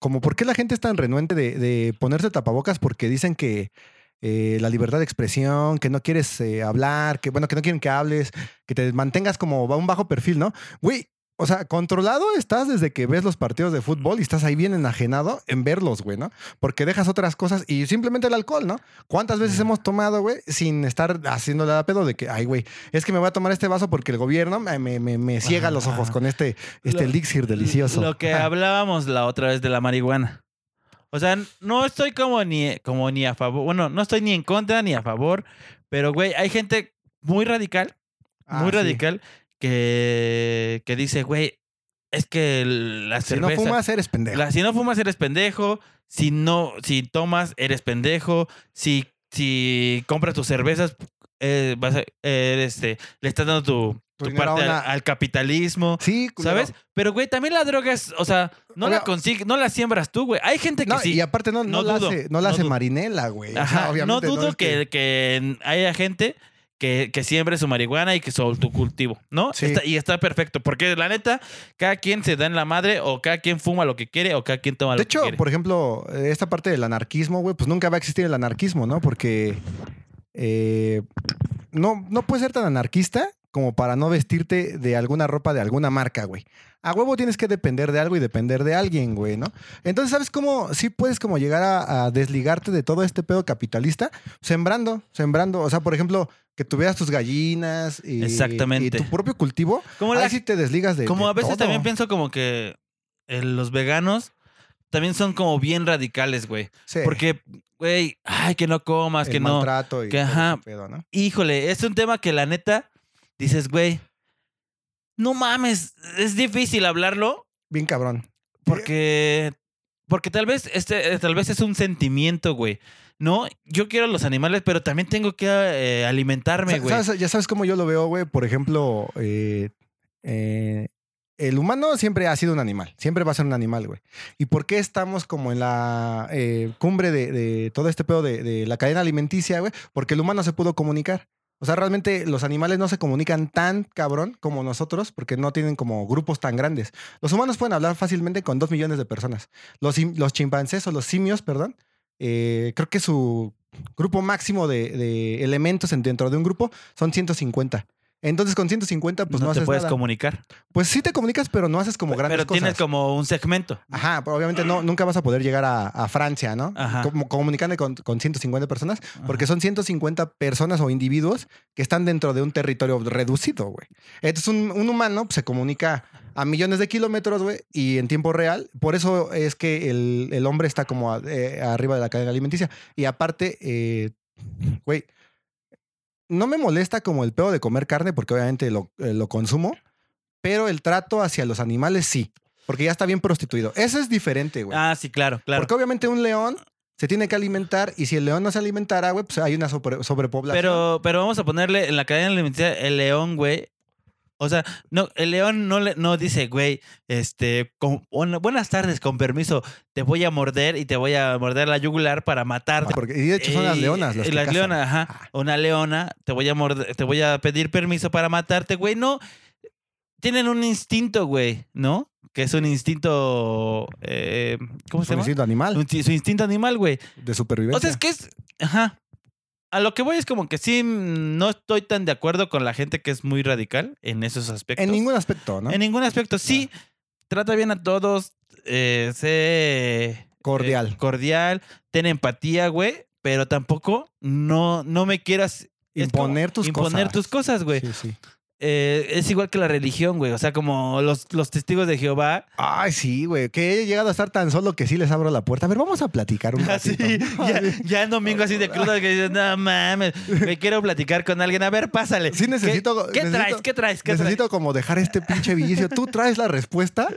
Speaker 3: como, ¿por qué la gente es tan renuente de, de ponerse tapabocas? Porque dicen que eh, la libertad de expresión, que no quieres eh, hablar, que, bueno, que no quieren que hables, que te mantengas como a un bajo perfil, ¿no? Güey, o sea, controlado estás desde que ves los partidos de fútbol y estás ahí bien enajenado en verlos, güey, ¿no? Porque dejas otras cosas y simplemente el alcohol, ¿no? ¿Cuántas veces hemos tomado, güey, sin estar haciéndole a pedo de que, ay, güey, es que me voy a tomar este vaso porque el gobierno me, me- me- me ciega los ojos
Speaker 2: Ajá.
Speaker 3: con este, este
Speaker 2: Ah. Lo-
Speaker 3: elixir delicioso. Ah.
Speaker 2: Lo que
Speaker 3: Ajá.
Speaker 2: hablábamos la otra vez de la marihuana. O sea, no estoy como ni, como ni a favor. Bueno, no estoy ni en contra ni a favor. Pero, güey, hay gente muy radical
Speaker 3: Ah,
Speaker 2: muy
Speaker 3: sí.
Speaker 2: radical que, que dice, güey, es que el- la
Speaker 3: Si no
Speaker 2: cerveza...
Speaker 3: fumas, eres pendejo.
Speaker 2: la- si no fumas, eres pendejo. Si no, si tomas, eres pendejo. Si, si compras tus cervezas, eh, vas a- eh, este, le estás dando tu,
Speaker 3: Tu
Speaker 2: tu
Speaker 3: dinero a
Speaker 2: parte al,
Speaker 3: una-
Speaker 2: al capitalismo.
Speaker 3: Sí, culero.
Speaker 2: ¿Sabes? Pero, güey, también la droga es, o sea, no
Speaker 3: Oiga.
Speaker 2: la consigues, no la siembras tú, güey. Hay gente que
Speaker 3: No,
Speaker 2: sí.
Speaker 3: y aparte no, no
Speaker 2: No
Speaker 3: la
Speaker 2: dudo,
Speaker 3: hace, no la
Speaker 2: no
Speaker 3: hace
Speaker 2: dudo.
Speaker 3: marinela, güey. O sea,
Speaker 2: Ajá, no
Speaker 3: obviamente
Speaker 2: dudo
Speaker 3: es
Speaker 2: que, que haya gente que, que siembre su marihuana y que su autocultivo, ¿no?
Speaker 3: Sí.
Speaker 2: Está- y está perfecto, porque la neta, cada quien se da en la madre, o cada quien fuma lo que quiere, o cada quien toma lo
Speaker 3: De
Speaker 2: que
Speaker 3: hecho,
Speaker 2: quiere.
Speaker 3: por ejemplo, eh, esta parte del anarquismo, güey, pues nunca va a existir el anarquismo, ¿no? Porque eh, no, no puedes ser tan anarquista como para no vestirte de alguna ropa de alguna marca, güey. A huevo tienes que depender de algo y depender de alguien, güey, ¿no? Entonces, ¿sabes cómo? Sí puedes como llegar a, a desligarte de todo este pedo capitalista sembrando, sembrando. O sea, por ejemplo, que tuvieras tus gallinas y,
Speaker 2: Exactamente.
Speaker 3: y tu propio cultivo.
Speaker 2: Como,
Speaker 3: Ahí
Speaker 2: la-
Speaker 3: sí te desligas de
Speaker 2: como
Speaker 3: de
Speaker 2: a veces
Speaker 3: todo.
Speaker 2: también pienso como que eh, los veganos también son como bien radicales, güey.
Speaker 3: Sí,
Speaker 2: Porque, güey, ay, que no comas,
Speaker 3: el
Speaker 2: que no.
Speaker 3: maltrato y
Speaker 2: que
Speaker 3: todo ese
Speaker 2: ajá.
Speaker 3: pedo, ¿no?
Speaker 2: híjole, es un tema que la neta dices, güey, no mames, es difícil hablarlo
Speaker 3: Bien cabrón.
Speaker 2: porque porque tal vez este eh, tal vez es un sentimiento, güey. No, yo quiero los animales, pero también tengo que eh, alimentarme,
Speaker 3: Sa-
Speaker 2: güey.
Speaker 3: sabes- ya sabes cómo yo lo veo, güey. Por ejemplo, eh, eh, el humano siempre ha sido un animal, siempre va a ser un animal, güey. ¿Y por qué estamos como en la eh, cumbre de, de todo este pedo de, de la cadena alimenticia, güey? Porque el humano se pudo comunicar. O sea, realmente los animales no se comunican tan cabrón como nosotros porque no tienen como grupos tan grandes. Los humanos pueden hablar fácilmente con dos millones de personas. Los, sim- los chimpancés o los simios, perdón, eh, creo que su grupo máximo de, de elementos en- dentro de un grupo son 150. Entonces con 150 pues no,
Speaker 2: no, te
Speaker 3: haces
Speaker 2: puedes
Speaker 3: nada.
Speaker 2: comunicar,
Speaker 3: Pues sí te comunicas, pero no haces como grandes
Speaker 2: pero
Speaker 3: cosas.
Speaker 2: tienes como un segmento.
Speaker 3: Ajá, pero obviamente no, nunca vas a poder llegar a, a Francia, ¿no?
Speaker 2: Ajá.
Speaker 3: Como comunicando con, con 150 personas, porque
Speaker 2: Ajá.
Speaker 3: son 150 personas o individuos que están dentro de un territorio reducido, güey. Entonces un, un humano pues, se comunica a millones de kilómetros, güey, y en tiempo real. Por eso es que el, el hombre está como a- eh, arriba de la cadena alimenticia. Y aparte, eh, güey, no me molesta como el pedo de comer carne, porque obviamente lo, eh, lo consumo, pero el trato hacia los animales sí. Porque ya está bien prostituido. Eso es diferente, güey.
Speaker 2: Ah, sí, claro, claro.
Speaker 3: Porque obviamente un león se tiene que alimentar y si el león no se alimentara, güey, pues hay una sobre- sobrepoblación.
Speaker 2: Pero pero vamos a ponerle en la cadena alimenticia el león, güey. O sea, no, el león no le no dice, güey, este, con- bueno, buenas tardes, con permiso, te voy a morder y te voy a morder la yugular para matarte.
Speaker 3: Ah, Porque, y de hecho son las
Speaker 2: Ey,
Speaker 3: leonas las
Speaker 2: eh,
Speaker 3: que
Speaker 2: Las
Speaker 3: cazan.
Speaker 2: leonas, ajá.
Speaker 3: Ah.
Speaker 2: Una leona, te voy a morde- te voy a pedir permiso para matarte, güey. No. Tienen un instinto, güey, ¿no? Que es un instinto. eh, ¿Cómo
Speaker 3: Es
Speaker 2: se
Speaker 3: un
Speaker 2: llama?
Speaker 3: instinto animal
Speaker 2: Un- su instinto animal, güey.
Speaker 3: de supervivencia.
Speaker 2: O sea, es que es. Ajá. A lo que voy es como que sí, mm, no estoy tan de acuerdo con la gente que es muy radical en esos aspectos.
Speaker 3: en ningún aspecto, ¿no?
Speaker 2: En ningún aspecto. Sí, trata bien a todos. Eh, sé.
Speaker 3: Cordial.
Speaker 2: eh, cordial. Ten empatía, güey. Pero tampoco no, no me quieras. es como
Speaker 3: imponer tus cosas.
Speaker 2: Imponer tus cosas, güey.
Speaker 3: Sí, sí.
Speaker 2: eh, es igual que la religión, güey. O sea, como los, los testigos de Jehová.
Speaker 3: Ay, sí, güey. Que he llegado a estar tan solo que sí les abro la puerta. A ver, vamos a
Speaker 2: *laughs*
Speaker 3: platicar un
Speaker 2: Así,
Speaker 3: ratito.
Speaker 2: Ah, ya, ya en domingo así de cruda que dices, no mames, me quiero platicar con alguien. A ver, pásale.
Speaker 3: Sí, necesito-
Speaker 2: ¿Qué, qué traes?
Speaker 3: necesito-
Speaker 2: ¿Qué traes? ¿Qué traes?
Speaker 3: Necesito como dejar este pinche vicio. ¿Tú traes la respuesta?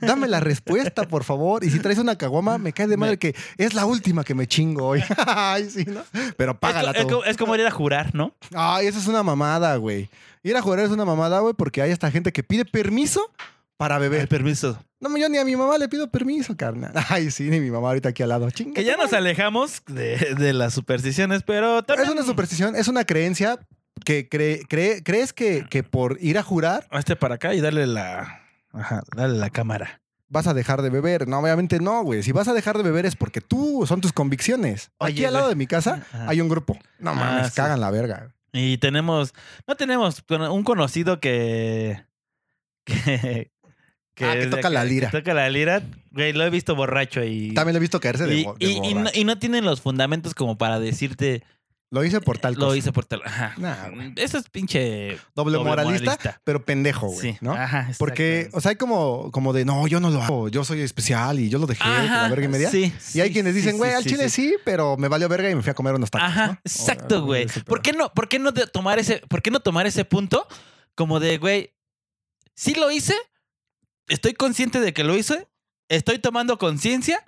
Speaker 3: Dame la respuesta, por favor. Y si traes una caguama, me cae de madre que es la última que me chingo hoy. *laughs* Ay, sí, ¿no? Pero
Speaker 2: Es co-
Speaker 3: págala
Speaker 2: es,
Speaker 3: tú.
Speaker 2: como, es como ir a jurar, ¿no?
Speaker 3: Ay, eso es una mamada, güey. Ir a jugar es una mamada, güey, porque hay esta gente que pide permiso para
Speaker 2: El
Speaker 3: beber.
Speaker 2: permiso.
Speaker 3: No, yo ni a mi mamá le pido permiso, carnal. *laughs* Ay, sí, ni mi mamá ahorita aquí al lado. Chinga
Speaker 2: Que
Speaker 3: tu
Speaker 2: ya nos
Speaker 3: madre.
Speaker 2: alejamos de, de las supersticiones, pero también.
Speaker 3: Es una superstición, es una creencia que cree, cree- crees que, que por ir a jurar
Speaker 2: Hazte este para acá y dale la. Ajá, dale la cámara.
Speaker 3: vas a dejar de beber. No, obviamente no, güey. Si vas a dejar de beber es porque tú, son tus convicciones.
Speaker 2: Oye,
Speaker 3: Aquí al lado
Speaker 2: güey.
Speaker 3: de mi casa
Speaker 2: Ajá.
Speaker 3: hay un grupo. No
Speaker 2: Ah,
Speaker 3: mames,
Speaker 2: sí.
Speaker 3: cagan la verga.
Speaker 2: Y tenemos. No tenemos con- un conocido que. Que.
Speaker 3: Ah, que toca la lira.
Speaker 2: que toca la lira. Güey, lo he visto borracho y.
Speaker 3: También lo he visto caerse de,
Speaker 2: y,
Speaker 3: bo- de
Speaker 2: y- y no,
Speaker 3: borracho.
Speaker 2: y no tienen los fundamentos como para decirte
Speaker 3: Lo hice por tal
Speaker 2: lo
Speaker 3: cosa.
Speaker 2: hice por tal. Ajá. Ah,
Speaker 3: Nah, güey.
Speaker 2: Eso es pinche.
Speaker 3: Doble,
Speaker 2: doble
Speaker 3: moralista, pero pendejo, güey.
Speaker 2: Sí. Ah,
Speaker 3: ¿no?
Speaker 2: Ajá,
Speaker 3: Porque,
Speaker 2: exacto.
Speaker 3: o sea, hay como, como de, no, yo no lo hago, yo soy especial y yo lo dejé, que la
Speaker 2: Ajá,
Speaker 3: verga y media.
Speaker 2: sí,
Speaker 3: y hay
Speaker 2: sí,
Speaker 3: quienes
Speaker 2: sí,
Speaker 3: dicen,
Speaker 2: sí,
Speaker 3: güey, al
Speaker 2: sí,
Speaker 3: chile
Speaker 2: sí.
Speaker 3: sí, pero me valió verga y me fui a comer unos tacos.
Speaker 2: Ajá,
Speaker 3: ¿no? O
Speaker 2: exacto,
Speaker 3: algo
Speaker 2: güey.
Speaker 3: de ese
Speaker 2: ¿Por qué
Speaker 3: pedo.
Speaker 2: no, por qué no de- tomar ese, por qué no tomar ese punto como de, güey, sí lo hice, estoy consciente de que lo hice, estoy tomando conciencia,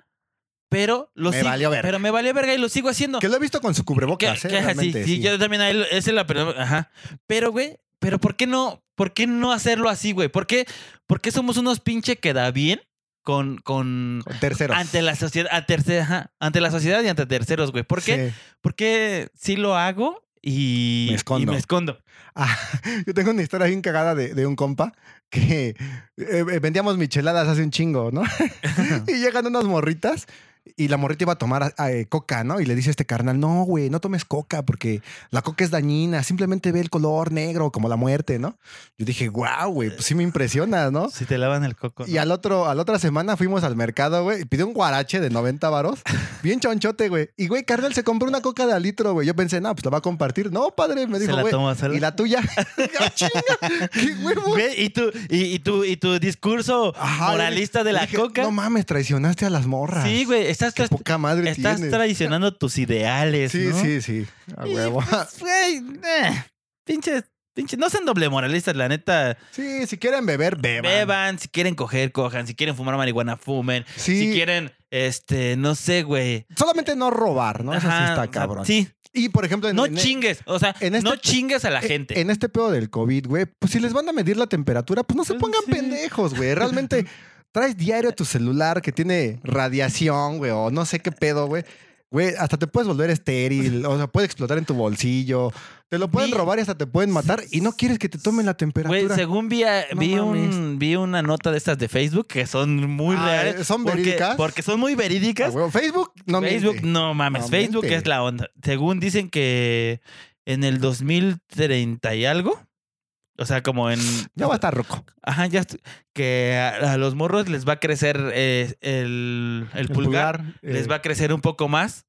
Speaker 2: pero lo
Speaker 3: Me
Speaker 2: sigo-
Speaker 3: valió verga.
Speaker 2: pero me valió verga y lo sigo haciendo.
Speaker 3: Que lo he visto con su cubrebocas,
Speaker 2: Que-
Speaker 3: ¿eh?
Speaker 2: que ajá, sí,
Speaker 3: Realmente,
Speaker 2: sí,
Speaker 3: sí.
Speaker 2: yo también ahí lo- esa es la perdón, ajá. Pero güey, pero ¿por qué no, por qué no hacerlo así, güey? ¿Por qué, por qué somos unos pinche que da bien con con
Speaker 3: Con Terceros.
Speaker 2: ante la sociedad, a terce- ajá, ante la sociedad y ante terceros, güey? ¿Por qué?
Speaker 3: Sí.
Speaker 2: Porque sí lo hago y
Speaker 3: Me escondo.
Speaker 2: y me
Speaker 3: *laughs*
Speaker 2: escondo.
Speaker 3: Ah, yo tengo una historia bien cagada de, de un compa que eh, eh, vendíamos micheladas hace un chingo, ¿no? *laughs* y llegan unas morritas y la morrita iba a tomar ah, eh, coca, ¿no? Y le dice a este carnal, no, güey, no tomes coca porque la coca es dañina, simplemente ve el color negro como la muerte, ¿no? Yo dije, wow, güey, pues sí me
Speaker 2: *laughs*
Speaker 3: impresionas, ¿no?
Speaker 2: Si te lavan el coco. ¿no?
Speaker 3: Y al otro, a la otra semana fuimos al mercado, güey, y pidió un guarache de 90
Speaker 2: *laughs*
Speaker 3: varos, bien chonchote, güey. Y, güey, carnal, se compró una coca de al litro, güey. Yo pensé, no, pues la va a compartir. No, padre, me
Speaker 2: Se
Speaker 3: dijo,
Speaker 2: la
Speaker 3: güey,
Speaker 2: tomas, ¿sale? *laughs*
Speaker 3: ¿Y la *laughs* tuya? ¡Ah, chinga! ¡Qué huevo!
Speaker 2: Ve, y tu y, y tu y tu discurso
Speaker 3: Ajá,
Speaker 2: moralista de
Speaker 3: le
Speaker 2: la
Speaker 3: dije,
Speaker 2: coca.
Speaker 3: No mames, traicionaste a las morras.
Speaker 2: sí, güey, estás
Speaker 3: Qué
Speaker 2: tra-
Speaker 3: poca madre
Speaker 2: estás
Speaker 3: tienes.
Speaker 2: traicionando tus ideales,
Speaker 3: Sí,
Speaker 2: ¿no?
Speaker 3: sí, sí. A
Speaker 2: Y,
Speaker 3: huevo. *laughs*
Speaker 2: pues, güey, eh, pinches, pinches, no sean doble moralistas, la neta.
Speaker 3: Sí, si quieren beber, beban.
Speaker 2: Beban, si quieren coger, cojan, si quieren fumar marihuana, fumen.
Speaker 3: Sí.
Speaker 2: Si quieren, este, no sé, güey.
Speaker 3: Solamente no robar, ¿no? Eso sí
Speaker 2: Ajá, o
Speaker 3: está
Speaker 2: sea,
Speaker 3: cabrón.
Speaker 2: Sí,
Speaker 3: Y por ejemplo, en,
Speaker 2: no
Speaker 3: en- e-
Speaker 2: chingues, o sea,
Speaker 3: en este-
Speaker 2: no chingues a la gente.
Speaker 3: En este pedo del COVID, güey, pues si les van a medir la temperatura, pues no se
Speaker 2: Pues
Speaker 3: pongan
Speaker 2: sí.
Speaker 3: pendejos, güey.
Speaker 2: *laughs*
Speaker 3: Realmente traes diario tu celular que tiene radiación, güey, o no sé qué pedo, güey. Güey, hasta te puedes volver estéril, o sea, puede explotar en tu bolsillo, te lo pueden
Speaker 2: Vi-
Speaker 3: robar y hasta te pueden matar y no quieres que te tomen la
Speaker 2: Güey,
Speaker 3: temperatura.
Speaker 2: según vi, a-
Speaker 3: No
Speaker 2: vi,
Speaker 3: mames.
Speaker 2: un- vi una nota de estas de Facebook que son muy
Speaker 3: Ah,
Speaker 2: reales.
Speaker 3: ¿son
Speaker 2: porque-
Speaker 3: verídicas?
Speaker 2: Porque son muy
Speaker 3: Ah,
Speaker 2: verídicas.
Speaker 3: güey, Facebook, no
Speaker 2: Facebook,
Speaker 3: miente.
Speaker 2: no mames,
Speaker 3: No
Speaker 2: Facebook
Speaker 3: miente.
Speaker 2: es la onda. Según dicen que en el 2030 y algo, o sea, como en...
Speaker 3: *gasps* Ya va a estar roco.
Speaker 2: Ajá, ya estu- que a, a los morros les va a crecer eh, el, el pulgar, les va a crecer un poco más,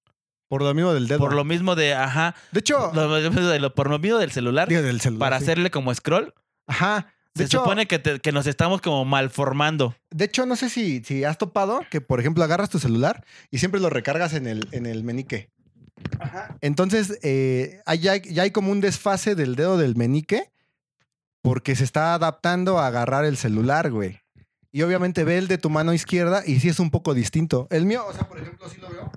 Speaker 3: por lo mismo del eh, dedo.
Speaker 2: por lo mismo de, ajá,
Speaker 3: de hecho,
Speaker 2: lo- lo- de lo- por lo mismo del celular,
Speaker 3: digo, del celular,
Speaker 2: para
Speaker 3: sí.
Speaker 2: hacerle como scroll,
Speaker 3: Ajá. De
Speaker 2: se
Speaker 3: hecho,
Speaker 2: supone que, te- que nos estamos como malformando.
Speaker 3: De hecho, no sé si, si has topado que, por ejemplo, agarras tu celular y siempre lo recargas en el, en el menique. Entonces, eh, hay- ya, hay, ya hay como un desfase del dedo del menique porque se está adaptando a agarrar el celular, güey. Y obviamente ve el de tu mano izquierda y sí es un poco distinto. El mío, o sea, por ejemplo, sí lo veo.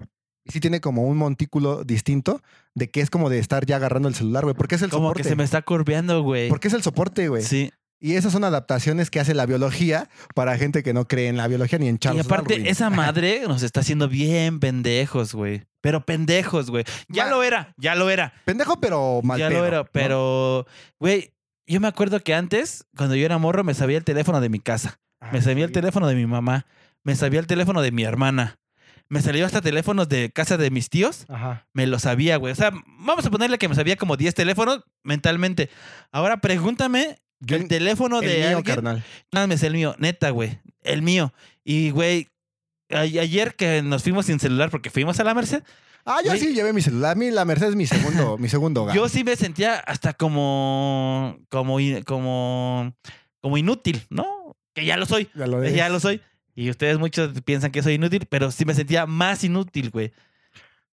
Speaker 3: Y sí tiene como un montículo distinto de que es como de estar ya agarrando el celular, güey. Porque es el
Speaker 2: Como
Speaker 3: soporte.
Speaker 2: que se me está curveando, güey.
Speaker 3: Porque es el soporte, güey.
Speaker 2: Sí.
Speaker 3: Y esas son adaptaciones que hace la biología para gente que no cree en la biología ni en Charles
Speaker 2: y aparte,
Speaker 3: Darwin. *laughs*
Speaker 2: esa madre nos está haciendo bien pendejos, güey. Pero pendejos, güey. Ya
Speaker 3: Ma-
Speaker 2: lo era, ya lo era.
Speaker 3: Pendejo, pero mal
Speaker 2: ya
Speaker 3: pedo,
Speaker 2: lo era,
Speaker 3: ¿no?
Speaker 2: pero, güey, yo me acuerdo que antes, cuando yo era morro, me sabía el teléfono de mi casa. Me
Speaker 3: Ay,
Speaker 2: sabía el
Speaker 3: Ah, sí.
Speaker 2: teléfono de mi mamá. Me sabía el teléfono de mi hermana. Me salió hasta teléfonos de casa de mis tíos.
Speaker 3: Ajá.
Speaker 2: Me lo sabía, güey. O sea, vamos a ponerle que me sabía como 10 teléfonos mentalmente. Ahora pregúntame
Speaker 3: Yo
Speaker 2: el
Speaker 3: el,
Speaker 2: teléfono de
Speaker 3: mío,
Speaker 2: alguien.
Speaker 3: carnal.
Speaker 2: Nada más el mío, neta, güey. El mío. Y, güey, a- ayer que nos fuimos sin celular porque fuimos a la Merced,
Speaker 3: Ah, yo
Speaker 2: Güey.
Speaker 3: sí llevé mi celular. A mí la Merced es mi segundo, mi segundo hogar.
Speaker 2: yo sí me sentía hasta como, como, in- como, como inútil, ¿no? Que ya lo soy,
Speaker 3: Ya lo
Speaker 2: ya
Speaker 3: es.
Speaker 2: lo soy. Y ustedes muchos piensan que soy inútil, pero sí me sentía más inútil, güey.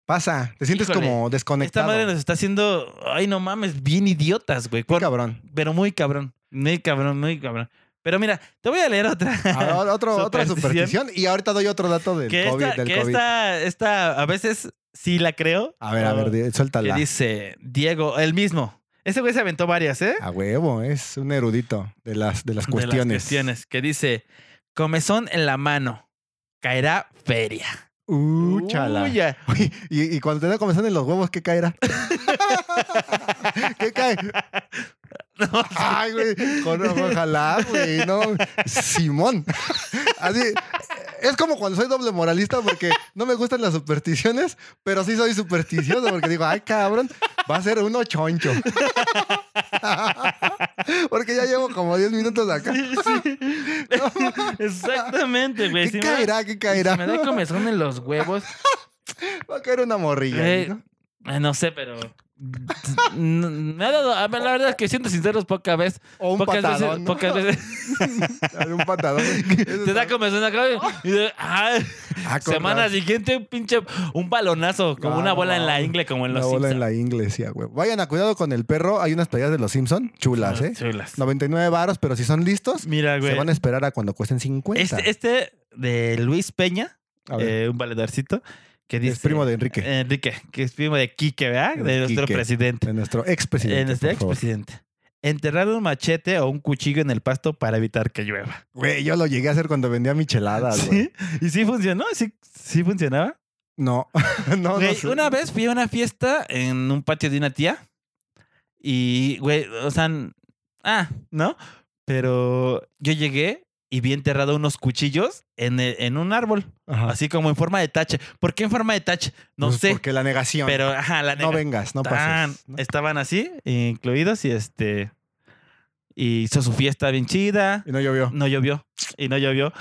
Speaker 3: Pasa, te sientes
Speaker 2: Híjole.
Speaker 3: como
Speaker 2: Esta
Speaker 3: desconectado.
Speaker 2: madre nos está haciendo, ay, no mames, bien idiotas, güey.
Speaker 3: Qué
Speaker 2: Por- *laughs*
Speaker 3: cabrón.
Speaker 2: pero muy cabrón, muy cabrón, muy cabrón. Pero mira, te voy a leer otra.
Speaker 3: Ahora, otro, otra
Speaker 2: Superstición.
Speaker 3: superstición. Y ahorita doy otro dato del
Speaker 2: que
Speaker 3: COVID.
Speaker 2: esta,
Speaker 3: del
Speaker 2: que
Speaker 3: COVID.
Speaker 2: esta, esta, a veces sí la creo.
Speaker 3: A ver, a
Speaker 2: o-
Speaker 3: ver, di-
Speaker 2: Que
Speaker 3: suéltala.
Speaker 2: dice Diego, el mismo. Ese güey se aventó varias, ¿eh?
Speaker 3: A huevo, es un erudito de las, de las
Speaker 2: De las
Speaker 3: cuestiones.
Speaker 2: cuestiones. Que dice, comezón en la mano, caerá feria.
Speaker 3: Uh, chala.
Speaker 2: Uy,
Speaker 3: *laughs*
Speaker 2: ya. *laughs*
Speaker 3: Uy, y, y cuando te da comezón en los huevos, ¿qué caerá? ¿Qué cae?
Speaker 2: No,
Speaker 3: Ay, güey. Con, ojalá, güey. No. Simón. Así. Es como cuando soy doble moralista porque no me gustan las supersticiones, pero sí soy supersticioso porque digo, ay, cabrón, va a ser uno choncho. Porque ya llevo como 10 minutos acá.
Speaker 2: Exactamente, güey.
Speaker 3: ¿Qué
Speaker 2: Si me-
Speaker 3: caerá? ¿Qué
Speaker 2: si
Speaker 3: caerá?
Speaker 2: Me da comezón en los huevos.
Speaker 3: Va a caer una morrilla.
Speaker 2: Güey,
Speaker 3: ¿no?
Speaker 2: eh, no sé, pero. n- Me ha dado, a ver, la verdad es que siendo sinceros, poca vez.
Speaker 3: O un
Speaker 2: pocas veces,
Speaker 3: patadón. ¿no?
Speaker 2: pocas
Speaker 3: *laughs*
Speaker 2: veces
Speaker 3: un patadón.
Speaker 2: te da comezón acá y de- ah,
Speaker 3: Ah, con
Speaker 2: semana
Speaker 3: razón.
Speaker 2: siguiente un pinche un balonazo, como
Speaker 3: Ah,
Speaker 2: una
Speaker 3: no
Speaker 2: bola en la
Speaker 3: mames.
Speaker 2: ingle, como en
Speaker 3: La
Speaker 2: los
Speaker 3: bola en
Speaker 2: Simpsons.
Speaker 3: la iglesia, güey. Vayan a cuidado con el perro. Hay unas playas de los Simpson chulas, ¿eh?
Speaker 2: Chulas.
Speaker 3: 99 varos, pero si son listos,
Speaker 2: Mira,
Speaker 3: se
Speaker 2: Ah, güey.
Speaker 3: van a esperar a cuando cuesten 50.
Speaker 2: Este, este de Luis Peña,
Speaker 3: A ver,
Speaker 2: eh, un valedorcito, que dice. eh,
Speaker 3: es primo de Enrique,
Speaker 2: Enrique, que es primo de Quique, ¿verdad?
Speaker 3: El
Speaker 2: De nuestro
Speaker 3: Quique.
Speaker 2: presidente.
Speaker 3: de nuestro
Speaker 2: En
Speaker 3: expresidente.
Speaker 2: este
Speaker 3: por favor.
Speaker 2: expresidente. Enterrar un machete o un cuchillo en el pasto para evitar que llueva.
Speaker 3: Güey, yo lo llegué a hacer cuando vendía micheladas, güey.
Speaker 2: *laughs* ¿Sí? ¿Y sí funcionó? ¿Sí, sí funcionaba?
Speaker 3: No, *laughs* no, no
Speaker 2: Güey,
Speaker 3: sé.
Speaker 2: una vez fui a una fiesta en un patio de una tía y, güey, o sea, n- ah, ¿no? Pero yo llegué y vi enterrado unos cuchillos en, e- en un árbol,
Speaker 3: Ajá.
Speaker 2: así como en forma de tache. ¿Por qué en forma de tache? No
Speaker 3: Pues
Speaker 2: sé,
Speaker 3: Porque la negación.
Speaker 2: pero ajá, la
Speaker 3: no
Speaker 2: neta,
Speaker 3: vengas, no
Speaker 2: estaban-
Speaker 3: pases. ¿no?
Speaker 2: Estaban así, incluidos y este... Y hizo su fiesta bien chida.
Speaker 3: Y no llovió.
Speaker 2: No llovió. Y no llovió.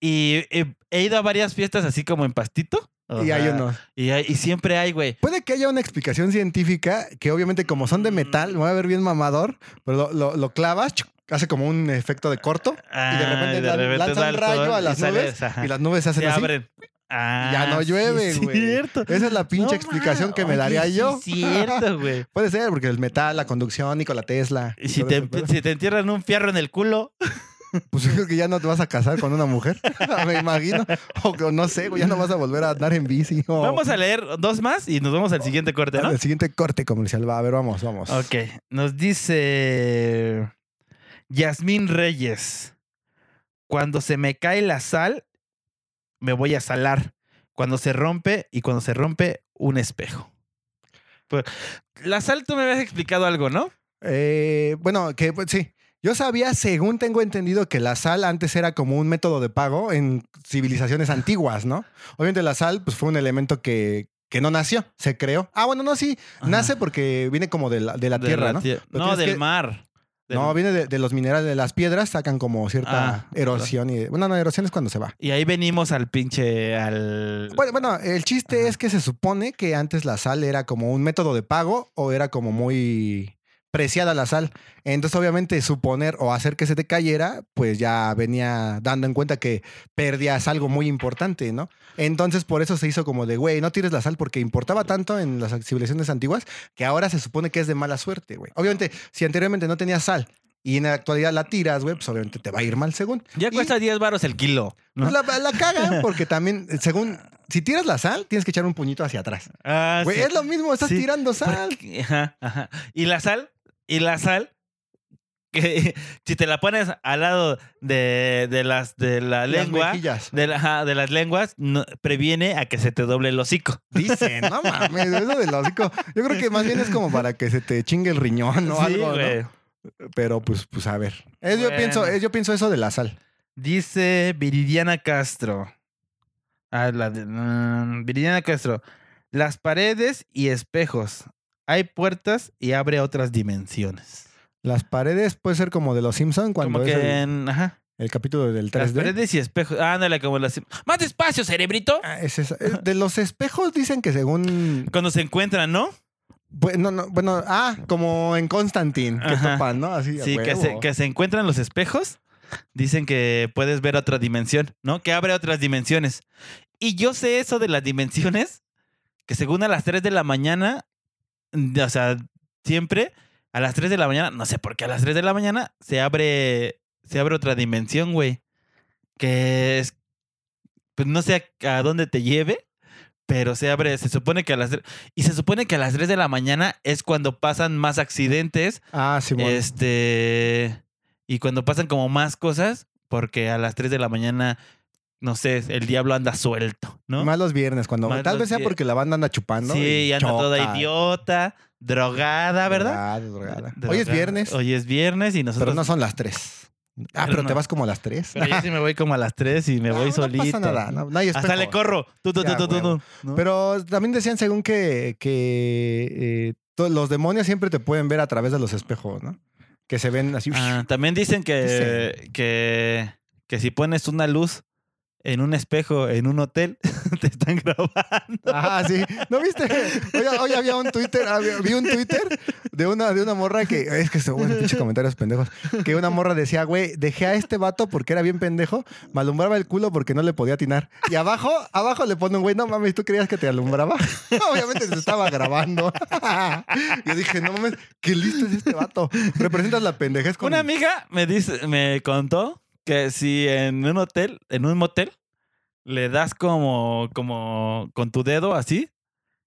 Speaker 2: Y eh, he ido a varias fiestas así como en pastito. o
Speaker 3: Y hay
Speaker 2: sea,
Speaker 3: uno.
Speaker 2: Y, hay- y siempre hay, güey.
Speaker 3: Puede que haya una explicación científica que obviamente como son de metal, me voy a ver bien mamador, pero lo, lo- lo clavas, chuc, hace como un efecto de corto y
Speaker 2: Ah,
Speaker 3: de repente, lan- lanza
Speaker 2: da
Speaker 3: un
Speaker 2: el
Speaker 3: rayo
Speaker 2: sol
Speaker 3: a
Speaker 2: y
Speaker 3: las
Speaker 2: sale-
Speaker 3: nubes
Speaker 2: ajá,
Speaker 3: y las nubes se hacen
Speaker 2: se
Speaker 3: así.
Speaker 2: abren. Ah,
Speaker 3: ya no
Speaker 2: sí,
Speaker 3: llueve,
Speaker 2: es
Speaker 3: güey.
Speaker 2: cierto.
Speaker 3: Esa es la pinche
Speaker 2: No
Speaker 3: explicación
Speaker 2: mames,
Speaker 3: que me
Speaker 2: oye,
Speaker 3: daría
Speaker 2: sí
Speaker 3: yo.
Speaker 2: Es cierto, güey.
Speaker 3: *laughs* Puede ser, porque el metal, la conducción, Nikola Tesla.
Speaker 2: Y si
Speaker 3: todo
Speaker 2: te,
Speaker 3: ese pedo.
Speaker 2: si te entierran un fierro en el culo,
Speaker 3: Pues yo creo que ya no te vas a casar con una mujer, *laughs* me imagino. O que- no sé, güey, ya no vas a volver a andar en bici. o-
Speaker 2: vamos a leer dos más y nos vamos al siguiente corte, ¿no?
Speaker 3: El siguiente corte comercial va, a ver, vamos, vamos.
Speaker 2: Ok, nos dice Yasmín Reyes. Cuando se me cae la sal, me voy a salar. Cuando se rompe y cuando se rompe un espejo. Pues, la sal tú me habías explicado algo, ¿no?
Speaker 3: Eh, bueno, que pues, sí. Yo sabía, según tengo entendido, que la sal antes era como un método de pago en civilizaciones antiguas, ¿no? Obviamente la sal pues, fue un elemento que, que no nació, se creó. Ah, bueno, no, sí, nace porque viene como de la, de la
Speaker 2: De
Speaker 3: tierra, ¿no?
Speaker 2: tie-
Speaker 3: Pero
Speaker 2: no,
Speaker 3: tienes
Speaker 2: del
Speaker 3: que-
Speaker 2: mar. Del-
Speaker 3: No, viene de, de los minerales, de las piedras, sacan como cierta
Speaker 2: Ah,
Speaker 3: erosión. Y, bueno, no, erosión es cuando se va.
Speaker 2: Y ahí venimos al pinche, al...
Speaker 3: Bueno, bueno, el chiste
Speaker 2: Ajá.
Speaker 3: es que se supone que antes la sal era como un método de pago o era como muy preciada la sal. Entonces, obviamente, suponer o hacer que se te cayera, pues ya venía dando en cuenta que perdías algo muy importante, ¿no? Entonces, por eso se hizo como de, güey, no tires la sal porque importaba tanto en las civilizaciones antiguas que ahora se supone que es de mala suerte, güey. Obviamente, si anteriormente no tenías sal y en la actualidad la tiras, güey, pues obviamente te va a ir mal según.
Speaker 2: ya
Speaker 3: y-
Speaker 2: cuesta 10 varos el kilo. ¿no?
Speaker 3: Pues la, la
Speaker 2: *laughs*
Speaker 3: cagan porque también, eh, según, si tiras la sal, tienes que echar un puñito hacia atrás.
Speaker 2: Ah,
Speaker 3: Güey,
Speaker 2: sí.
Speaker 3: es lo mismo, estás
Speaker 2: Sí,
Speaker 3: tirando sal.
Speaker 2: Porque- *laughs* Ajá, ajá. Y la sal, y la sal, *laughs* que si te la pones al lado de, de las de la
Speaker 3: Las
Speaker 2: lengua, *laughs*
Speaker 3: mejillas.
Speaker 2: de, la- ajá, de las lenguas, no- previene a que se te doble el hocico.
Speaker 3: Dicen, no mames, eso del hocico. Yo creo que más bien es como para que se te chingue el riñón o
Speaker 2: Sí,
Speaker 3: algo, Ah, ¿no?
Speaker 2: güey.
Speaker 3: Pero pues, pues a ver. Es- yo,
Speaker 2: Bueno.
Speaker 3: pienso, es- yo pienso eso de la sal.
Speaker 2: Dice Viridiana Castro. Ah, la de- mm, Viridiana Castro. Las paredes y espejos. Hay puertas y abre otras dimensiones.
Speaker 3: Las paredes puede ser como de los Simpson cuando
Speaker 2: Como
Speaker 3: es
Speaker 2: que
Speaker 3: el-
Speaker 2: en- ajá.
Speaker 3: El capítulo del
Speaker 2: Las
Speaker 3: 3D.
Speaker 2: paredes y espejos. Ándale, como las. ¡Más despacio, cerebrito!
Speaker 3: Ah, es esa. Eh, De los espejos dicen que según.
Speaker 2: Cuando se encuentran, ¿no?
Speaker 3: Bueno, no, bueno, ah, como en Constantine, que
Speaker 2: Ajá.
Speaker 3: topan, ¿no? Así. a
Speaker 2: Sí, que se,
Speaker 3: huevo.
Speaker 2: que se encuentran los espejos. Dicen que puedes ver otra dimensión, ¿no? Que abre otras dimensiones. Y yo sé eso de las dimensiones, que según a las 3 de la mañana, mm, o sea, siempre a las 3 de la mañana, no sé por qué a las 3 de la mañana se abre, se abre otra dimensión, güey. Que es, pues no sé a, a dónde te lleve, pero se abre, se supone que a las 3, y se supone que a las 3 de la mañana es cuando pasan más accidentes
Speaker 3: Ah, sí, bueno.
Speaker 2: este. Y cuando pasan como más cosas, porque a las 3 de la mañana, no sé, el diablo anda suelto, ¿no?
Speaker 3: Más los viernes, cuando.
Speaker 2: Más
Speaker 3: Tal
Speaker 2: los
Speaker 3: vez sea
Speaker 2: vier-
Speaker 3: porque la banda anda chupando.
Speaker 2: sí,
Speaker 3: y
Speaker 2: anda
Speaker 3: choca.
Speaker 2: toda idiota, drogada, ¿verdad?
Speaker 3: Drogada, drogada. Hoy es
Speaker 2: Drogada.
Speaker 3: viernes,
Speaker 2: Hoy es viernes y nosotros.
Speaker 3: pero no son las 3. Ah,
Speaker 2: Pero
Speaker 3: pero te
Speaker 2: no.
Speaker 3: vas como a las 3.
Speaker 2: Pero yo sí me voy como a las 3 y me voy solito.
Speaker 3: Ah, No pasa nada, no, no hay
Speaker 2: Hasta
Speaker 3: espejo.
Speaker 2: le corro. Tú, tú, tú,
Speaker 3: Ya,
Speaker 2: tú, tú,
Speaker 3: huevo.
Speaker 2: tú, ¿no?
Speaker 3: Pero también decían según que, que eh, to- los demonios siempre te pueden ver a través de los espejos, ¿no? Que se ven así.
Speaker 2: Ah, también dicen que,
Speaker 3: Dicen.
Speaker 2: que, que si pones una luz en un espejo en un hotel, *laughs* te están grabando.
Speaker 3: Ah, sí. ¿No viste? Hoy, hoy había un Twitter, había- vi un Twitter de una, de una morra que. Es que son pinches comentarios pendejos. Que una morra decía, güey, dejé a este vato porque era bien pendejo, me alumbraba el culo porque no le podía atinar. Y abajo, abajo le pone un güey, no mames, ¿tú creías que te alumbraba? *laughs* Obviamente se estaba grabando. *laughs* Yo dije, no mames, qué listo es este vato. Representas la pendejez con.
Speaker 2: Una amiga me dice, me contó que si en un hotel, en un motel, le das como, como con tu dedo así,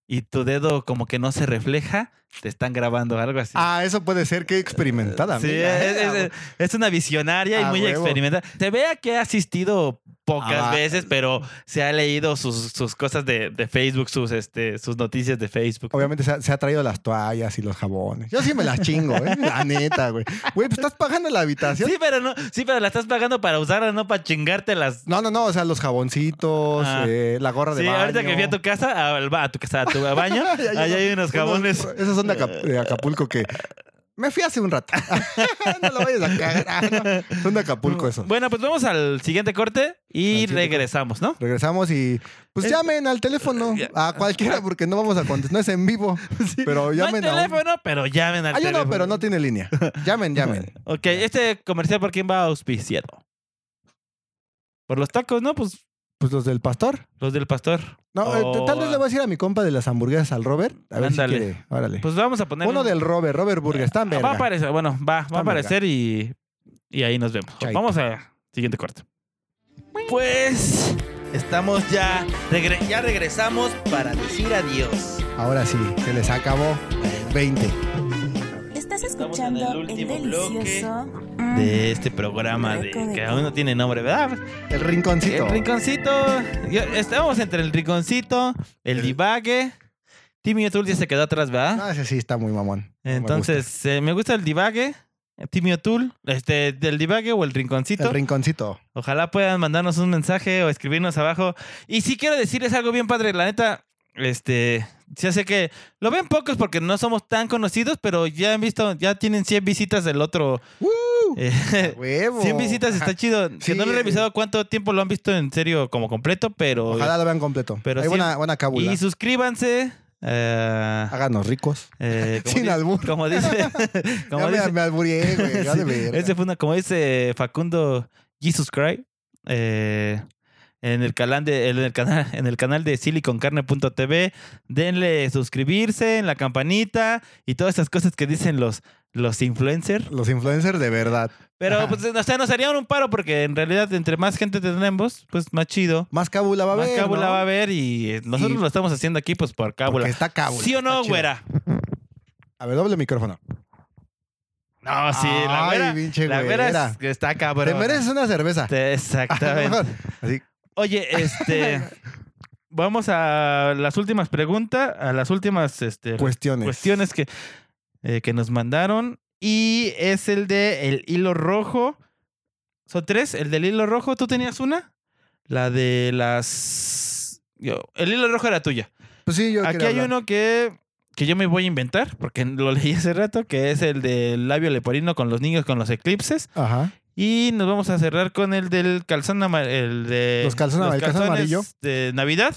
Speaker 2: y tu dedo como que no se refleja, te están grabando algo así.
Speaker 3: Ah, eso puede ser, qué experimentada.
Speaker 2: Sí,
Speaker 3: amiga,
Speaker 2: es,
Speaker 3: ¿eh?
Speaker 2: es- es- es una visionaria y
Speaker 3: A
Speaker 2: muy
Speaker 3: huevo.
Speaker 2: experimentada. Se vea que ha asistido pocas
Speaker 3: Ah.
Speaker 2: veces, pero se ha leído sus, sus cosas de, de Facebook, sus, este, sus noticias de Facebook.
Speaker 3: Obviamente se ha, se ha traído las toallas y los jabones. Yo sí me las chingo, ¿eh?
Speaker 2: *laughs*
Speaker 3: La neta, güey. Güey, pues estás pagando la habitación.
Speaker 2: Sí, pero no, sí, pero la estás pagando para usarla, no para chingártelas.
Speaker 3: No, no, no. O sea, los jaboncitos,
Speaker 2: Ah.
Speaker 3: eh, la gorra de
Speaker 2: Sí,
Speaker 3: baño.
Speaker 2: ahorita que fui
Speaker 3: *laughs*
Speaker 2: a tu casa, al ba- a, tu casa, a tu baño,
Speaker 3: Ahí
Speaker 2: ahí hay unos jabones.
Speaker 3: esos son de, Acap- de Acapulco que... Me fui hace un rato. *laughs* no lo vayas a cagar. Ah, no. Son de Acapulco esos.
Speaker 2: Bueno, pues vamos al siguiente corte y
Speaker 3: Al siguiente.
Speaker 2: regresamos, ¿no?
Speaker 3: Regresamos y... Pues
Speaker 2: Es-
Speaker 3: llamen al teléfono.
Speaker 2: Ya.
Speaker 3: A cualquiera porque no vamos a contestar. No es en vivo.
Speaker 2: *laughs*
Speaker 3: Pero
Speaker 2: No hay
Speaker 3: llamen a un-
Speaker 2: teléfono, pero llamen al
Speaker 3: Hay
Speaker 2: teléfono.
Speaker 3: uno, pero no tiene línea. Llamen,
Speaker 2: *laughs*
Speaker 3: llamen.
Speaker 2: Ok, este comercial, ¿por quién va auspiciado? Por los tacos, ¿no? Pues
Speaker 3: Pues los del pastor.
Speaker 2: los del pastor.
Speaker 3: No, eh,
Speaker 2: O
Speaker 3: tal vez
Speaker 2: a-
Speaker 3: le voy a decir a mi compa de las hamburguesas al Robert. A ver
Speaker 2: Oh. Ándale.
Speaker 3: si quiere. Órale.
Speaker 2: Pues vamos a poner.
Speaker 3: Uno
Speaker 2: un- Ah,
Speaker 3: del Robert, Robert Burger. Están
Speaker 2: Va a
Speaker 3: verga.
Speaker 2: aparecer, bueno, va, va
Speaker 3: verga.
Speaker 2: a aparecer y, y ahí nos vemos.
Speaker 3: Chaito.
Speaker 2: Vamos a siguiente corte. Pues estamos ya, regre- ya regresamos para decir adiós.
Speaker 3: Ahora sí, se les acabó 20.
Speaker 1: Estás
Speaker 2: Estamos en el
Speaker 1: escuchando el,
Speaker 2: último
Speaker 1: delicioso. mm,
Speaker 2: De este programa de
Speaker 1: Rico de
Speaker 2: que
Speaker 1: todo.
Speaker 2: aún no tiene nombre, ¿verdad?
Speaker 3: El rinconcito.
Speaker 2: El rinconcito. yo- Estábamos entre el rinconcito, el
Speaker 3: El-
Speaker 2: divague. Timmy O'Toole ya se quedó atrás, ¿verdad?
Speaker 3: No, Ah, ese sí está muy mamón. No me
Speaker 2: Entonces, eh, me gusta el divague. Timmy O'Toole, este, del divague o el
Speaker 3: gusta.
Speaker 2: rinconcito.
Speaker 3: El rinconcito.
Speaker 2: Ojalá puedan mandarnos un mensaje o escribirnos abajo. Y sí quiero decirles algo bien padre, la neta, este, ya sé que lo ven pocos porque no somos tan conocidos, pero ya han visto, ya tienen 100 visitas del otro. eh,
Speaker 3: Huevo.
Speaker 2: 100 visitas está chido.
Speaker 3: Sí,
Speaker 2: que no lo he
Speaker 3: eh.
Speaker 2: revisado cuánto tiempo lo han visto en serio como completo, pero...
Speaker 3: Ojalá lo vean completo.
Speaker 2: Pero
Speaker 3: Hay
Speaker 2: sí-
Speaker 3: buena, buena cábula.
Speaker 2: Y suscríbanse. eh,
Speaker 3: Háganos ricos. *laughs*
Speaker 2: eh, como
Speaker 3: Sin
Speaker 2: di-
Speaker 3: albur.
Speaker 2: Como
Speaker 3: *laughs*
Speaker 2: dice... *laughs* como
Speaker 3: Ya me-
Speaker 2: dice-
Speaker 3: me, albureé,
Speaker 2: *laughs*
Speaker 3: güey. ya de verga.
Speaker 2: Ese fue una, como dice Facundo Jesus Christ, eh, en el canal de, en el canal, en el canal de siliconcarne.tv, denle suscribirse en la campanita y todas esas cosas que dicen los, los influencers.
Speaker 3: Los influencers de verdad.
Speaker 2: Pero
Speaker 3: Ajá.
Speaker 2: pues, o sea, nos harían un paro porque en realidad entre más gente tenemos, pues más chido.
Speaker 3: Más cábula va a
Speaker 2: Más
Speaker 3: haber.
Speaker 2: cábula
Speaker 3: ¿no?
Speaker 2: va a haber y eh, nosotros
Speaker 3: Y-
Speaker 2: lo estamos haciendo aquí pues por
Speaker 3: Porque
Speaker 2: cábula.
Speaker 3: está cábula.
Speaker 2: ¿Sí o
Speaker 3: está
Speaker 2: no,
Speaker 3: chido.
Speaker 2: güera?
Speaker 3: A ver, doble micrófono.
Speaker 2: No, sí, la
Speaker 3: Ay,
Speaker 2: güera.
Speaker 3: pinche
Speaker 2: la güera es-
Speaker 3: güera.
Speaker 2: está cabrón.
Speaker 3: Te mereces una Ah, cerveza.
Speaker 2: Exactamente.
Speaker 3: A lo mejor. Así,
Speaker 2: Oye, este.
Speaker 3: *laughs*
Speaker 2: vamos a las últimas preguntas, a las últimas este,
Speaker 3: cuestiones.
Speaker 2: cuestiones que, eh, que nos mandaron. Y es el de el hilo rojo. Son tres. El del hilo rojo, ¿tú tenías una? La de las. yo- el hilo rojo era tuya.
Speaker 3: Pues sí, yo
Speaker 2: Aquí
Speaker 3: quería
Speaker 2: hay
Speaker 3: hablar.
Speaker 2: uno que, que yo me voy a *laughs* inventar, porque lo leí hace rato, que es el del labio leporino con los niños con los eclipses.
Speaker 3: Ajá.
Speaker 2: Y nos vamos a cerrar con el del calzón ama- el de
Speaker 3: Los calzón- el calzón
Speaker 2: calzones
Speaker 3: amarillo.
Speaker 2: de Navidad.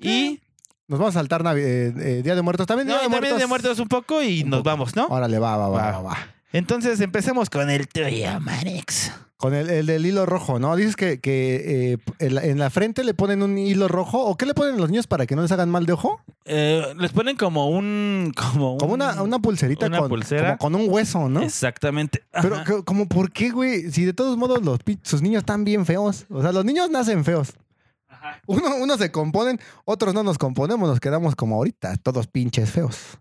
Speaker 2: Y
Speaker 3: Nos vamos a saltar Navi- eh, eh, Día de Muertos. También Día
Speaker 2: no,
Speaker 3: de
Speaker 2: y también
Speaker 3: Muertos.
Speaker 2: de muertos un poco y
Speaker 3: Un
Speaker 2: nos
Speaker 3: poco.
Speaker 2: vamos, ¿no?
Speaker 3: Órale, va, va, va,
Speaker 2: Va.
Speaker 3: va. va.
Speaker 2: Entonces empecemos con el tuyo, Marex.
Speaker 3: Con el, el del hilo rojo, ¿no? Dices que, que, eh, en, la, en la frente le ponen un hilo rojo. ¿O qué le ponen a los niños para que no les hagan mal de ojo?
Speaker 2: Eh, les ponen como un. Como, un-
Speaker 3: Como una, una pulserita
Speaker 2: una
Speaker 3: con,
Speaker 2: pulsera.
Speaker 3: como con un hueso, ¿no?
Speaker 2: Exactamente. Ajá.
Speaker 3: Pero que- como por qué, güey, si de todos modos los pi- sus niños están bien feos. O sea, los niños nacen feos. Uno, unos se componen, otros no nos componemos, nos quedamos como ahorita, todos pinches feos.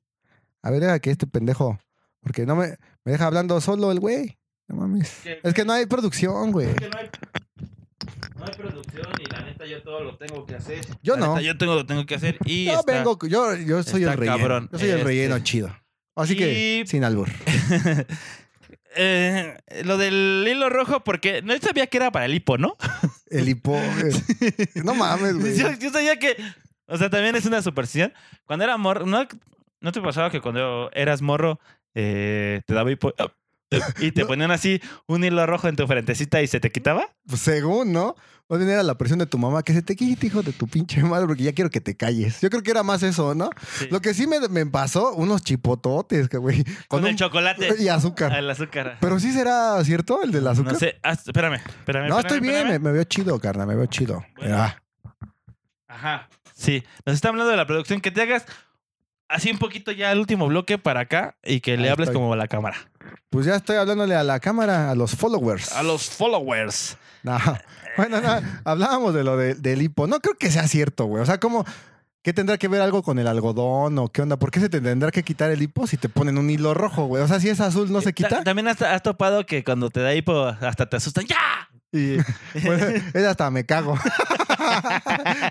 Speaker 3: A ver, deja que este pendejo, porque no me, me deja hablando solo el güey. No mames.
Speaker 2: Que-
Speaker 3: Es que no hay producción, güey.
Speaker 2: no hay, producción y la neta yo todo lo tengo que hacer.
Speaker 3: Yo no.
Speaker 2: yo tengo, lo tengo que hacer. Y
Speaker 3: Yo
Speaker 2: está-
Speaker 3: vengo, yo, yo soy
Speaker 2: está
Speaker 3: el relleno.
Speaker 2: cabrón.
Speaker 3: Yo soy el
Speaker 2: Este-
Speaker 3: relleno chido. Así que,
Speaker 2: Y-
Speaker 3: sin albur.
Speaker 2: Eh, lo del hilo rojo, porque no sabía que era para el hipo, ¿no?
Speaker 3: El hipo. eh,
Speaker 2: *laughs*
Speaker 3: no mames, güey.
Speaker 2: Yo, yo sabía que. O sea, también es una superstición. Cuando era morro. ¿No, ¿no te pasaba que cuando eras morro eh, te daba hipo. Y te ponían así un hilo rojo en tu frentecita y se te quitaba?
Speaker 3: Pues según, ¿no? O bien era la presión de tu mamá que se te quite, hijo de tu pinche madre, porque ya quiero que te calles. Yo creo que era más eso, ¿no?
Speaker 2: Sí.
Speaker 3: Lo que sí me, me pasó, unos chipototes, que güey.
Speaker 2: Con, el
Speaker 3: un-
Speaker 2: chocolate.
Speaker 3: *laughs* Y azúcar.
Speaker 2: Al azúcar.
Speaker 3: Pero sí será cierto el del azúcar.
Speaker 2: No sé. ah, espérame, espérame.
Speaker 3: No,
Speaker 2: espérame,
Speaker 3: estoy bien,
Speaker 2: espérame.
Speaker 3: me, me veo chido, carnal, me veo chido.
Speaker 2: Bueno.
Speaker 3: Ah, eh.
Speaker 2: Ajá. Sí. Nos está hablando de la producción. Que te hagas así un poquito ya el último bloque para acá y que le
Speaker 3: Ahí
Speaker 2: hables
Speaker 3: estoy.
Speaker 2: como a la cámara.
Speaker 3: pues ya estoy hablándole a la cámara, a los followers.
Speaker 2: A los followers.
Speaker 3: No. Bueno, no, hablábamos de lo de- del hipo. No creo que sea cierto, güey. O sea, ¿cómo? ¿Qué tendrá que ver algo con el algodón o qué onda? ¿Por qué se te tendrá que quitar el hipo si te ponen un hilo rojo, güey? O sea, si es azul, ¿no se
Speaker 2: Eh, Ta-
Speaker 3: quita?
Speaker 2: También has, has topado que cuando te da hipo hasta te asustan. ¡Ya!
Speaker 3: Y bueno, es hasta me cago. *laughs*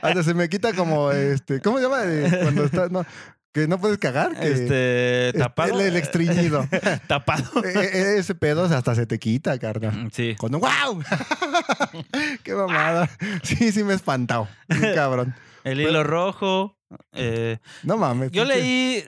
Speaker 3: hasta se me quita como, este, ¿cómo se llama? Eh, Cuando estás, no, que no puedes cagar. Que,
Speaker 2: Este,
Speaker 3: este,
Speaker 2: tapado.
Speaker 3: El, el extriñido.
Speaker 2: *laughs* tapado.
Speaker 3: E- e- ese pedo hasta se te quita, carnal.
Speaker 2: Sí.
Speaker 3: Con un wow. *laughs* qué mamada. Sí, sí me he espantado. Bien Cabrón.
Speaker 2: El hilo rojo. eh,
Speaker 3: No mames.
Speaker 2: yo
Speaker 3: pinche-
Speaker 2: leí.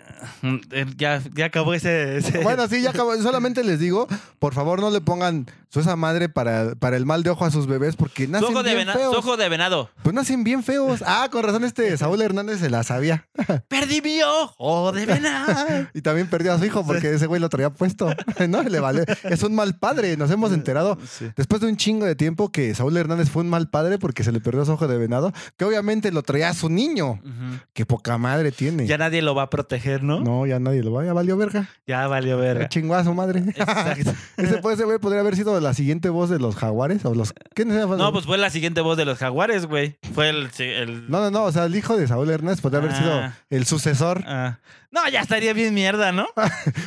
Speaker 2: eh, Ya, ya acabó ese. ese- *laughs*
Speaker 3: Bueno, sí, ya acabo. Solamente les digo, por favor, no le pongan su esa madre para, para el mal de ojo a sus bebés porque
Speaker 2: Su
Speaker 3: nacen
Speaker 2: ojo, de
Speaker 3: bien
Speaker 2: vena-
Speaker 3: feos.
Speaker 2: su ojo de *laughs* venado.
Speaker 3: Pues nacen bien feos. Ah, con
Speaker 2: *laughs*
Speaker 3: razón este Saúl Hernández se la sabía.
Speaker 2: Perdí mi ojo de venado.
Speaker 3: Y también perdió a su hijo porque ese güey lo traía puesto. *laughs* No, le vale. Es un mal padre. Nos hemos enterado
Speaker 2: *laughs* Sí.
Speaker 3: después de un chingo de tiempo que Saúl Hernández fue un mal padre porque se le perdió su ojo de venado, que obviamente lo traía a su niño.
Speaker 2: Ujú.
Speaker 3: Qué poca madre tiene.
Speaker 2: Ya nadie lo va a proteger, ¿no?
Speaker 3: no, ya nadie lo va. Ya valió verga.
Speaker 2: Ya valió
Speaker 3: Ya
Speaker 2: verga.
Speaker 3: chingó a su madre.
Speaker 2: *laughs* Exacto.
Speaker 3: *laughs* Ese, pues, ese güey podría haber sido la siguiente voz de los jaguares o los... ¿Qué no,
Speaker 2: No, pues fue la siguiente voz de los jaguares, güey. Fue el... el-
Speaker 3: No, no, no, o sea, el hijo de Saúl Hernández podría haber
Speaker 2: Ah.
Speaker 3: sido el sucesor.
Speaker 2: Ah. No, ya estaría bien mierda, ¿no?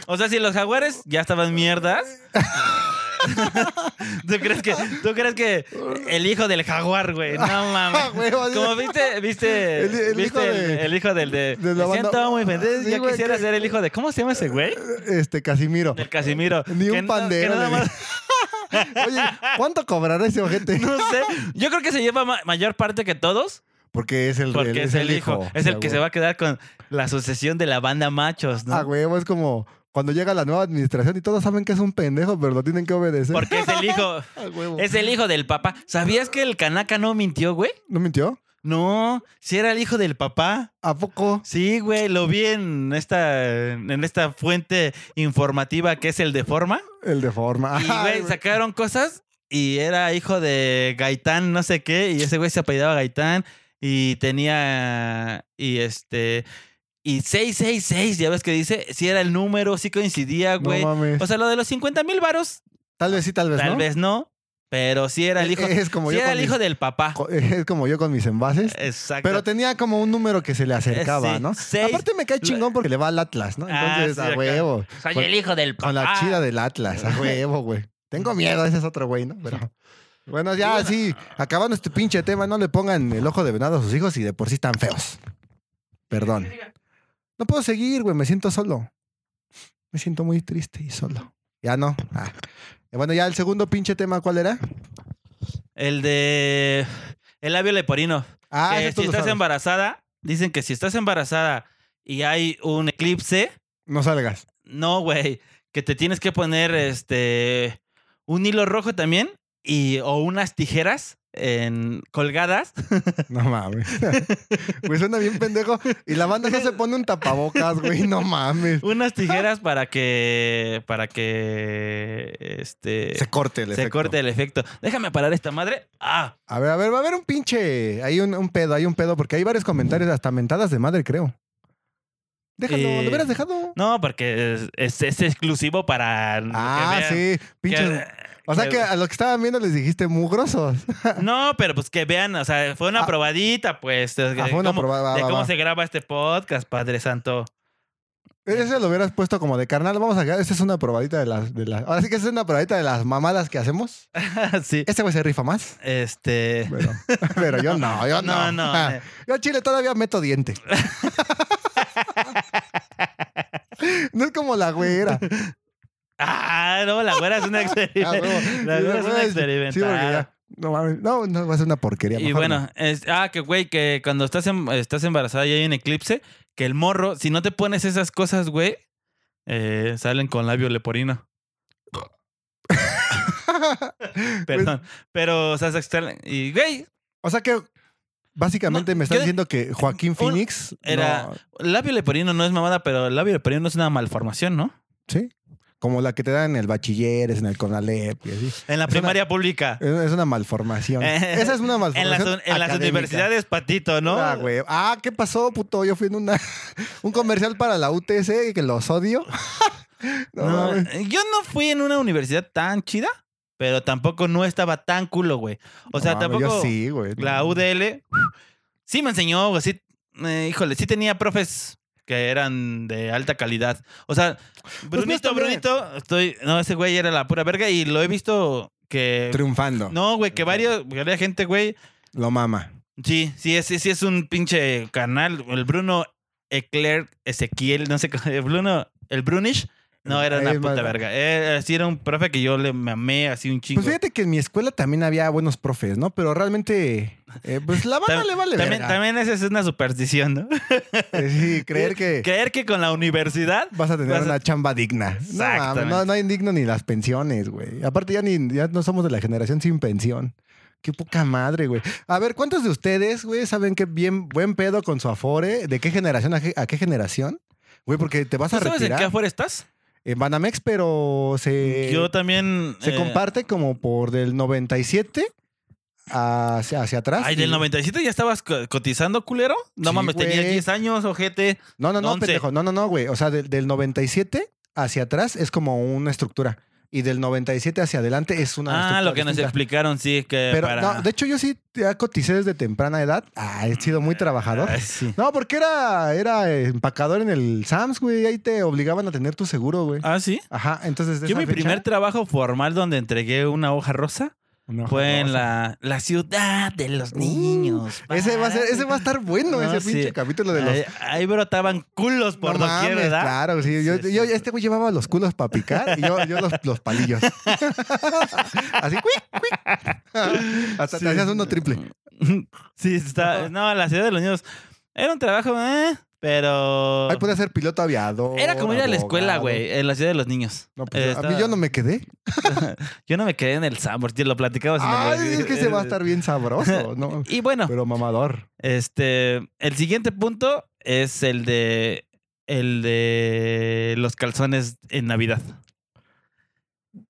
Speaker 2: O sea, si los jaguares ya estaban mierdas. *laughs* ¿Tú crees que, tú crees que el hijo del jaguar, güey?
Speaker 3: *laughs*
Speaker 2: No
Speaker 3: Ah,
Speaker 2: mames.
Speaker 3: güey, así-
Speaker 2: Como viste, viste,
Speaker 3: El- el
Speaker 2: viste
Speaker 3: hijo
Speaker 2: el,
Speaker 3: de-
Speaker 2: el hijo del de.
Speaker 3: de la
Speaker 2: me
Speaker 3: banda-
Speaker 2: siento muy feliz.
Speaker 3: Sí,
Speaker 2: Yo
Speaker 3: güey,
Speaker 2: quisiera
Speaker 3: que-
Speaker 2: ser el hijo de. ¿Cómo se llama ese güey?
Speaker 3: Este, Casimiro.
Speaker 2: Del Casimiro.
Speaker 3: Ni un
Speaker 2: Que no- que
Speaker 3: pandero.
Speaker 2: nada
Speaker 3: le
Speaker 2: más- *laughs*
Speaker 3: digo. *laughs* Oye, ¿cuánto cobrará ese ojete?
Speaker 2: No sé. Yo creo que se lleva ma- mayor parte que todos.
Speaker 3: Porque Pues es el,
Speaker 2: Porque
Speaker 3: el-
Speaker 2: es, el hijo. Es
Speaker 3: Sí,
Speaker 2: el que
Speaker 3: a
Speaker 2: se
Speaker 3: huevo.
Speaker 2: va a quedar con la sucesión de la banda machos, ¿no?
Speaker 3: A huevo, Ah, es como cuando llega la nueva administración y todos saben que es un pendejo, pero lo tienen que obedecer.
Speaker 2: Porque es el
Speaker 3: *laughs*
Speaker 2: hijo.
Speaker 3: A huevo.
Speaker 2: Es el hijo del papá. ¿Sabías que el canaca no mintió, güey?
Speaker 3: ¿No mintió?
Speaker 2: No, si era el hijo del papá.
Speaker 3: ¿A poco?
Speaker 2: Sí, güey, lo vi en esta, en esta fuente informativa que es el de forma.
Speaker 3: El de forma.
Speaker 2: Y,
Speaker 3: Ay,
Speaker 2: güey,
Speaker 3: güey.
Speaker 2: sacaron cosas y era hijo de Gaitán, no sé qué, y ese güey se apellidaba Gaitán y tenía, y este, y 666, ya ves que dice, si era el número, si coincidía,
Speaker 3: No
Speaker 2: güey.
Speaker 3: mames.
Speaker 2: o sea, lo de los 50 mil varos,
Speaker 3: tal vez sí, tal vez
Speaker 2: tal
Speaker 3: no. Eh,
Speaker 2: vez no, pero sí era el hijo,
Speaker 3: Es como
Speaker 2: sí
Speaker 3: yo
Speaker 2: era
Speaker 3: con
Speaker 2: el hijo del papá.
Speaker 3: Co- eh, Es como yo con mis envases.
Speaker 2: Exacto. Eh,
Speaker 3: Pero tenía como un número que se le acercaba,
Speaker 2: Sí,
Speaker 3: ¿no?
Speaker 2: seis.
Speaker 3: Aparte me cae chingón porque le va al Atlas, ¿no?
Speaker 2: Ah,
Speaker 3: Entonces,
Speaker 2: sí,
Speaker 3: a
Speaker 2: acá.
Speaker 3: huevo.
Speaker 2: Soy
Speaker 3: Con-
Speaker 2: el hijo del papá.
Speaker 3: Con la chida del Atlas, a huevo, güey. Tengo miedo, ese es otro güey, ¿no? Pero. Bueno, ya
Speaker 2: bueno.
Speaker 3: sí, acabando este pinche tema, no le pongan el ojo de venado a sus hijos y de por sí están feos. Perdón. No puedo seguir, güey, me siento solo. Me siento muy triste y solo. Ya no. Ah. Eh, Bueno, ya el segundo pinche tema, ¿cuál era?
Speaker 2: El de. El labio leporino.
Speaker 3: Ah,
Speaker 2: Que
Speaker 3: ese tú
Speaker 2: si
Speaker 3: lo
Speaker 2: estás
Speaker 3: sabes.
Speaker 2: embarazada, dicen que si estás embarazada y hay un eclipse,
Speaker 3: no salgas.
Speaker 2: no, güey. Que te tienes que poner este. un hilo rojo también y, o unas tijeras en, colgadas. *laughs*
Speaker 3: No mames. *laughs* Güey, suena bien pendejo. Y la banda no se pone un tapabocas, güey. No mames.
Speaker 2: Unas
Speaker 3: *laughs*
Speaker 2: tijeras para que. Para que. Este.
Speaker 3: Se corte el
Speaker 2: se
Speaker 3: efecto.
Speaker 2: corte el efecto. Déjame parar esta madre. ¡Ah!
Speaker 3: A ver, a ver, va a haber un pinche. Hay un, un pedo, hay un pedo, porque hay varios comentarios, hasta mentadas de madre, creo. Déjalo,
Speaker 2: Eh,
Speaker 3: lo hubieras dejado.
Speaker 2: No, porque es, es- es exclusivo para. que
Speaker 3: ah,
Speaker 2: vean-
Speaker 3: sí. Pinches. O sea que a los que estaban viendo les dijiste
Speaker 2: *laughs*
Speaker 3: mugrosos.
Speaker 2: No, pero pues que vean, o sea, fue una
Speaker 3: Ah.
Speaker 2: probadita, pues. De,
Speaker 3: Ah, fue una
Speaker 2: cómo,
Speaker 3: probada, va,
Speaker 2: de
Speaker 3: va,
Speaker 2: cómo
Speaker 3: va.
Speaker 2: se graba este podcast, Padre Santo.
Speaker 3: Ese lo hubieras puesto como de carnal. Vamos a Esa es una probadita de las, de las. Ahora sí que esa es una probadita de las mamadas que
Speaker 2: *laughs*
Speaker 3: hacemos.
Speaker 2: sí.
Speaker 3: Este güey se rifa más. *laughs*
Speaker 2: Este.
Speaker 3: Pero, pero yo no, yo no. Ah,
Speaker 2: No, no. eh.
Speaker 3: Yo a Chile todavía
Speaker 2: *laughs*
Speaker 3: meto diente. *laughs* no es como la güera.
Speaker 2: Ah, no, la güera es una
Speaker 3: *laughs* Ah, huevo.
Speaker 2: experimenta- La güera es una
Speaker 3: Sí, sí, porque
Speaker 2: experimentada.
Speaker 3: ya- No, mames. no, no, va a ser una porquería.
Speaker 2: Y
Speaker 3: mejor
Speaker 2: bueno,
Speaker 3: no.
Speaker 2: es- ah, que güey, que cuando estás, em- estás embarazada y hay un eclipse, que el morro, si no te pones esas cosas, güey, eh, salen con labio
Speaker 3: *laughs*
Speaker 2: leporino.
Speaker 3: Pues
Speaker 2: Perdón. Pero, o sea, se extraen- Y, güey,
Speaker 3: O sea que básicamente
Speaker 2: No,
Speaker 3: me estás
Speaker 2: yo-
Speaker 3: diciendo que Joaquín Phoenix
Speaker 2: era-
Speaker 3: no-
Speaker 2: labio leporino no es mamada, pero el labio leporino es una malformación, ¿no?
Speaker 3: sí, como la que te dan en el bachilleres, en el Conalep y así.
Speaker 2: En la
Speaker 3: Es
Speaker 2: primaria pública.
Speaker 3: Es es una malformación.
Speaker 2: *laughs* Eh,
Speaker 3: Esa es una
Speaker 2: En
Speaker 3: malformación.
Speaker 2: las, un- en las
Speaker 3: académica.
Speaker 2: universidades, patito, ¿no?
Speaker 3: Ah, güey. Ah, ¿qué pasó, puto? Yo fui en una, *laughs* un comercial para la UTC que los odio. *laughs* no,
Speaker 2: No,
Speaker 3: mames.
Speaker 2: yo no fui en una universidad tan chida, pero tampoco no estaba tan culo, güey. O sea,
Speaker 3: No mames,
Speaker 2: tampoco
Speaker 3: Yo sí, güey.
Speaker 2: la UDL sí me enseñó, güey. Sí, eh, híjole, sí tenía profes que eran de alta calidad. O sea, Brunito,
Speaker 3: Pues está bien.
Speaker 2: Brunito, estoy. No, ese güey era la pura verga y lo he visto que.
Speaker 3: Triunfando.
Speaker 2: No, güey, que varios, varias gente, güey.
Speaker 3: Lo mama.
Speaker 2: Sí, sí, es, sí, sí, es un pinche canal. El Bruno Eclair Ezequiel, no sé cómo. El Bruno, el Brunish. No, era una
Speaker 3: Ahí,
Speaker 2: puta
Speaker 3: mano.
Speaker 2: verga. Eh, sí, era un profe que yo le mamé así un chingo.
Speaker 3: Pues fíjate que en mi escuela también había buenos profes, ¿no? Pero realmente, eh, pues la banda
Speaker 2: Tam-
Speaker 3: le vale
Speaker 2: también,
Speaker 3: verga.
Speaker 2: también esa es una superstición, ¿no?
Speaker 3: Eh, Sí,
Speaker 2: *laughs*
Speaker 3: creer que
Speaker 2: Creer que con la universidad.
Speaker 3: vas a tener
Speaker 2: vas a-
Speaker 3: una chamba digna. No, mames,
Speaker 2: Exactamente.
Speaker 3: no, no hay digno ni las pensiones, güey. Aparte ya, ni, ya no somos de la generación sin pensión. Qué poca madre, güey. A ver, ¿cuántos de ustedes, güey, saben qué bien buen pedo con su afore? ¿De qué generación a qué, a qué generación? Güey, porque te vas
Speaker 2: ¿Tú
Speaker 3: a
Speaker 2: sabes en qué
Speaker 3: retirar
Speaker 2: afuera estás?
Speaker 3: en Banamex, pero se
Speaker 2: yo también.
Speaker 3: se
Speaker 2: eh,
Speaker 3: comparte como por del 97 hacia, hacia atrás.
Speaker 2: Ay,
Speaker 3: y-
Speaker 2: del 97 ya estabas co- cotizando, culero. No
Speaker 3: Sí,
Speaker 2: mames, tenías
Speaker 3: güey.
Speaker 2: 10 años, ojete.
Speaker 3: No, no, no,
Speaker 2: 11.
Speaker 3: pendejo. No, no, no, güey. O sea, del, del 97 hacia atrás es como una estructura. Y del 97 hacia adelante es una
Speaker 2: ah,
Speaker 3: estructura
Speaker 2: lo que nos
Speaker 3: distinta.
Speaker 2: explicaron, sí, que
Speaker 3: Pero,
Speaker 2: para.
Speaker 3: no, de hecho, yo sí ya coticé desde temprana edad. Ah, he sido muy trabajador.
Speaker 2: Ay, sí.
Speaker 3: No, porque era, era empacador en el Sams, güey. Ahí te obligaban a tener tu seguro, güey.
Speaker 2: Ah, sí.
Speaker 3: Ajá, entonces de
Speaker 2: Yo
Speaker 3: esa
Speaker 2: mi
Speaker 3: fecha-
Speaker 2: primer trabajo formal donde entregué una hoja rosa
Speaker 3: No,
Speaker 2: fue en
Speaker 3: no,
Speaker 2: la, la ciudad de los
Speaker 3: Uh,
Speaker 2: niños.
Speaker 3: Ese va, a ser,
Speaker 2: padre.
Speaker 3: ese va a estar bueno,
Speaker 2: No,
Speaker 3: ese
Speaker 2: sí.
Speaker 3: pinche capítulo de los
Speaker 2: Ahí, ahí brotaban culos por
Speaker 3: No
Speaker 2: doquier,
Speaker 3: mames,
Speaker 2: ¿verdad?
Speaker 3: Claro, sí. Yo,
Speaker 2: Sí, sí,
Speaker 3: yo-
Speaker 2: sí.
Speaker 3: Este güey llevaba los culos para picar y yo, yo los, los palillos. *laughs* Así, cuic, cuic. Hasta
Speaker 2: Sí.
Speaker 3: te hacías uno triple.
Speaker 2: sí, está. No, la ciudad de los niños. Era un trabajo, eh, pero.
Speaker 3: Ahí podía ser piloto aviador.
Speaker 2: Era como ir a la escuela,
Speaker 3: abogado.
Speaker 2: güey, en la ciudad de los niños.
Speaker 3: No, pues,
Speaker 2: Eh,
Speaker 3: A mí
Speaker 2: estaba-
Speaker 3: yo no
Speaker 2: *laughs*
Speaker 3: me quedé.
Speaker 2: yo no me quedé en el Sambor, lo platicamos. en el-
Speaker 3: Ay, es que se va a estar bien sabroso. No,
Speaker 2: *laughs* Y bueno,
Speaker 3: pero mamador.
Speaker 2: Este, el siguiente punto es el de el de los calzones en Navidad.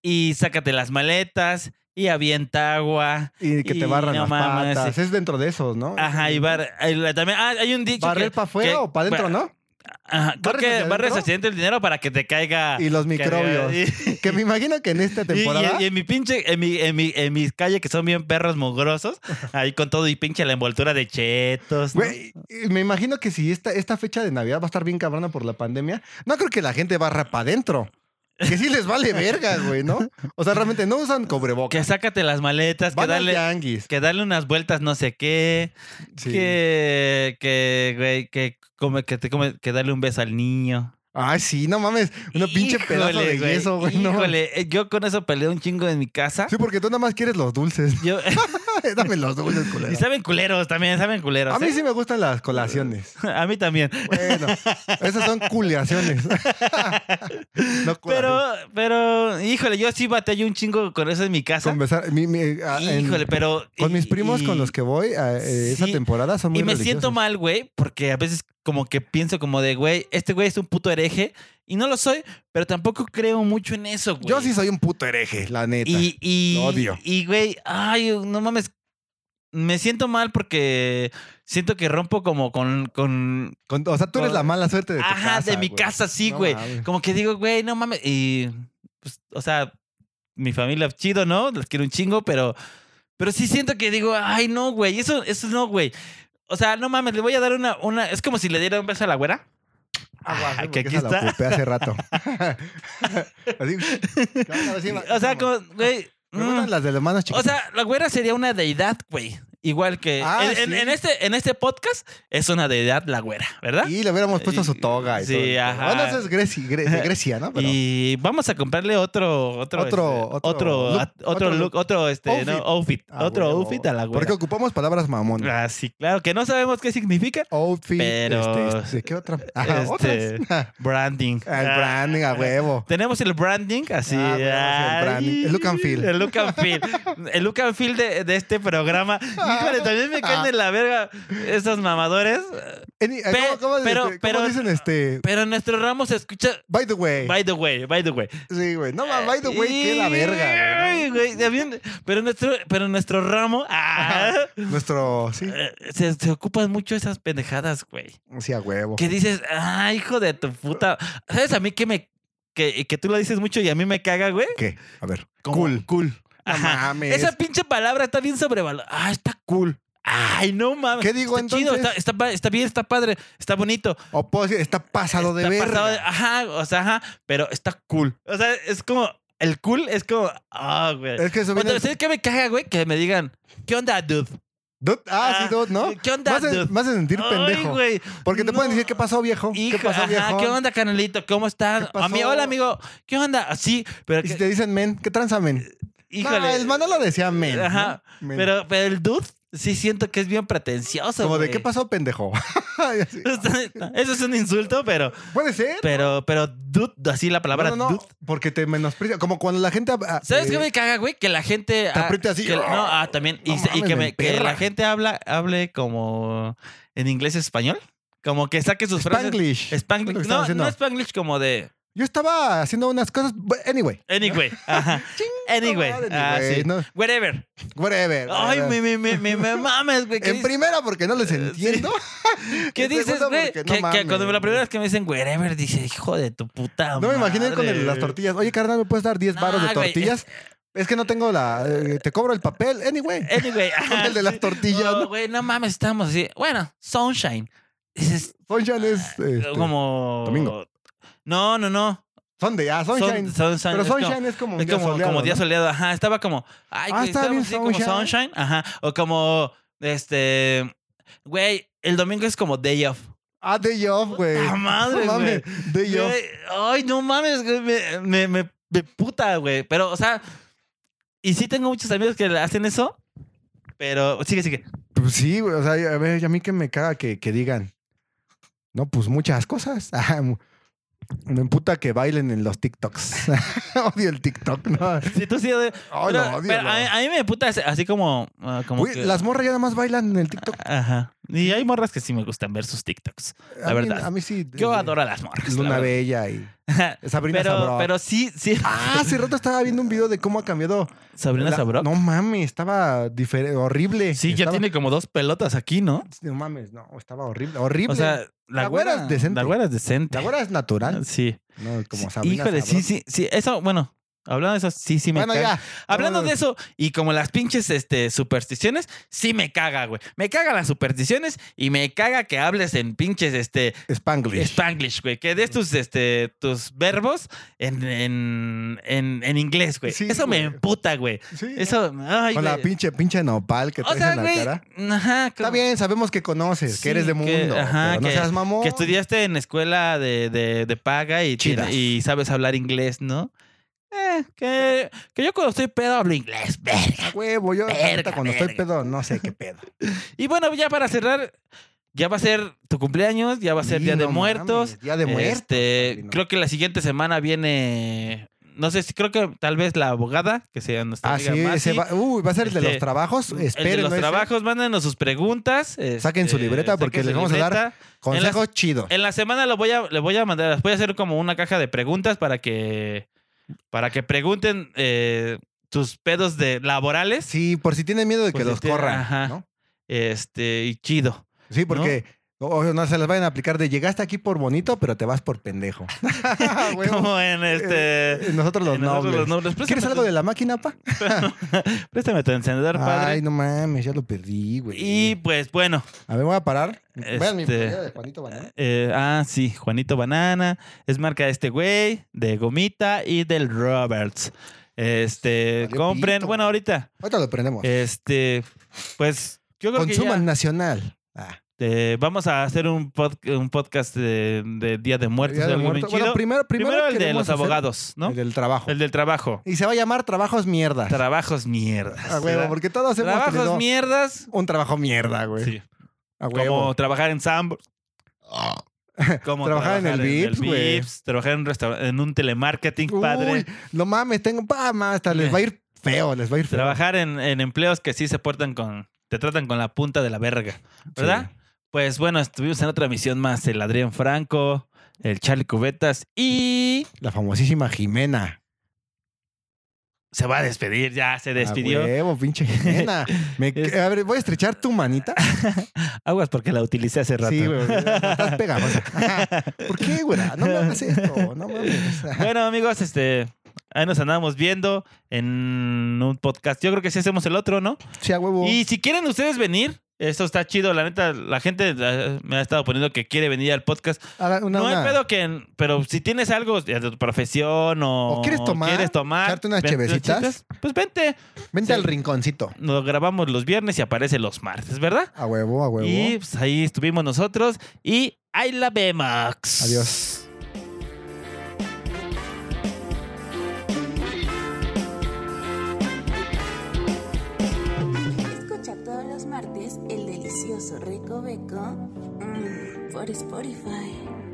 Speaker 2: Y sácate las maletas y avienta agua.
Speaker 3: Y que te
Speaker 2: Y
Speaker 3: barran
Speaker 2: no
Speaker 3: las
Speaker 2: mames,
Speaker 3: patas. Es dentro de esos, ¿no?
Speaker 2: Ajá, y bar, hay la- también ah, hay un dicho
Speaker 3: ¿Barrer
Speaker 2: que-
Speaker 3: para afuera
Speaker 2: que-
Speaker 3: o para adentro,
Speaker 2: ba-
Speaker 3: no?
Speaker 2: Ajá, creo
Speaker 3: ¿Barres
Speaker 2: que
Speaker 3: hacia
Speaker 2: barres
Speaker 3: adentro?
Speaker 2: accidente el dinero para que te caiga
Speaker 3: Y los microbios.
Speaker 2: que- y-
Speaker 3: Que me imagino que en
Speaker 2: *laughs*
Speaker 3: esta
Speaker 2: y- y-
Speaker 3: temporada.
Speaker 2: y en mi pinche, en mi, en mi, en mis calles que son bien perros mugrosos, ahí con todo y pinche la envoltura de chetos. ¿no?
Speaker 3: Güey, y me imagino que si esta, esta fecha de Navidad va a estar bien cabrona por la pandemia, no creo que la gente barra para adentro. Que sí les vale verga, güey, ¿no? O sea, realmente no usan cobrebocas.
Speaker 2: Que sácate las maletas, que
Speaker 3: Van al
Speaker 2: dale,
Speaker 3: tianguis.
Speaker 2: que darle unas vueltas no sé qué,
Speaker 3: Sí.
Speaker 2: que, que, güey, que, come, que, te come, que darle un beso al niño.
Speaker 3: Ay, sí, no mames. Una pinche pedazo de yeso, güey. no.
Speaker 2: Híjole, eh, yo con eso peleé un chingo en mi casa.
Speaker 3: Sí, porque tú nada más quieres los dulces.
Speaker 2: Yo- *laughs*
Speaker 3: *laughs* Dame los dulces,
Speaker 2: y
Speaker 3: culero.
Speaker 2: saben culeros también, saben culeros.
Speaker 3: A mí
Speaker 2: ¿eh?
Speaker 3: sí me gustan las colaciones.
Speaker 2: *laughs* A mí también.
Speaker 3: Bueno, esas son culeaciones. *laughs* no
Speaker 2: Pero,
Speaker 3: colaciones.
Speaker 2: pero, híjole, yo sí batallé un chingo con eso en mi casa.
Speaker 3: Con besar- mi- mi- a- Ah, en-
Speaker 2: híjole, pero.
Speaker 3: Con mis
Speaker 2: y-
Speaker 3: primos
Speaker 2: y-
Speaker 3: con los que voy a, eh, esa
Speaker 2: Sí.
Speaker 3: temporada son muy
Speaker 2: Y me
Speaker 3: religiosos.
Speaker 2: siento mal, güey, porque a veces como que pienso como de, güey, este güey es un puto hereje. Y no lo soy, pero tampoco creo mucho en eso, güey.
Speaker 3: Yo sí soy un puto hereje, la neta.
Speaker 2: Y, y,
Speaker 3: Lo odio.
Speaker 2: Y, güey, ay, no mames. Me siento mal porque siento que rompo como con. con
Speaker 3: Con- o sea, tú eres
Speaker 2: Con-
Speaker 3: la mala suerte de tu
Speaker 2: ajá,
Speaker 3: casa,
Speaker 2: de mi
Speaker 3: güey.
Speaker 2: casa, sí,
Speaker 3: No
Speaker 2: güey.
Speaker 3: mames.
Speaker 2: como que digo, güey, no mames. Y, pues, o sea, mi familia, chido, ¿no? Las quiero un chingo, pero. Pero sí siento que digo, ay, no, güey. Eso, eso no, güey. O sea, no mames, le voy a dar una, una. Es como si le diera un beso a la güera. Ah,
Speaker 3: Ah, güey,
Speaker 2: que
Speaker 3: porque
Speaker 2: aquí
Speaker 3: esa
Speaker 2: está.
Speaker 3: La ocupé
Speaker 2: *laughs*
Speaker 3: hace rato. Así, claro, sí,
Speaker 2: o sea,
Speaker 3: vamos.
Speaker 2: como, güey.
Speaker 3: Me
Speaker 2: mm.
Speaker 3: gustan las de las manos
Speaker 2: O
Speaker 3: chiquitas.
Speaker 2: sea, la güera sería una deidad, güey. Igual que
Speaker 3: Ah,
Speaker 2: en, en-
Speaker 3: sí.
Speaker 2: en este, en este podcast es una deidad la güera, ¿verdad? Y,
Speaker 3: y le hubiéramos puesto su
Speaker 2: y-
Speaker 3: toga. Y
Speaker 2: sí,
Speaker 3: todo el pedo.
Speaker 2: ajá.
Speaker 3: Bueno, eso es Grecia,
Speaker 2: *laughs*
Speaker 3: Gre- de Grecia, ¿no? Pero
Speaker 2: vamos a comprarle otro, otro,
Speaker 3: Otro-
Speaker 2: este,
Speaker 3: otro
Speaker 2: otro,
Speaker 3: look,
Speaker 2: a- otro
Speaker 3: otro
Speaker 2: look,
Speaker 3: look.
Speaker 2: otro, este,
Speaker 3: Outfit.
Speaker 2: no, outfit,
Speaker 3: Ah,
Speaker 2: otro
Speaker 3: huevo.
Speaker 2: outfit a la güera.
Speaker 3: Porque ocupamos palabras mamón.
Speaker 2: Ah, sí, claro, que no sabemos qué significa.
Speaker 3: Outfit,
Speaker 2: Pero-
Speaker 3: este, este, ¿qué otra? Ajá,
Speaker 2: Este,
Speaker 3: otras. *laughs*
Speaker 2: Branding.
Speaker 3: El
Speaker 2: Ah,
Speaker 3: branding a huevo.
Speaker 2: Tenemos el branding, así.
Speaker 3: Ah, tenemos el branding. El look and feel.
Speaker 2: El look and feel. El look and feel de, de este programa. Híjole, también me caen en la verga esos mamadores.
Speaker 3: Any-
Speaker 2: Pe-
Speaker 3: ¿Cómo, cómo-
Speaker 2: pero-
Speaker 3: este, cómo
Speaker 2: pero-
Speaker 3: dicen este?
Speaker 2: Pero nuestro ramo se escucha.
Speaker 3: By the way.
Speaker 2: By the way, by the way.
Speaker 3: Sí, güey. No, by the way, qué la
Speaker 2: Y-
Speaker 3: verga. güey.
Speaker 2: Ay, güey, también- pero, nuestro, pero nuestro ramo. ah,
Speaker 3: Nuestro, sí,
Speaker 2: eh, se, se ocupan mucho esas pendejadas, güey.
Speaker 3: sí, a huevo.
Speaker 2: Que dices, ah, hijo de tu puta. ¿Sabes a mí que me. Que, que tú lo dices mucho y a mí me caga, güey?
Speaker 3: ¿Qué? A ver.
Speaker 2: Como-
Speaker 3: Cool. Cool. No
Speaker 2: Ajá.
Speaker 3: mames.
Speaker 2: Esa pinche palabra está bien sobrevalorada. Ah, está cool. Ay, no mames.
Speaker 3: ¿Qué digo
Speaker 2: está
Speaker 3: entonces?
Speaker 2: chido, está, está, pa- está bien, está padre, está bonito.
Speaker 3: O puedo decir, está pasado de
Speaker 2: está
Speaker 3: verga.
Speaker 2: pasado de- ajá, o sea, ajá, pero está cool. O sea, es como. El cool es como. Ah, güey.
Speaker 3: Es que eso viene...
Speaker 2: Cuando ¿sabes qué me caga, güey? Que me digan, ¿qué onda, dude?
Speaker 3: Dude, ah, sí, dude, ¿no?
Speaker 2: ¿Qué onda,
Speaker 3: Más
Speaker 2: dude?
Speaker 3: a sentir
Speaker 2: Ay,
Speaker 3: pendejo.
Speaker 2: güey,
Speaker 3: Porque te
Speaker 2: no.
Speaker 3: pueden decir, ¿qué pasó, viejo?
Speaker 2: Hijo,
Speaker 3: ¿Qué pasó,
Speaker 2: ajá,
Speaker 3: viejo?
Speaker 2: ¿Qué onda, canalito? ¿Cómo estás?
Speaker 3: ¿Qué pasó?
Speaker 2: Ami- hola, amigo. ¿Qué onda? Así, pero...
Speaker 3: Y si
Speaker 2: que-
Speaker 3: te dicen men, ¿qué tranza men?
Speaker 2: híjole.
Speaker 3: No, el Manolo decía men. ¿no?
Speaker 2: Ajá,
Speaker 3: Men.
Speaker 2: pero, pero el dude sí siento que es bien pretencioso,
Speaker 3: Como de,
Speaker 2: güey.
Speaker 3: ¿qué pasó, pendejo? *laughs* Y así,
Speaker 2: *laughs* Eso es un insulto, pero...
Speaker 3: Puede ser.
Speaker 2: Pero, pero dude, así la palabra
Speaker 3: no, no, no,
Speaker 2: dude.
Speaker 3: porque te menosprecia. Como cuando la gente... ah,
Speaker 2: ¿Sabes
Speaker 3: eh,
Speaker 2: qué me caga, güey? Que la gente... ah,
Speaker 3: aprieta así.
Speaker 2: que- no, ah, también. Y,
Speaker 3: No
Speaker 2: se- y
Speaker 3: mames,
Speaker 2: que,
Speaker 3: me
Speaker 2: me- que
Speaker 3: emperra.
Speaker 2: la gente habla, hable como en inglés español. Como que saque sus frases.
Speaker 3: Spanglish. Es lo que
Speaker 2: Spanglish.
Speaker 3: estaba
Speaker 2: No,
Speaker 3: haciendo.
Speaker 2: no Spanglish como de...
Speaker 3: Yo estaba haciendo unas cosas... but Anyway.
Speaker 2: Anyway. Ajá. Anyway.
Speaker 3: Madre,
Speaker 2: Ah,
Speaker 3: anyway,
Speaker 2: sí.
Speaker 3: no.
Speaker 2: Whatever.
Speaker 3: Whatever.
Speaker 2: Ay,
Speaker 3: whatever.
Speaker 2: me, me, me, me, me mames, güey. ¿Qué,
Speaker 3: En
Speaker 2: dices-
Speaker 3: primera porque no les entiendo.
Speaker 2: *laughs* qué
Speaker 3: en
Speaker 2: dices,
Speaker 3: segunda,
Speaker 2: güey?
Speaker 3: porque no
Speaker 2: que, que cuando
Speaker 3: mames.
Speaker 2: la primera vez que me dicen wherever, dice, hijo de tu puta
Speaker 3: No me imaginé con el-
Speaker 2: madre".
Speaker 3: las tortillas. Oye, carnal, ¿me puedes dar 10
Speaker 2: No,
Speaker 3: baros de
Speaker 2: güey,
Speaker 3: tortillas? Es que no tengo la... eh, te cobro el papel. Anyway.
Speaker 2: Anyway.
Speaker 3: *laughs* Con
Speaker 2: ajá,
Speaker 3: el de las
Speaker 2: sí.
Speaker 3: tortillas.
Speaker 2: Oh,
Speaker 3: ¿no?
Speaker 2: Güey, no mames, estamos así. Bueno, Sunshine. Dices,
Speaker 3: Sunshine es... este,
Speaker 2: ah, como...
Speaker 3: domingo.
Speaker 2: No, no, no.
Speaker 3: Sunday, ah,
Speaker 2: Sun-
Speaker 3: Sunshine.
Speaker 2: sunshine,
Speaker 3: Pero
Speaker 2: es como-
Speaker 3: Sunshine es como un
Speaker 2: Es
Speaker 3: día
Speaker 2: como,
Speaker 3: soleado,
Speaker 2: como día
Speaker 3: ¿no?
Speaker 2: soleado, ajá. Estaba como, ay,
Speaker 3: Ah,
Speaker 2: güey,
Speaker 3: está
Speaker 2: estaba
Speaker 3: bien
Speaker 2: así como
Speaker 3: sunshine.
Speaker 2: sunshine, ajá. O como, este, güey, el domingo es como day off.
Speaker 3: Ah, day off, güey.
Speaker 2: Puta madre,
Speaker 3: No mames, Day off.
Speaker 2: Güey, Ay, no mames, güey, me, me, me, me puta, güey. Pero, o sea, y sí tengo muchos amigos que le hacen eso, pero sigue, sigue.
Speaker 3: Pues sí, güey. O sea, a ver, y a mí que me caga que, que digan. No, pues muchas cosas. *laughs* Ah, mu- Me emputa que bailen en los TikToks. *laughs* Odio el TikTok, ¿no?
Speaker 2: Si tú sí, de-
Speaker 3: Oh,
Speaker 2: pero-
Speaker 3: lo odio.
Speaker 2: pero
Speaker 3: lo-
Speaker 2: a, mí- a mí me puta ese- así como, ah, como
Speaker 3: Güey,
Speaker 2: que- Ah,
Speaker 3: Las morras ya nada más bailan en el TikTok.
Speaker 2: Ajá. Y hay morras que sí me gustan ver sus TikToks.
Speaker 3: A mí-
Speaker 2: verdad.
Speaker 3: A mí sí.
Speaker 2: Yo
Speaker 3: eh,
Speaker 2: adoro a las morras.
Speaker 3: Luna
Speaker 2: la verdad.
Speaker 3: Bella y Sabrina
Speaker 2: pero,
Speaker 3: Sabrok.
Speaker 2: pero sí, sí.
Speaker 3: Ah, hace rato estaba viendo un video de cómo ha cambiado.
Speaker 2: *laughs* Sabrina
Speaker 3: la-
Speaker 2: Sabrok.
Speaker 3: No mames, estaba diferente, horrible.
Speaker 2: sí, ya
Speaker 3: Estaba-
Speaker 2: tiene como dos pelotas aquí, ¿no?
Speaker 3: No mames, no, estaba horrible. Horrible.
Speaker 2: O sea, la,
Speaker 3: La güera
Speaker 2: güera
Speaker 3: es decente.
Speaker 2: La güera es decente. Ah, *laughs*
Speaker 3: la güera es natural.
Speaker 2: Sí.
Speaker 3: No, como
Speaker 2: Sí,
Speaker 3: Sabrina
Speaker 2: Híjole, sí,
Speaker 3: Sabrok.
Speaker 2: sí, sí. Eso, bueno, Hablando de eso, sí, sí me
Speaker 3: Bueno,
Speaker 2: caga.
Speaker 3: ya. Oh,
Speaker 2: Hablando
Speaker 3: Vámonos.
Speaker 2: de eso, y como las pinches este, supersticiones, sí me caga, güey. Me cagan las supersticiones y me caga que hables en pinches este
Speaker 3: Spanglish.
Speaker 2: Spanglish, güey. Que des tus, este, tus verbos en, en, en, en inglés, güey.
Speaker 3: Sí,
Speaker 2: eso me
Speaker 3: güey.
Speaker 2: emputa, güey.
Speaker 3: Sí.
Speaker 2: Eso, ay,
Speaker 3: Con la
Speaker 2: güey.
Speaker 3: pinche pinche nopal que
Speaker 2: O
Speaker 3: traes
Speaker 2: sea,
Speaker 3: en la
Speaker 2: güey.
Speaker 3: cara.
Speaker 2: Ajá,
Speaker 3: Está
Speaker 2: como-
Speaker 3: bien, sabemos que conoces,
Speaker 2: Sí,
Speaker 3: que eres de
Speaker 2: que-
Speaker 3: mundo.
Speaker 2: ajá,
Speaker 3: pero no
Speaker 2: que-
Speaker 3: seas mamón.
Speaker 2: Que estudiaste en escuela de, de- de paga y, tiene-
Speaker 3: Chidas.
Speaker 2: y sabes hablar inglés, ¿no? Eh, que, que yo cuando estoy pedo hablo inglés, verga.
Speaker 3: A Huevo, yo
Speaker 2: Verga,
Speaker 3: ahorita cuando estoy
Speaker 2: verga.
Speaker 3: pedo, no sé qué pedo.
Speaker 2: Y bueno, ya para cerrar, ya va a ser tu cumpleaños, ya va a ser
Speaker 3: Sí,
Speaker 2: Día de
Speaker 3: no
Speaker 2: Muertos.
Speaker 3: mames, Día de muertos.
Speaker 2: Este,
Speaker 3: padrino.
Speaker 2: creo que la siguiente semana viene. No sé, si creo que tal vez la abogada, que sea nuestra
Speaker 3: Ah,
Speaker 2: amiga
Speaker 3: sí,
Speaker 2: Masi.
Speaker 3: ese va, uy, va a ser el de
Speaker 2: Este,
Speaker 3: los trabajos.
Speaker 2: El de
Speaker 3: Esperen,
Speaker 2: los trabajos, mándenos sus preguntas.
Speaker 3: Saquen su libreta porque
Speaker 2: saquen
Speaker 3: les
Speaker 2: su
Speaker 3: vamos a dar
Speaker 2: libreta.
Speaker 3: consejos chidos.
Speaker 2: En la semana lo voy a, le voy a mandar, les voy a hacer como una caja de preguntas para que, para que pregunten eh, tus pedos de laborales.
Speaker 3: Sí, por si tienen miedo de
Speaker 2: Por
Speaker 3: que
Speaker 2: si
Speaker 3: los
Speaker 2: tienen-
Speaker 3: corran,
Speaker 2: Pues ajá.
Speaker 3: ¿no?
Speaker 2: Este, y chido.
Speaker 3: Sí, porque o- o no se las vayan a aplicar de llegaste aquí por bonito, pero te vas por
Speaker 2: *laughs*
Speaker 3: pendejo. *laughs* Huevo.
Speaker 2: Como en este.
Speaker 3: Eh, Nosotros los
Speaker 2: en nosotros
Speaker 3: nobles.
Speaker 2: los nobles. Préstame
Speaker 3: ¿Quieres
Speaker 2: tu-
Speaker 3: algo de la máquina, pa?
Speaker 2: Préstame tu encendedor, padre.
Speaker 3: Ay, no mames, ya lo perdí, güey.
Speaker 2: Y pues bueno.
Speaker 3: A ver, voy a parar. Vean mi
Speaker 2: Este-
Speaker 3: playera de Juanito Banana.
Speaker 2: eh, ah, sí, Juanito Banana. Es marca de este güey, de Gomita y del Roberts. Este,
Speaker 3: Valió
Speaker 2: compren.
Speaker 3: pito.
Speaker 2: Bueno, ahorita.
Speaker 3: Ahorita lo prendemos.
Speaker 2: Este, pues yo creo que. ya-
Speaker 3: Consuman nacional. Ah,
Speaker 2: Eh, vamos a hacer un, pod- un podcast de, de Día de Muertos.
Speaker 3: Día de
Speaker 2: algo bien
Speaker 3: Muertos.
Speaker 2: chido.
Speaker 3: Bueno, primero, primero,
Speaker 2: primero, el de
Speaker 3: queremos
Speaker 2: los
Speaker 3: hacer
Speaker 2: abogados, ¿no?
Speaker 3: El
Speaker 2: El,
Speaker 3: del trabajo.
Speaker 2: del trabajo.
Speaker 3: Y se va a llamar Trabajos Mierda.
Speaker 2: Trabajos mierdas.
Speaker 3: a huevo,
Speaker 2: ¿verdad?
Speaker 3: porque todos hemos
Speaker 2: Trabajos
Speaker 3: tenido
Speaker 2: mierdas.
Speaker 3: un trabajo mierda, güey.
Speaker 2: Sí.
Speaker 3: A
Speaker 2: Como
Speaker 3: huevo.
Speaker 2: trabajar en Sambo. Como
Speaker 3: *laughs* Trabajar en el Vips, güey.
Speaker 2: trabajar en un, restaurante- en un telemarketing, padre.
Speaker 3: Uy, no mames, tengo... Pa, ma, hasta les va a ir feo, les va a ir feo.
Speaker 2: Trabajar en, en empleos que sí se portan con. Te tratan con la punta de la verga, ¿verdad? Pues bueno, estuvimos en otra misión más. El Adrián Franco, el Charlie Cubetas y.
Speaker 3: La famosísima Jimena.
Speaker 2: Se va a despedir, ya se
Speaker 3: A
Speaker 2: despidió.
Speaker 3: huevo,
Speaker 2: *laughs*
Speaker 3: pinche Jimena. Me-
Speaker 2: Es-
Speaker 3: A ver, voy a estrechar
Speaker 2: *laughs*
Speaker 3: tu manita.
Speaker 2: Aguas porque la utilicé hace rato.
Speaker 3: Sí, güey. Estás
Speaker 2: *laughs*
Speaker 3: pegajosa. ¿Por qué, güey? No me hagas esto. No mames.
Speaker 2: bueno, amigos, este. Ahí nos andamos viendo en un podcast. Yo creo que sí hacemos el otro, ¿no?
Speaker 3: Sí, a huevo.
Speaker 2: Y si quieren ustedes venir, esto está chido. La neta, la gente eh, me ha estado poniendo que quiere venir al podcast.
Speaker 3: A la- una-
Speaker 2: No,
Speaker 3: una-
Speaker 2: hay pedo que. Pero si tienes algo de tu profesión o.
Speaker 3: ¿O quieres tomar?
Speaker 2: quieres tomar,
Speaker 3: ¿Echarte unas
Speaker 2: ven-
Speaker 3: chevecitas?
Speaker 2: chicas, Pues vente. Sí.
Speaker 3: Vente al rinconcito.
Speaker 2: Nos grabamos los viernes y aparece los martes, ¿verdad?
Speaker 3: A huevo, a huevo.
Speaker 2: Y pues, ahí estuvimos nosotros. Y ahí la vemos.
Speaker 3: Adiós.
Speaker 1: Escucha todos los martes el delicioso Recoveco mm, por Spotify.